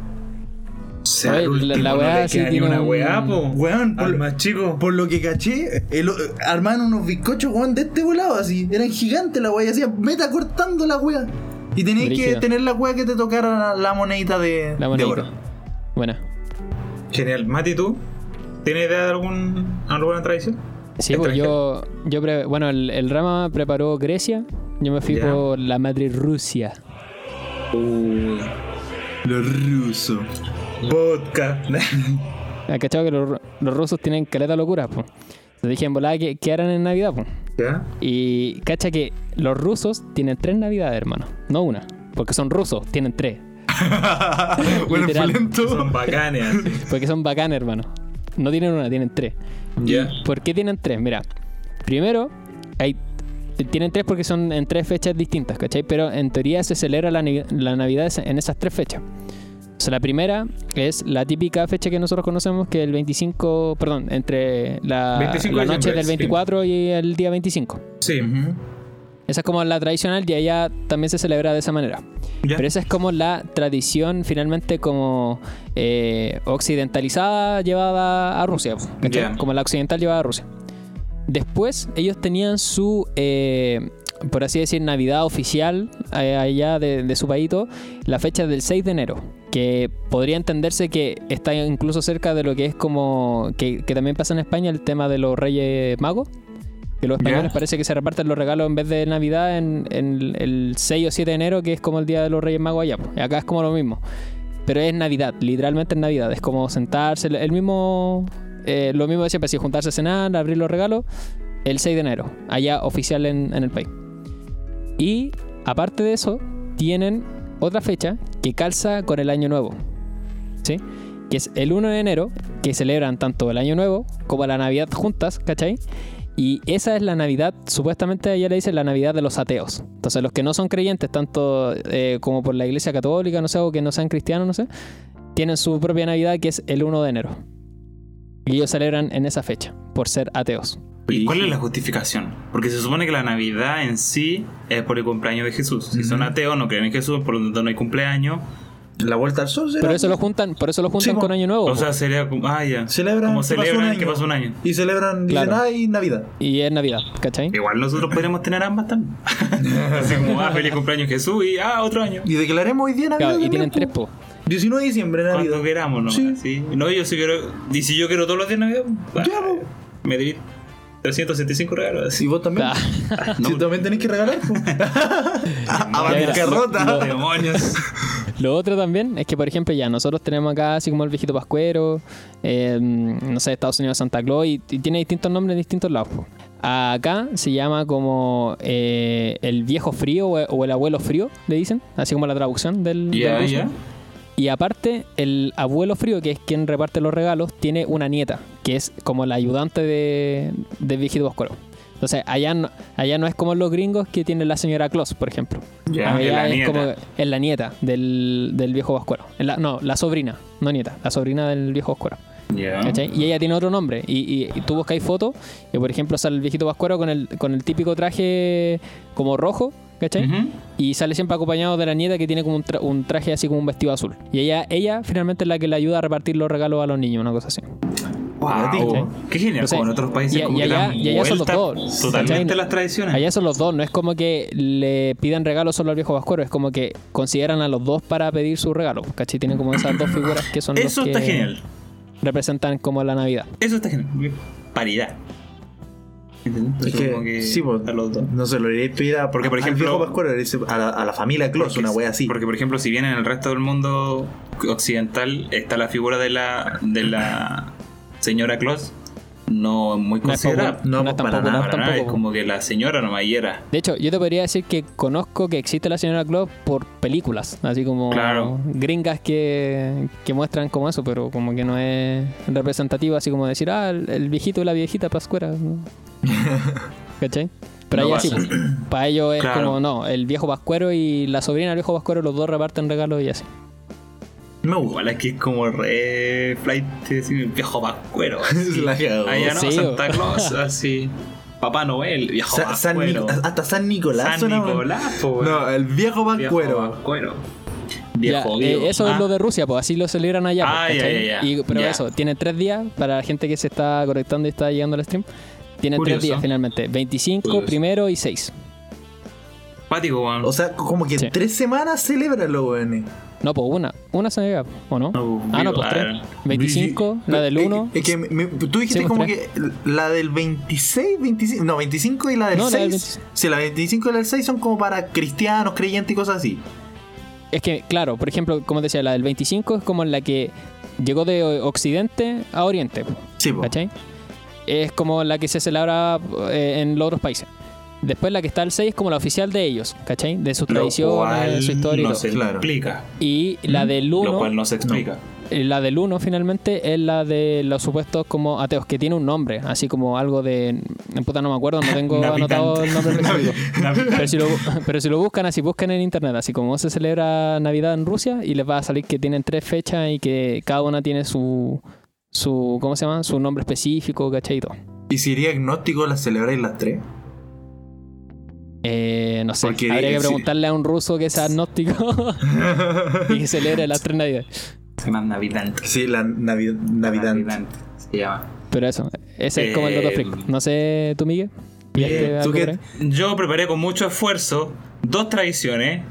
Speaker 1: Oye,
Speaker 3: al
Speaker 1: la-
Speaker 3: último
Speaker 1: la
Speaker 3: no
Speaker 2: Ah,
Speaker 1: weá
Speaker 3: le
Speaker 1: sí
Speaker 3: queda ni
Speaker 1: tiene
Speaker 3: una
Speaker 1: un-
Speaker 3: weá, po.
Speaker 2: Weón,
Speaker 3: Al
Speaker 2: por-
Speaker 3: más chico.
Speaker 2: Por lo que caché, el, armaban unos bizcochos, weón, de este volado así. Eran gigantes la weá, y hacían meta cortando la weá. Y tenías que
Speaker 1: Brígido.
Speaker 2: tener la weá que te tocara la, la monedita de,
Speaker 1: La
Speaker 2: de
Speaker 1: monedita.
Speaker 2: oro.
Speaker 1: Buena.
Speaker 3: Genial. Mati, ¿tú? ¿Tienes idea de algún, alguna tradición?
Speaker 1: Sí, pues
Speaker 3: ¿Extranjero?
Speaker 1: yo, yo pre- bueno, el, el Rama preparó Grecia, yo me fui
Speaker 3: Ya.
Speaker 1: por la madre Rusia.
Speaker 2: Lo ruso.
Speaker 3: Vodka.
Speaker 1: ¿Has cachado Ah, que los, ru- los rusos tienen caleta locura, pues? Te dije en volada que, que harán en Navidad, pues.
Speaker 3: ¿Ya?
Speaker 1: Y cacha que los rusos tienen tres Navidades, hermano, no una, porque son rusos, tienen tres,
Speaker 2: bueno,
Speaker 1: Literal.
Speaker 2: polento.
Speaker 3: Son bacanes. así.
Speaker 1: porque son bacanes, hermano. No tienen una, tienen tres.
Speaker 3: Ya.
Speaker 1: ¿Por qué tienen tres? Mira, Primero, hay, tienen tres porque son en tres fechas distintas, ¿cachai? Pero en teoría se celebra la, ni- la Navidad es- en esas tres fechas. O sea, la primera es la típica fecha que nosotros conocemos, que el 25, perdón, entre la,
Speaker 3: 25
Speaker 1: la
Speaker 3: de
Speaker 1: noche
Speaker 3: diciembre,
Speaker 1: del
Speaker 3: sí.
Speaker 1: 24 y el día 25.
Speaker 3: Sí,
Speaker 2: Ujú.
Speaker 1: Esa es como la tradicional y allá también se celebra de esa manera.
Speaker 3: ya.
Speaker 1: Pero esa es como la tradición finalmente como eh, occidentalizada llevada a Rusia. po, ¿cachai?
Speaker 3: Ya.
Speaker 1: Como la occidental llevada a Rusia. Después ellos tenían su, eh, por así decir, Navidad oficial eh, allá de, de su país, y todo, la fecha del 6 de enero, que podría entenderse que está incluso cerca de lo que es como, que, que también pasa en España el tema de los Reyes Magos. Que los españoles
Speaker 3: Ya.
Speaker 1: parece que se reparten los regalos en vez de Navidad en, en el 6 o 7 de enero, que es como el Día de los Reyes Magos allá. po. Acá es como lo mismo. Pero es Navidad, literalmente es Navidad. Es como sentarse, el mismo, eh, lo mismo de siempre, así juntarse a cenar, abrir los regalos, el 6 de enero, allá oficial en, en el país. Y aparte de eso, tienen otra fecha que calza con el año nuevo, ¿sí? Que es el 1 de enero, que celebran tanto el año nuevo como la Navidad juntas, ¿cachai? Y esa es la Navidad, supuestamente allá le dicen la Navidad de los ateos. Entonces, los que no son creyentes, tanto eh, como por la Iglesia Católica, no sé, o que no sean cristianos, no sé, tienen su propia Navidad que es el 1 de enero. Y ellos celebran en esa fecha, por ser ateos.
Speaker 3: ¿Y cuál es la justificación? Porque se supone que la Navidad en sí es por el cumpleaños de Jesús. Si son ateos, no creen en Jesús, por lo tanto no hay cumpleaños.
Speaker 2: La vuelta al sol será.
Speaker 1: Pero eso lo juntan, por eso lo juntan
Speaker 2: Sí, po.
Speaker 1: con Año Nuevo.
Speaker 3: O
Speaker 1: po.
Speaker 3: sea, sería como. Ah, ya.
Speaker 2: Celebran
Speaker 3: Como
Speaker 2: que pasó un
Speaker 3: celebran
Speaker 2: año.
Speaker 3: que pasó un año.
Speaker 2: Y celebran, dicen,
Speaker 1: Claro.
Speaker 2: "Ay, Navidad.
Speaker 1: y es Navidad, ¿cachai?
Speaker 3: Igual nosotros podríamos tener ambas también. Así como, ah, feliz cumpleaños Jesús y ah, otro año.
Speaker 2: Y declaremos hoy día Navidad.
Speaker 1: Claro, y
Speaker 2: también,
Speaker 1: tienen
Speaker 2: po.
Speaker 1: tres po.
Speaker 2: 19 de diciembre, Navidad.
Speaker 3: Cuando queramos, ¿no?
Speaker 2: Sí.
Speaker 3: Sí. No, yo sí quiero. Y si yo quiero todos los días Navidad, bah,
Speaker 2: Ya, po.
Speaker 3: me di 365 regalos.
Speaker 2: Y
Speaker 3: Así.
Speaker 2: vos también.
Speaker 1: Ah,
Speaker 2: Si también tenés que regalar, po.
Speaker 3: Ah,
Speaker 1: Ya,
Speaker 3: mira,
Speaker 2: bancarrota.
Speaker 3: no, demonios.
Speaker 1: Lo otro también es que, por ejemplo, ya nosotros tenemos acá así como el viejito pascuero, eh, no sé, Estados Unidos Santa Claus, y, y tiene distintos nombres en distintos lados. po. Acá se llama como eh, el viejo frío o, o el abuelo frío, le dicen, así como la traducción del, del
Speaker 3: Ya,
Speaker 1: ruso.
Speaker 3: ya.
Speaker 1: Y aparte, el abuelo frío, que es quien reparte los regalos, tiene una nieta, que es como la ayudante de, de Viejito Boscoro. Entonces, allá no, allá no es como los gringos que tiene la señora Claus, por ejemplo.
Speaker 3: Ya, es
Speaker 1: allá
Speaker 3: la
Speaker 1: es
Speaker 3: nieta.
Speaker 1: como es la nieta del, del viejo Boscoro. Es la- no, la sobrina, no nieta, la sobrina del viejo Boscoro.
Speaker 3: Ya.
Speaker 1: ¿Cachai? Y ella tiene otro nombre. Y, y- y tú buscáis fotos, y por ejemplo sale el viejito Pascuero con el, con el típico traje como rojo, ¿cachai?
Speaker 3: Ujú.
Speaker 1: Y sale siempre acompañado de la nieta que tiene como un, tra- un traje así como un vestido azul. Y ella, ella finalmente es la que le ayuda a repartir los regalos a los niños, una cosa así.
Speaker 3: Wow. Qué genial.
Speaker 1: No sé.
Speaker 3: Como en otros países,
Speaker 1: Y-
Speaker 3: como
Speaker 1: y
Speaker 3: que
Speaker 1: allá-
Speaker 3: dan
Speaker 1: y allá son los
Speaker 3: vuelta
Speaker 1: dos,
Speaker 3: Totalmente
Speaker 1: ¿cachai?
Speaker 3: las tradiciones.
Speaker 1: Allá son los dos, no es como que le pidan regalos solo al viejo Pascuero, es como que consideran a los dos para pedir su regalo, ¿cachai? Tienen como esas dos figuras que son
Speaker 3: Eso
Speaker 1: los
Speaker 3: está
Speaker 1: que
Speaker 3: genial.
Speaker 1: representan como la Navidad.
Speaker 3: Eso está genial. Paridad. ¿Entendés?
Speaker 2: Es
Speaker 3: Entonces, como
Speaker 2: que, sí, po.
Speaker 3: a los dos.
Speaker 2: No se lo diría tú ir a-
Speaker 3: Porque, por
Speaker 2: al
Speaker 3: ejemplo-
Speaker 2: viejo Pascuero, le dice a la, a la familia Claus, una wea así.
Speaker 3: Porque, por ejemplo, si bien en el resto del mundo occidental está la figura de la, de la señora Claus, no es muy
Speaker 1: No es,
Speaker 3: considerada.
Speaker 1: popu-
Speaker 2: no,
Speaker 1: no es tan
Speaker 2: para
Speaker 1: popular
Speaker 2: nada,
Speaker 3: Para nada, es
Speaker 1: tampoco.
Speaker 3: como que la señora nomás y era.
Speaker 1: De hecho, yo te podría decir que conozco que existe la señora Claus por películas, así como
Speaker 3: Claro.
Speaker 1: gringas que, que muestran como eso, pero como que no es representativo, así como decir, ah, el, el viejito y la viejita pascuera. ¿no? ¿Cachai? Pero
Speaker 3: No
Speaker 1: allá
Speaker 3: pasa.
Speaker 1: sí, para ellos es
Speaker 3: Claro.
Speaker 1: como, no, el viejo pascuero y la sobrina del viejo pascuero, los dos reparten regalos y así.
Speaker 2: Me gusta.
Speaker 3: Igual aquí es como re flight, así, viejo pascuero.
Speaker 2: Es la cagada.
Speaker 3: Allá no,
Speaker 1: Sí, o-
Speaker 3: Santa Claus, así. Papá Noel, viejo
Speaker 2: Sa- San Nic-
Speaker 3: pascuero.
Speaker 2: hasta San Nicolás.
Speaker 3: San
Speaker 2: suena-
Speaker 3: Nicolás, po, weón.
Speaker 2: No, el viejo
Speaker 3: Viejo
Speaker 2: Pascuero.
Speaker 3: pascuero.
Speaker 1: Ya,
Speaker 3: Viejo
Speaker 1: eh,
Speaker 3: vivo.
Speaker 1: eso
Speaker 3: Ah.
Speaker 1: es lo de Rusia, pues así lo celebran allá. pues,
Speaker 3: Ah, ya,
Speaker 1: ¿cachai?
Speaker 3: ya, ya.
Speaker 1: Y- pero
Speaker 3: Ya.
Speaker 1: eso, tiene tres días para la gente que se está conectando y está llegando al stream. Tiene tres
Speaker 3: Curioso.
Speaker 1: días finalmente: 25,
Speaker 3: Curioso.
Speaker 1: primero y 6.
Speaker 3: Pático, weón.
Speaker 2: O sea, como que
Speaker 1: Sí.
Speaker 2: tres semanas celebran los weones.
Speaker 1: No, pues una. Una se llega, ¿o no?
Speaker 3: No, pues,
Speaker 1: ah, no,
Speaker 3: digo,
Speaker 1: pues
Speaker 3: a
Speaker 1: tres.
Speaker 3: ver.
Speaker 1: 25, la del
Speaker 2: Eh,
Speaker 1: 1.
Speaker 2: Es que me- tú dijiste
Speaker 1: Sí, pues,
Speaker 2: como
Speaker 1: tres.
Speaker 2: que la del 26, 25, no, 25 y la del
Speaker 1: No, la del
Speaker 2: 6. sí, la 25 y la del 6 son como para cristianos, creyentes y cosas así.
Speaker 1: Es que, claro, por ejemplo, como te decía, la del 25 es como la que llegó de Occidente a Oriente, pues,
Speaker 2: Sí, po.
Speaker 1: ¿cachai? Es como la que se celebra eh, en los otros países. Después la que está el 6 es como la oficial de ellos, ¿cachai? De sus
Speaker 3: Lo
Speaker 1: tradiciones,
Speaker 3: cual
Speaker 1: de su historia y
Speaker 3: no
Speaker 1: todo.
Speaker 3: se
Speaker 2: Claro.
Speaker 3: explica.
Speaker 1: Y la del
Speaker 3: Lo
Speaker 1: 1
Speaker 3: cual no se explica.
Speaker 1: eh, la del uno finalmente es la de los supuestos como ateos, que tiene un nombre, así como algo de. Puta, no me acuerdo, no tengo
Speaker 3: Navitante.
Speaker 1: anotado el nombre específico.
Speaker 3: Navitante.
Speaker 1: Pero si, lo, pero si lo buscan así, buscan en internet, así como se celebra Navidad en Rusia y les va a salir que tienen tres fechas y que cada una tiene su, su ¿cómo se llama? Su nombre específico, ¿cachai? Y todo.
Speaker 2: ¿Y si iría agnóstico, las celebráis las tres?
Speaker 1: Eh, no sé,
Speaker 2: Porque
Speaker 1: habría que
Speaker 2: sí.
Speaker 1: preguntarle a un ruso que sea agnóstico y que celebra las tres Navidades.
Speaker 4: Se llama Navidante.
Speaker 2: Sí, la Navidad. Navidad.
Speaker 4: Navidante se llama.
Speaker 1: Pero eso, ese es como el
Speaker 3: Eh,
Speaker 1: dato freak. No sé, tú, Miguel. ¿Pillaste
Speaker 2: ¿Tú
Speaker 1: algo por
Speaker 2: qué?
Speaker 1: ahí?
Speaker 3: Yo preparé con mucho esfuerzo dos tradiciones.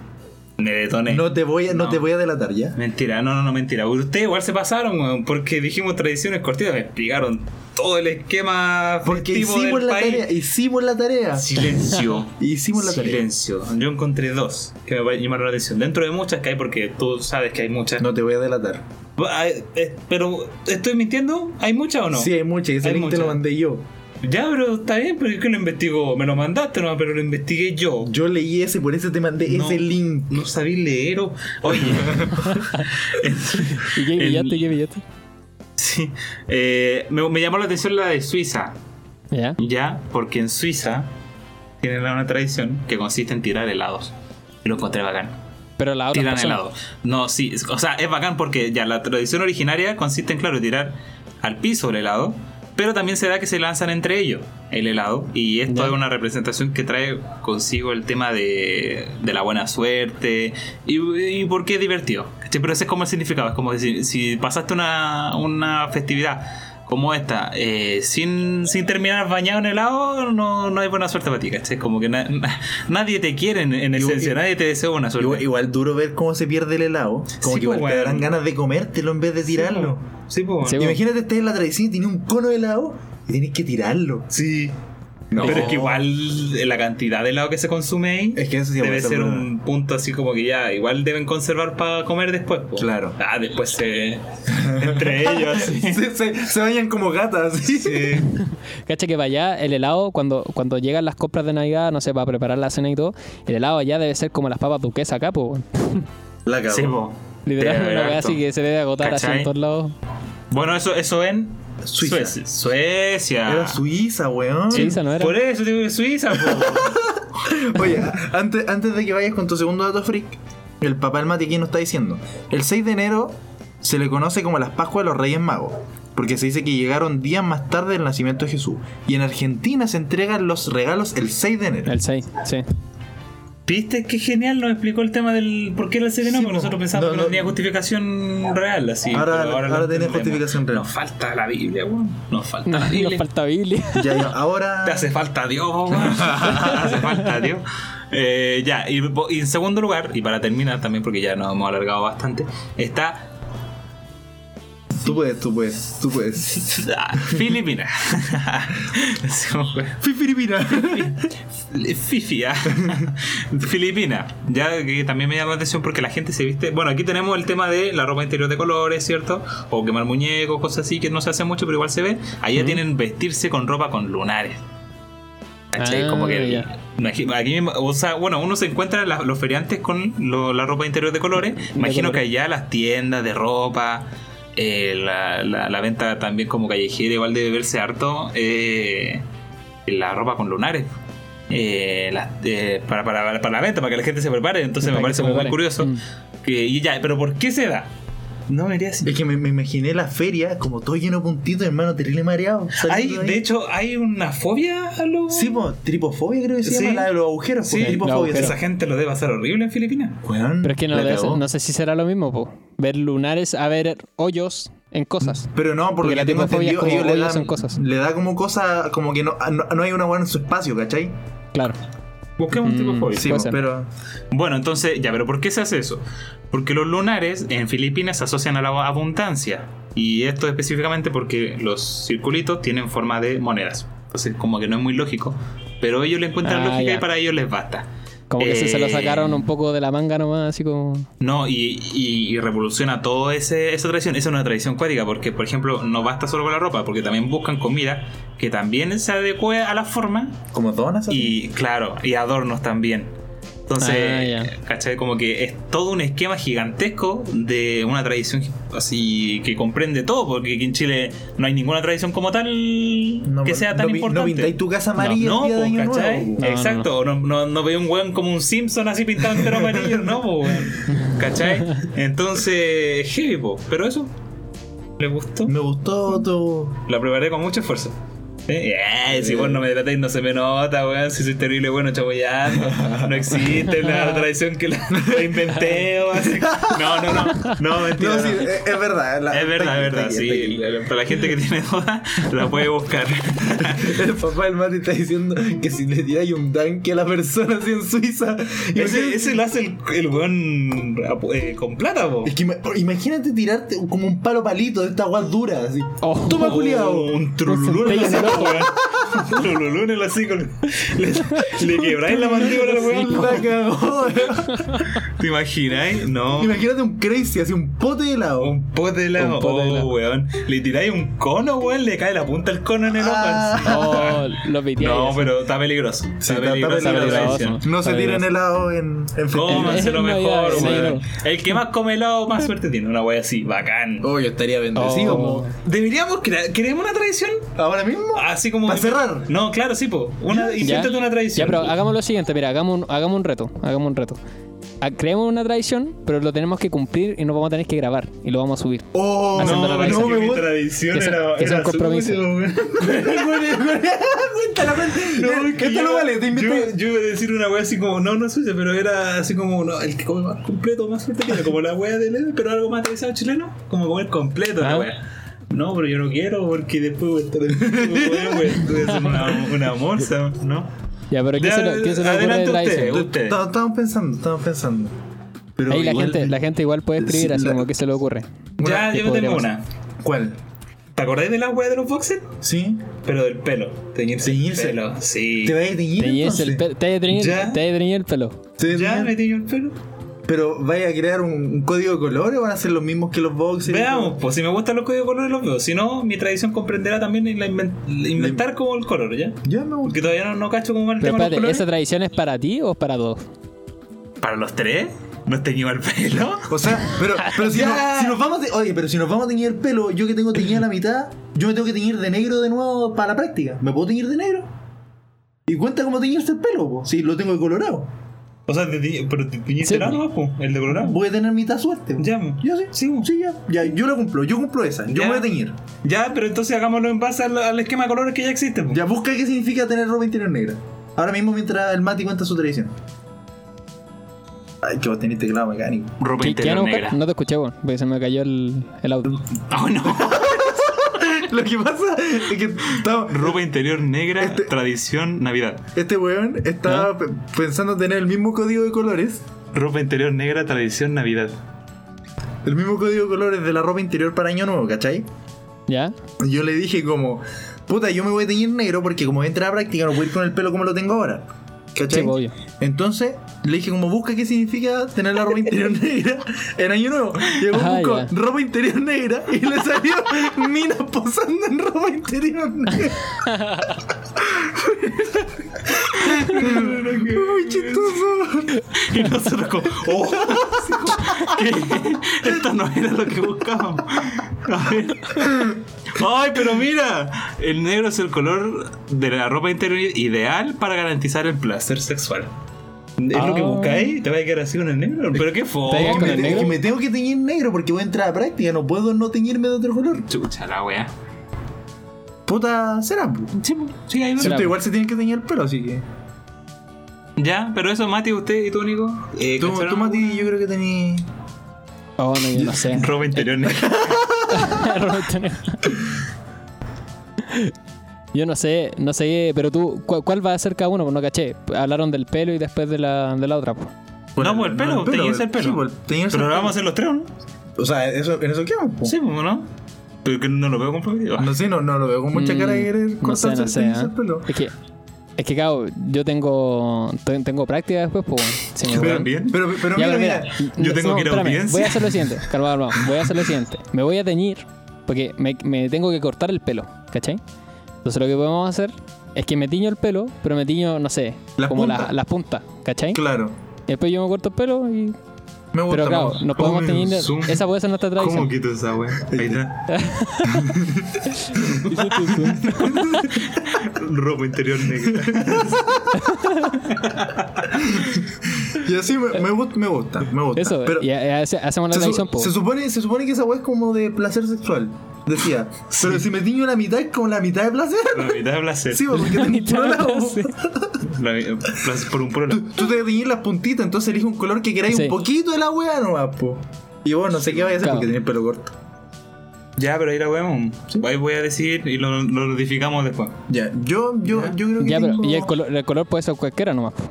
Speaker 3: Me detoné.
Speaker 2: No te voy a, no.
Speaker 4: No.
Speaker 2: te voy a delatar ya.
Speaker 3: Mentira, no, no, no, mentira. Ustedes igual se pasaron, weón, porque dijimos tradiciones cortitas, me explicaron todo el esquema
Speaker 2: Porque
Speaker 3: festivo
Speaker 2: hicimos
Speaker 3: del
Speaker 2: la
Speaker 3: país.
Speaker 2: tarea. Hicimos la tarea.
Speaker 3: Silencio.
Speaker 2: Hicimos la tarea.
Speaker 3: Silencio. Yo encontré dos que me llamaron la atención. Dentro de muchas que hay, porque tú sabes que hay muchas.
Speaker 2: No te voy a delatar.
Speaker 3: Ah, eh, Pero, ¿estoy mintiendo? ¿Hay muchas o no?
Speaker 2: Sí, hay muchas. Ese
Speaker 3: Hay
Speaker 2: link te lo
Speaker 3: muchas.
Speaker 2: mandé yo.
Speaker 3: Ya, pero está bien, pero es que lo investigó. Me lo mandaste, no, pero lo investigué yo.
Speaker 2: Yo leí ese, por eso te mandé
Speaker 3: No.
Speaker 2: ese link.
Speaker 3: No sabí leer o... Oye.
Speaker 1: ¿Y qué
Speaker 3: El-
Speaker 1: pillaste? ¿Qué pillaste?
Speaker 3: sí. Eh, me, me llamó la atención la de Suiza.
Speaker 1: ¿Ya?
Speaker 3: Ya, porque en Suiza tienen una tradición que consiste en tirar helados. Y lo encontré bacán.
Speaker 1: Pero la otra
Speaker 3: Tiran
Speaker 1: persona.
Speaker 3: helado. No, sí, es- o sea, es bacán porque ya la tradición originaria consiste en, claro, tirar al piso el helado, pero también se da que se lanzan entre ellos el helado. Y esto
Speaker 1: Ya.
Speaker 3: es una representación que trae consigo el tema de, de la buena suerte y, y por qué es divertido. ¿cachai? Pero ese es como el significado, es como decir, si pasaste una, una festividad como esta, eh, sin, sin terminar bañado en helado, no, no hay buena suerte para ti, ¿cachai? Como que na- na- nadie te quiere en, en
Speaker 2: Igual-
Speaker 3: esencia, nadie te desea buena suerte.
Speaker 2: Igual, igual duro ver cómo se pierde el helado. Como
Speaker 3: Sí,
Speaker 2: que igual
Speaker 3: pues,
Speaker 2: te
Speaker 3: weón.
Speaker 2: darán ganas de comértelo en vez de tirarlo.
Speaker 3: Sí, pues.
Speaker 1: Sí,
Speaker 3: Sí,
Speaker 1: po.
Speaker 2: Imagínate, estés en la tradición y tienes un cono de helado y tienes que tirarlo. No.
Speaker 3: Pero es que igual la cantidad de helado que se consume ahí
Speaker 2: Es que eso sí
Speaker 3: debe
Speaker 2: aguanta,
Speaker 3: ser
Speaker 2: pero-
Speaker 3: un punto así como que ya igual deben conservar para comer después. po.
Speaker 2: Claro.
Speaker 3: Ah, después se... entre ellos. así.
Speaker 2: se, se, se bañan como gatas. ¿sí?
Speaker 1: Cacha que para allá el helado, cuando, cuando llegan las compras de Navidad, no sé, para preparar la cena y todo, el helado allá debe ser como las papas duquesas acá, pues.
Speaker 2: La cago.
Speaker 3: Sí, pues. po.
Speaker 1: Literal,
Speaker 3: Debe haber
Speaker 1: una wea
Speaker 3: harto.
Speaker 1: así que se debe agotar así
Speaker 3: ¿Cachai?
Speaker 1: en todos lados.
Speaker 3: Bueno, eso, eso en
Speaker 2: Suiza.
Speaker 3: Suecia. Suecia.
Speaker 2: Era Suiza, weón.
Speaker 1: Suiza, ¿no era?
Speaker 3: Por eso digo que Suiza. po.
Speaker 2: Oye, antes, antes de que vayas con tu segundo dato freak, el papá del Mati aquí nos está diciendo: el 6 de enero se le conoce como las Pascuas de los Reyes Magos, porque se dice que llegaron días más tarde del nacimiento de Jesús. Y en Argentina se entregan los regalos el 6 de enero.
Speaker 1: El 6, sí.
Speaker 3: ¿Viste qué genial nos explicó el tema del por qué era el sereno?
Speaker 2: Sí,
Speaker 3: Porque
Speaker 2: po.
Speaker 3: nosotros pensamos
Speaker 2: No,
Speaker 3: que
Speaker 2: no.
Speaker 3: no tenía justificación real. Así,
Speaker 2: Ahora-
Speaker 3: pero lo
Speaker 2: ahora tiene
Speaker 3: entendemos.
Speaker 2: justificación real.
Speaker 3: Nos falta la Biblia, weón. Nos falta la Biblia.
Speaker 1: Nos falta Biblia.
Speaker 2: Ya, ya, ahora.
Speaker 3: Te hace falta Dios, po, weón. Te hace falta Dios. Eh, ya, y, po- y en segundo lugar, y para terminar también, porque ya nos hemos alargado bastante, está
Speaker 2: Tú puedes, tú puedes, tú puedes.
Speaker 3: ah, Filipinas. Sí, weón.
Speaker 2: Fifiripina.
Speaker 3: Fifi, ah. Filipinas. Ya que también me llama la atención porque la gente se viste. Bueno, aquí tenemos el tema de la ropa interior de colores, ¿cierto? O quemar muñecos, cosas así que no se hace mucho, pero igual se ve. Allá tienen vestirse con ropa con lunares. ¿Cachai?
Speaker 1: Ah,
Speaker 3: como que
Speaker 1: ya.
Speaker 3: imagi- aquí mismo- o sea, bueno, uno se encuentra la- los feriantes con lo- la ropa interior de colores. Imagino
Speaker 1: colores.
Speaker 3: que allá las tiendas de ropa, eh, la, la- la venta también como callejera, igual debe verse harto eh, la ropa con lunares. eh, las- eh, para, para- para la venta, para que la gente se prepare. Entonces
Speaker 1: Para
Speaker 3: me
Speaker 1: que
Speaker 3: parece
Speaker 1: se
Speaker 3: como muy
Speaker 1: prepare.
Speaker 3: curioso.
Speaker 1: Mm.
Speaker 3: Que, y ya, pero ¿por qué se da? No me diría así.
Speaker 2: Es que me, me imaginé la feria como todo lleno de puntitos, hermano, terrible mareado.
Speaker 3: Hay,
Speaker 2: saliendo
Speaker 3: de
Speaker 2: ahí.
Speaker 3: hecho, hay una fobia a los.
Speaker 2: Sí, po, tripofobia creo que se
Speaker 3: Sí.
Speaker 2: llama, la de los agujeros. po,
Speaker 3: Sí,
Speaker 2: tripofobia.
Speaker 1: los
Speaker 3: Esa gente lo debe pasar horrible en Filipinas.
Speaker 2: Weón,
Speaker 1: Pero es que no,
Speaker 2: la
Speaker 1: debe ser-
Speaker 2: cagó.
Speaker 1: no sé si será lo mismo, po. Ver lunares a ver hoyos en cosas.
Speaker 2: Pero no, por lo
Speaker 1: Porque
Speaker 2: que
Speaker 1: la
Speaker 2: tengo
Speaker 1: tripofobia es
Speaker 2: entendido,
Speaker 1: como
Speaker 2: ellos le
Speaker 1: hoyos
Speaker 2: dan,
Speaker 1: en cosas.
Speaker 2: le da como cosa, como que no, no, no hay una buena en su espacio, ¿cachai?
Speaker 1: Claro.
Speaker 3: Busquemos un tipo de
Speaker 1: Mm,
Speaker 3: fobia.
Speaker 2: Sí,
Speaker 1: puede
Speaker 2: po,
Speaker 1: ser.
Speaker 2: pero
Speaker 3: pues. Bueno, entonces, ya, pero ¿por qué se hace eso? Porque los lunares en Filipinas se asocian a la abundancia. Y esto específicamente porque los circulitos tienen forma de monedas. Entonces, como que no es muy lógico. Pero ellos le encuentran
Speaker 1: Ah,
Speaker 3: lógica
Speaker 1: ya.
Speaker 3: y para ellos les basta.
Speaker 1: Como que se, se lo
Speaker 3: Eh,
Speaker 1: sacaron un poco de la manga nomás, así como.
Speaker 3: No, y, y- y revoluciona toda esa tradición. Esa es una tradición cuática, porque, por ejemplo, no basta solo con la ropa, porque también buscan comida que también se adecue a la forma
Speaker 2: como donas. así.
Speaker 3: y, claro, y adornos también. Entonces,
Speaker 1: Ah, ya.
Speaker 3: ¿cachai? Como que es todo un esquema gigantesco de una tradición así que comprende todo, porque aquí en Chile no hay ninguna tradición como tal
Speaker 2: No,
Speaker 3: que
Speaker 2: no
Speaker 3: sea tan
Speaker 2: vi-
Speaker 3: importante.
Speaker 2: No pintáis tu casa amarilla
Speaker 3: No,
Speaker 2: el día de
Speaker 3: po,
Speaker 2: año
Speaker 3: ¿cachai?
Speaker 2: nuevo. po.
Speaker 1: No, no,
Speaker 3: Exacto, no, no, no veía un weón como un Simpson así pintado entero amarillo, no, po, weón. ¿Cachai? Entonces, heavy, po. Pero eso, ¿le gustó?
Speaker 2: Me gustó tu.
Speaker 3: La preparé con mucho esfuerzo. Eh, eh, si vos no me tratáis, no se me nota, weón. Si soy terrible, bueno, chaboyando. No existe la tradición que la, la inventé o así. No, no, no. No, mentira.
Speaker 2: No,
Speaker 3: No,
Speaker 2: sí, es, es verdad. la-
Speaker 3: Es verdad, es verdad,
Speaker 2: está
Speaker 3: sí.
Speaker 2: aquí, está aquí.
Speaker 3: la- Para la gente que tiene duda, la puede buscar.
Speaker 2: El papá del Mati está diciendo que si le tiráis un danke a la persona así en Suiza.
Speaker 3: Ese,
Speaker 2: imagínate-
Speaker 3: ese lo hace el, el weón eh, con plata, po.
Speaker 2: Es que ima- imagínate tirarte como un palo palito de esta agua dura. Así.
Speaker 1: Oh.
Speaker 2: Toma, culiao.
Speaker 3: Un trululú en el
Speaker 1: centello en el
Speaker 3: hocico, weón. Un trululú en el hocico. Le, le quebráis la mandíbula al weón.
Speaker 2: La cagó, weón.
Speaker 3: ¿Te imagináis? No.
Speaker 2: Imagínate un crazy, así un pote de helado.
Speaker 3: Un pot de helado.
Speaker 1: Un pot de
Speaker 3: Oh,
Speaker 1: helado.
Speaker 3: weón. Le tiráis un cono, weón. Le cae la punta al cono en el
Speaker 2: Ah.
Speaker 3: ojo.
Speaker 1: Oh, los
Speaker 3: así.
Speaker 1: piteáis.
Speaker 3: No,
Speaker 1: así.
Speaker 3: pero está peligroso.
Speaker 2: Sí,
Speaker 3: Está
Speaker 2: está- está
Speaker 3: peligroso. la
Speaker 1: peligroso.
Speaker 3: tradición.
Speaker 2: No se
Speaker 1: Está
Speaker 2: tiran
Speaker 1: bien.
Speaker 2: helado en, en festival.
Speaker 3: Cómanse lo
Speaker 1: No, ya,
Speaker 3: mejor,
Speaker 1: sí,
Speaker 3: weón.
Speaker 1: no.
Speaker 3: El que más come helado, más suerte tiene. Una wea así, bacán.
Speaker 2: Oh, yo estaría bendecido.
Speaker 1: Oh.
Speaker 2: po.
Speaker 3: Deberíamos crear. ¿Queremos una tradición?
Speaker 2: Ahora mismo.
Speaker 3: Así como.
Speaker 2: ¿Para cerrar?
Speaker 3: No, claro, sí, po. Una,
Speaker 1: ¿Ya?
Speaker 3: invéntate una
Speaker 1: Ya,
Speaker 3: tradición.
Speaker 1: pero hagamos lo siguiente, mira, hagamos un, hagamos un reto, hagamos un reto. Ah, Creemos una tradición, pero lo tenemos que cumplir y nos vamos a tener que grabar y lo vamos a subir.
Speaker 2: Oh,
Speaker 1: Haciendo
Speaker 3: No,
Speaker 1: la
Speaker 3: no,
Speaker 1: tradición.
Speaker 3: me
Speaker 2: Que mi
Speaker 3: gusta. tradición
Speaker 1: Que sea- era- que sea un era compromiso. sucio,
Speaker 2: Cuéntala, cuéntala.
Speaker 3: No, es que
Speaker 2: Esto no
Speaker 3: Este yo-
Speaker 2: vale, te
Speaker 3: yo,
Speaker 2: invité.
Speaker 3: yo iba a decir una wea así como, no, no es sucia, pero era así como, no, el que come más completo, más suerte tiene, como la wea de LED, pero algo más aterrizado chileno, como comer completo la
Speaker 1: Ah.
Speaker 3: wea. No, pero yo no quiero porque después voy a estar en voy a hacer una, una morsa, ¿no?
Speaker 1: Ya, pero ¿quién
Speaker 3: Ya,
Speaker 1: se lo, quién se lo ocurre de
Speaker 3: adelante
Speaker 1: tradición?
Speaker 3: usted.
Speaker 2: T- Estábamos pensando, estábamos pensando. Pero
Speaker 1: Ahí la
Speaker 2: igual-
Speaker 1: gente, la gente igual puede escribir
Speaker 2: Sí,
Speaker 1: así
Speaker 2: la-
Speaker 1: como que se le ocurre.
Speaker 3: ya,
Speaker 1: ¿qué
Speaker 3: yo tengo
Speaker 1: podríamos
Speaker 3: una.
Speaker 2: ¿Cuál?
Speaker 3: ¿Te acordáis de la wea de los boxers?
Speaker 2: ¿Sí?
Speaker 3: Pero del pelo. Teñirse.
Speaker 2: Teñirse.
Speaker 3: el pelo. Sí.
Speaker 2: ¿Te vas a teñir
Speaker 1: Teñirse
Speaker 2: entonces?
Speaker 1: el pelo, te hay que teñir-
Speaker 3: ¿Ya?
Speaker 1: te hay que teñir el pelo.
Speaker 2: ¿Te vas a
Speaker 3: ¿Ya
Speaker 2: teñir?
Speaker 3: me teño el pelo?
Speaker 2: ¿Pero vaya a crear un, un código de colores o van a ser los mismos que los boxers?
Speaker 3: Veamos, pues si me gustan los códigos de colores los veo. Si no, mi tradición comprenderá también en la inven- inventar como el color, ¿ya?
Speaker 2: Ya me gusta.
Speaker 3: Porque todavía no, no cacho como el
Speaker 1: Pero
Speaker 3: tema de
Speaker 1: espérate,
Speaker 3: los colores.
Speaker 1: ¿esa tradición es para ti o es para todos?
Speaker 3: ¿Para los tres? ¿No teñido el pelo?
Speaker 2: O sea, pero, pero si, no- si nos vamos a te- Oye, pero si nos vamos a teñir el pelo, yo que tengo teñida la mitad, yo me tengo que teñir de negro de nuevo para la práctica. ¿Me puedo teñir de negro? Y cuenta como teñirse el pelo, po. si lo tengo de colorado.
Speaker 3: O sea, te teñí- pero te teñiste
Speaker 1: Sí.
Speaker 3: el alma, po, el de colorado.
Speaker 2: Voy a tener mitad suerte. po.
Speaker 3: Ah. Ya, mo.
Speaker 2: Yo sí.
Speaker 3: Sí, mo.
Speaker 2: Sí, ya. Ya, yo lo cumplo, yo cumplo esa. Yo
Speaker 3: Ya.
Speaker 2: me voy a teñir.
Speaker 3: Ya, pero entonces hagámoslo en base al, al esquema de colores que ya existe. pues. po.
Speaker 2: Ya busca qué significa tener ropa interior negra. Ahora mismo mientras el Mati cuenta su tradición. Ay, que va a tener teclado mecánico.
Speaker 4: Ropa
Speaker 1: ¿Qué, qué van
Speaker 4: interior
Speaker 1: a buscar?
Speaker 4: negra.
Speaker 1: No te escuché, bueno, porque se me cayó el, el audio.
Speaker 3: Oh, no.
Speaker 2: Lo que pasa es que estaba-
Speaker 3: Ropa interior negra,
Speaker 2: Este-
Speaker 3: tradición, Navidad. ¿Ah?
Speaker 2: este weón estaba pe- pensando tener el mismo código de colores.
Speaker 3: Ropa interior negra, tradición, Navidad.
Speaker 2: El mismo código de colores de la ropa interior para año nuevo, ¿cachai?
Speaker 1: ¿Ya?
Speaker 2: Y Yo le dije como, puta, yo me voy a teñir negro porque como voy a entrar a práctica no puedo ir con el pelo como lo tengo ahora. ¿Cachai?
Speaker 1: Sí, obvio.
Speaker 2: Entonces le dije como busca qué significa tener la ropa interior negra en año nuevo. Llegó
Speaker 1: Ah,
Speaker 2: buscó
Speaker 1: ya.
Speaker 2: ropa interior negra y le salió minas posando en ropa interior negra. Muy chistoso.
Speaker 3: Y nosotros como, oh, así como, ¿qué? esto no era lo que buscábamos. A ver. Ay, pero mira, el negro es el color de la ropa interior ideal para garantizar el placer sexual. Es lo que
Speaker 1: Ah.
Speaker 3: buscáis, te va a quedar así con el negro. Pero
Speaker 1: ¿Te
Speaker 3: qué
Speaker 1: quedas con
Speaker 2: Me,
Speaker 1: el
Speaker 3: fome.
Speaker 1: negro?
Speaker 2: y me tengo que teñir negro porque voy a entrar a práctica, no puedo no teñirme de otro color.
Speaker 3: Chucha la wea.
Speaker 2: Puta, será. po.
Speaker 3: Sí, po, sí, ahí
Speaker 1: Será.
Speaker 3: va.
Speaker 2: Siento, igual se tienen que teñir el pelo, así que.
Speaker 3: Ya, pero eso, Mati, usted y tú, Nico. Eh,
Speaker 2: Tú,
Speaker 3: ¿cacharon?
Speaker 2: tú, Mati, yo creo que tenés.
Speaker 1: Oh, no, yo no sé.
Speaker 3: Ropa interior negra.
Speaker 1: Roberto Nemo. Yo no sé, no sé, pero tú, ¿cuál, cuál va a ser cada uno? Pues no caché. Hablaron del pelo y después de la, de la otra. pues.
Speaker 3: No, por el pelo, teñirse el pelo.
Speaker 2: Sí, pues, por teñirse
Speaker 3: Pero
Speaker 2: el pelo.
Speaker 3: lo vamos a hacer los tres, ¿no?
Speaker 2: O sea, eso, en eso quedamos, po.
Speaker 3: Sí, po, ¿no? Pero que no lo veo comprometido.
Speaker 2: No sé, no, no lo veo con mucha cara de
Speaker 1: Mm,
Speaker 2: querer
Speaker 1: no sé,
Speaker 2: cortarse
Speaker 1: no
Speaker 2: el-
Speaker 1: sé,
Speaker 2: teñirse
Speaker 1: ¿eh?
Speaker 2: el pelo.
Speaker 1: Es que, es que, cabo, yo tengo, ten- tengo práctica después, pues bueno. se me
Speaker 3: Pero-
Speaker 1: va.
Speaker 3: también.
Speaker 2: Pero, pero
Speaker 1: Ya,
Speaker 2: mira,
Speaker 1: pero
Speaker 2: mira.
Speaker 1: mira,
Speaker 3: yo tengo que ir a
Speaker 1: espérame,
Speaker 3: audiencia.
Speaker 1: Voy a hacer lo siguiente, calma, calma, voy a hacer lo siguiente. Me voy a teñir porque me, me tengo que cortar el pelo, ¿cachai? Entonces lo que podemos hacer es que me tiño el pelo, pero me tiño, no sé,
Speaker 2: Las
Speaker 1: como
Speaker 2: puntas.
Speaker 1: la- las puntas, ¿cachai?
Speaker 2: Claro.
Speaker 1: después yo me corto el pelo y.
Speaker 2: Me gusta
Speaker 1: Pero claro,
Speaker 2: más.
Speaker 1: no podemos
Speaker 3: Come un
Speaker 1: tener.
Speaker 3: zoom.
Speaker 1: Esa puede ser nuestra
Speaker 3: ¿Cómo
Speaker 1: tradición.
Speaker 3: quito esa weá? Ahí está.
Speaker 1: Hiciste un zoom.
Speaker 3: Ropa interior negra.
Speaker 2: Y así me, me gust- me gusta, me gusta.
Speaker 1: Eso,
Speaker 2: Pero
Speaker 1: y a- a- hace- hacemos la
Speaker 2: se, su-
Speaker 1: tradición, po.
Speaker 2: se supone, se supone que esa weá es como de placer sexual. Decía. Pero si me tiño la mitad, es como la mitad de placer.
Speaker 3: La mitad de placer.
Speaker 2: Sí, pues, porque tengo un
Speaker 1: mitad de
Speaker 2: polola, pues. po.
Speaker 1: placer.
Speaker 3: La mi- placer por un polo.
Speaker 2: Tú, tú te teñís las puntitas, entonces elige un color que queráis
Speaker 1: Sí.
Speaker 2: un poquito de la weá nomás, po. Y vos no sé qué vaya a hacer
Speaker 1: Claro.
Speaker 2: porque tenés pelo corto.
Speaker 3: Ya, pero ahí la weón. Ahí voy a decir y lo, lo notificamos después.
Speaker 2: Ya, yo, yo, yo creo que.
Speaker 1: Ya, pero.
Speaker 2: tengo-
Speaker 1: Y el color, el color puede ser cualquiera nomás. po.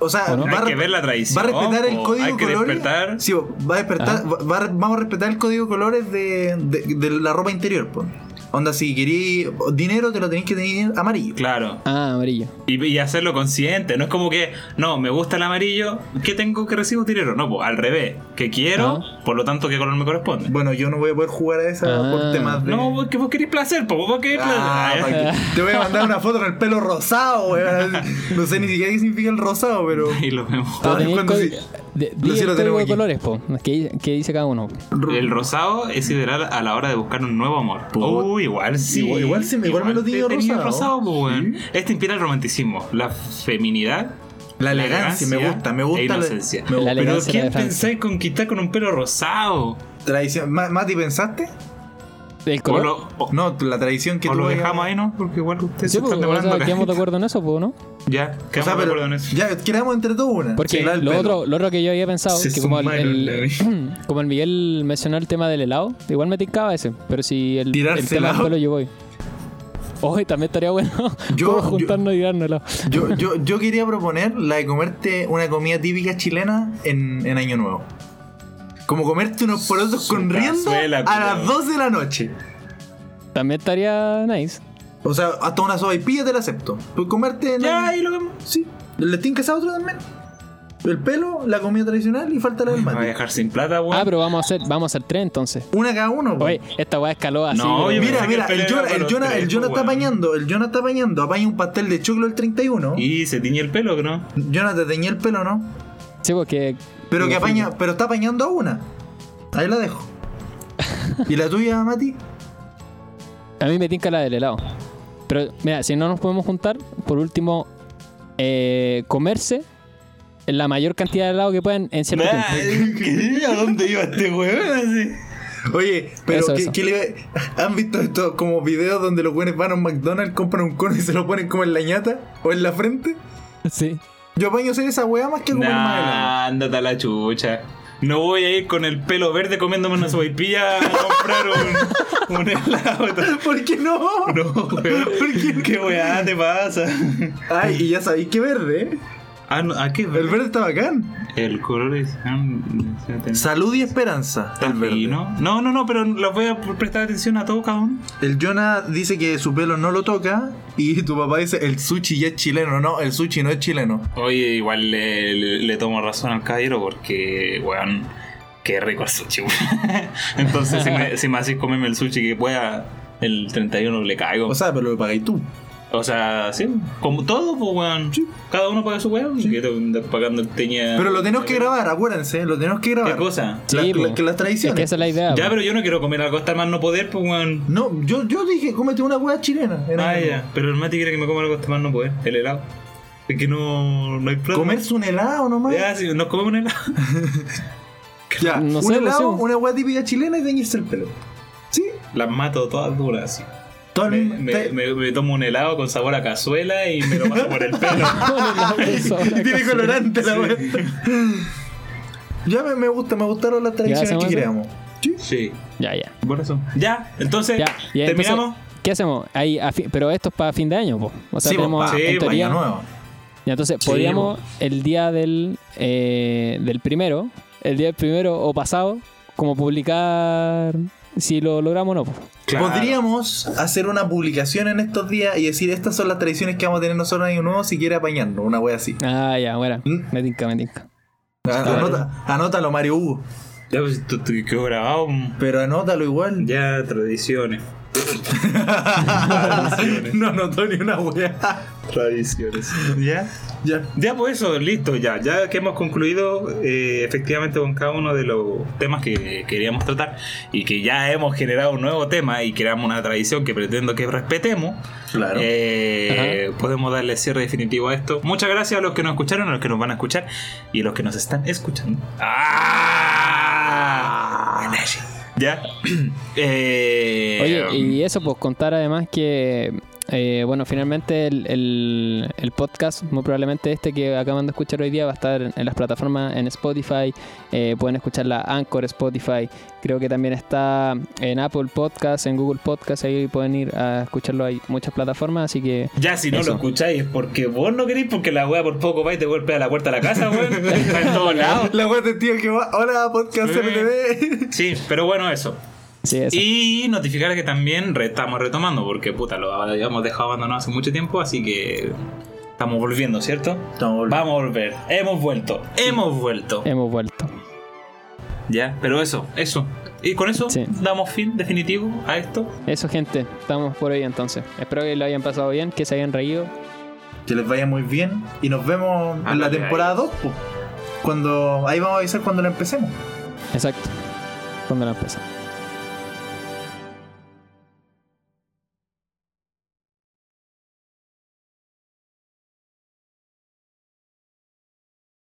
Speaker 2: O sea,
Speaker 1: ¿O no?
Speaker 2: va
Speaker 3: Hay
Speaker 2: a
Speaker 3: que
Speaker 2: re-
Speaker 3: ver la tradición.
Speaker 2: Va a respetar el
Speaker 3: po.
Speaker 2: código
Speaker 3: Hay que
Speaker 2: colores.
Speaker 3: despertar.
Speaker 2: Sí, va a despertar,
Speaker 1: Ah.
Speaker 2: va- va a re- vamos a respetar el código colores de, de- de la ropa interior, po. Onda, si querís dinero, te lo tenés que tener amarillo.
Speaker 3: Claro.
Speaker 1: Ah, amarillo.
Speaker 3: Y, y hacerlo consciente. No es como que, no, me gusta el amarillo, ¿qué tengo que recibir dinero? No, pues al revés. Que quiero, por lo tanto, ¿qué color me corresponde?
Speaker 2: Bueno, yo no voy a poder jugar a esa
Speaker 1: Ah.
Speaker 2: por temas de.
Speaker 3: No, vos, que vos querés placer, pues vos querés
Speaker 2: Ah,
Speaker 3: placer.
Speaker 2: pa' que- Te voy a mandar una foto con el pelo rosado, weón. No sé ni siquiera qué significa el rosado, pero.
Speaker 3: y lo vemos.
Speaker 1: Pero
Speaker 2: Ah,
Speaker 1: tenía el
Speaker 2: ¿cuándo
Speaker 1: código-
Speaker 2: sí?
Speaker 1: de-
Speaker 2: Lo
Speaker 1: di
Speaker 2: sí
Speaker 1: el
Speaker 2: lo
Speaker 1: código
Speaker 2: tenemos
Speaker 1: de
Speaker 2: aquí.
Speaker 1: colores, po. ¿Qué, qué dice cada uno?
Speaker 3: El rosado es ideal a la hora de buscar un nuevo amor.
Speaker 2: Puta.
Speaker 3: Uy, igual sí.
Speaker 2: Igual- igual sí, igual me lo
Speaker 3: te
Speaker 2: digo
Speaker 3: tenía
Speaker 2: rosado.
Speaker 3: rosado, pues, weón. Este inspira el romanticismo, la feminidad.
Speaker 2: La elegancia, me gusta, me gusta
Speaker 3: E
Speaker 2: la-
Speaker 3: inocencia.
Speaker 2: me gusta.
Speaker 1: La
Speaker 3: Pero
Speaker 1: elegancia y la
Speaker 3: ¿quién
Speaker 1: elegancia.
Speaker 3: pensáis conquistar con un pelo rosado?
Speaker 2: Tradición. Ma- Mati, ¿pensaste?
Speaker 1: ¿El
Speaker 3: O
Speaker 1: color?
Speaker 3: lo, o-
Speaker 2: No, la tradición que
Speaker 3: Oh. o
Speaker 2: tú
Speaker 3: lo
Speaker 2: vayas-
Speaker 3: dejamos ahí, ¿no? Porque igual ustedes
Speaker 1: Sí,
Speaker 3: se
Speaker 2: pues,
Speaker 1: po,
Speaker 3: están
Speaker 1: o
Speaker 3: demorando.
Speaker 1: sea,
Speaker 3: acá.
Speaker 1: quedamos de acuerdo en eso, po, ¿no?
Speaker 3: Ya,
Speaker 2: O sea,
Speaker 3: quedamos de
Speaker 2: pero-
Speaker 3: acuerdo en eso.
Speaker 2: Ya, quedamos entre todos una.
Speaker 1: Porque
Speaker 2: Se da el
Speaker 1: lo,
Speaker 2: pelo.
Speaker 1: otro, lo otro que yo había pensado,
Speaker 3: Se
Speaker 1: que como el,
Speaker 3: sumaron,
Speaker 1: el-
Speaker 3: Larry.
Speaker 1: como el Miguel mencionó el tema del helado, igual me tincaba ese, pero si el,
Speaker 2: Tirarse
Speaker 1: el tema del
Speaker 2: helado.
Speaker 1: pelo yo voy. Hoy también estaría bueno
Speaker 2: Yo-
Speaker 1: como
Speaker 2: yo-
Speaker 1: juntarnos y darnos helado.
Speaker 2: Yo, yo, yo quería proponer la de comerte una comida típica chilena en, en Año Nuevo. Como comerte unos porotos con rienda
Speaker 3: cazuela,
Speaker 2: a
Speaker 3: culiao.
Speaker 2: las 2 de la noche.
Speaker 1: También estaría nice.
Speaker 2: O sea, hasta una sopa y pilla te la acepto. Pues comerte. en-
Speaker 3: Ya, ahí lo vemos.
Speaker 2: Sí. ¿Le tincas a otro también? El pelo, la comida tradicional y falta la del
Speaker 3: Me voy a
Speaker 2: mate.
Speaker 3: dejar sin plata, weón.
Speaker 1: Ah, pero vamos a hacer, vamos a hacer tres entonces.
Speaker 2: Una cada uno. pues. po.
Speaker 1: Oye, esta weá escaló así.
Speaker 3: No,
Speaker 1: pero-
Speaker 3: yo
Speaker 2: Mira,
Speaker 3: pensé que
Speaker 2: mira,
Speaker 3: el
Speaker 2: el
Speaker 3: pelo
Speaker 2: Jonah,
Speaker 3: era
Speaker 2: el
Speaker 3: para los
Speaker 2: Jonah, el
Speaker 3: tres,
Speaker 2: Jonah
Speaker 3: po,
Speaker 2: está
Speaker 3: weón.
Speaker 2: apañando, el Jonah está apañando, apaña un pastel de choclo el 31.
Speaker 3: Y se tiñe el pelo, ¿no?
Speaker 2: Jonah te teñí el pelo, ¿no?
Speaker 1: Sí, porque
Speaker 2: Pero que
Speaker 1: Digo,
Speaker 2: apaña, pero está apañando a una. Ahí la dejo. ¿Y la tuya, Mati?
Speaker 1: a mí me tinca la del helado. Pero mira, si no nos podemos juntar, por último, eh, comerse la mayor cantidad de helado que puedan en cierto tiempo.
Speaker 3: ¿Qué? ¿A dónde iba este weón? Así.
Speaker 2: Oye, pero
Speaker 1: Eso,
Speaker 2: ¿qué,
Speaker 1: eso.
Speaker 2: qué le ¿han visto estos como videos donde los buenos van a un McDonald's, compran un cono y se lo ponen como en la ñata o en la frente?
Speaker 1: Sí.
Speaker 2: Yo apaño ser esa weá más que comer más helado.
Speaker 3: Nah, ándate a la chucha. No voy a ir con el pelo verde comiéndome una sopaipilla a comprar un, un helado.
Speaker 2: ¿Por qué no?
Speaker 3: No, weón. qué? weá te pasa?
Speaker 2: Ay, y ya sabéis que verde, ¿eh?
Speaker 3: Ah, no, ¿a qué
Speaker 2: El
Speaker 3: verde?
Speaker 2: verde está bacán.
Speaker 3: El color es... ah, o sea, ten-
Speaker 2: Salud y esperanza. El verde.
Speaker 3: ¿no? No, no, no, pero les voy a prestar atención a todo, cabrón.
Speaker 2: El Jonah dice que su pelo no lo toca. Y tu papá dice: el sushi ya es chileno. No, el sushi no es chileno.
Speaker 3: Oye, igual le, le- le tomo razón al caballero porque, weón, qué rico el sushi, weón. Entonces, si me, si me haces comerme el sushi que pueda, el 31 le caigo.
Speaker 2: O sea, pero lo pagáis tú.
Speaker 3: O sea, sí, como todo, pues, weón. Cada uno paga su weón. Que te- te- pagando teña-
Speaker 2: Pero lo tenemos que grabar, acuérdense, lo tenemos que grabar.
Speaker 3: ¿Qué cosa?
Speaker 2: La-
Speaker 1: Sí,
Speaker 2: la-
Speaker 1: po.
Speaker 2: que Ah, las
Speaker 1: Es que
Speaker 2: tradiciones.
Speaker 1: esa es la idea.
Speaker 3: Ya,
Speaker 1: po.
Speaker 3: pero yo no quiero comer algo hasta más no poder, pues, weón.
Speaker 2: No, yo, yo dije, cómete una hueá chilena. Era
Speaker 3: Ah,
Speaker 2: como,
Speaker 3: ya. Pero el Mati quiere que me coma algo hasta más no poder. El helado. Es que no, no hay plata.
Speaker 2: Comerse un helado nomás.
Speaker 3: Ya, sí, nos comemos un helado.
Speaker 2: Ya,
Speaker 1: No
Speaker 2: un
Speaker 1: sé, pues,
Speaker 2: helado,
Speaker 1: no sé.
Speaker 2: una hueá típica chilena y teñirse el pelo. ¿Sí?
Speaker 3: Las mato todas duras, sí.
Speaker 2: Todo el
Speaker 3: Me,
Speaker 2: mismo-
Speaker 3: me-
Speaker 2: te-
Speaker 3: me- me tomo un helado con sabor a cazuela y me lo paso por el pelo.
Speaker 2: Y tiene colorante la hueá. ya me, me gusta, me gustaron las tradiciones
Speaker 1: hacemos
Speaker 2: que
Speaker 1: eso?
Speaker 2: creamos. Sí.
Speaker 3: Sí,
Speaker 1: Ya, ya.
Speaker 3: por eso. Ya, entonces,
Speaker 1: ya, ya, entonces,
Speaker 3: terminamos.
Speaker 1: ¿Qué hacemos? Ahí, a fi- pero esto es para fin de año, po. O sea,
Speaker 2: Sí, pues,
Speaker 1: tenemos
Speaker 2: papá,
Speaker 3: sí,
Speaker 1: en
Speaker 3: pa'
Speaker 1: teoría-
Speaker 2: año nuevo.
Speaker 1: Ya, entonces,
Speaker 3: Sí,
Speaker 1: podríamos el día del, eh, del primero, el día del primero o pasado, como publicar si lo logramos o no. po.
Speaker 3: Claro.
Speaker 2: Podríamos hacer una publicación en estos días y decir estas son las tradiciones que vamos a tener nosotros en año nuevo si quiere apañarnos, una hueá así.
Speaker 1: Ah, ya, bueno.
Speaker 2: ¿Mm?
Speaker 1: Me tinca, me tinca.
Speaker 2: A- Anota, anótalo, Mario Hugo.
Speaker 3: Ya, pues, tú- tú- quedó grabado.
Speaker 2: Pero anótalo igual.
Speaker 3: Ya, tradiciones.
Speaker 2: no anotó ni una wea.
Speaker 3: Tradiciones. ¿Ya?
Speaker 2: Ya.
Speaker 3: Ya, pues eso, listo, ya. Ya que hemos concluido eh, efectivamente con cada uno de los temas que queríamos tratar y que ya hemos generado un nuevo tema y creamos una tradición que pretendo que respetemos,
Speaker 2: Claro.
Speaker 3: eh, podemos darle cierre definitivo a esto. Muchas gracias a los que nos escucharon, a los que nos van a escuchar y a los que nos están escuchando. ¡Ah! Ya. Eh,
Speaker 1: Oye, y eso, pues contar además que, eh, bueno, finalmente el, el- el podcast, muy probablemente este que acaban de escuchar hoy día, va a estar en, en las plataformas en Spotify. eh, pueden escucharla Anchor, Spotify. Creo que también está en Apple Podcast, en Google Podcast. Ahí pueden ir a escucharlo. Hay muchas plataformas, así que.
Speaker 3: Ya, si no
Speaker 1: Eso.
Speaker 3: lo escucháis es porque vos no queréis, porque la wea por poco va y te golpea la puerta de la casa, weón. Está en todos lados.
Speaker 2: La wea del tío que va. Hola, podcast
Speaker 3: Sí.
Speaker 2: MTV.
Speaker 3: Sí, pero bueno, eso.
Speaker 1: Sí, eso.
Speaker 3: Y notificar que también re- estamos retomando, porque puta, lo habíamos dejado abandonado hace mucho tiempo, así que estamos volviendo, ¿cierto?
Speaker 2: Estamos volviendo.
Speaker 3: Vamos a volver. Hemos vuelto. Hemos vuelto.
Speaker 1: Hemos vuelto.
Speaker 3: Ya, pero eso, eso. Y con eso
Speaker 1: Sí.
Speaker 3: damos fin definitivo a esto.
Speaker 1: Eso, gente. Estamos por hoy entonces. Espero que lo hayan pasado bien, que se hayan reído.
Speaker 2: Que les vaya muy bien. Y nos vemos
Speaker 3: Ah,
Speaker 2: en la
Speaker 3: vale,
Speaker 2: temporada 2. Cuando. Ahí vamos a avisar cuando la empecemos.
Speaker 1: Exacto. Cuando lo empezamos.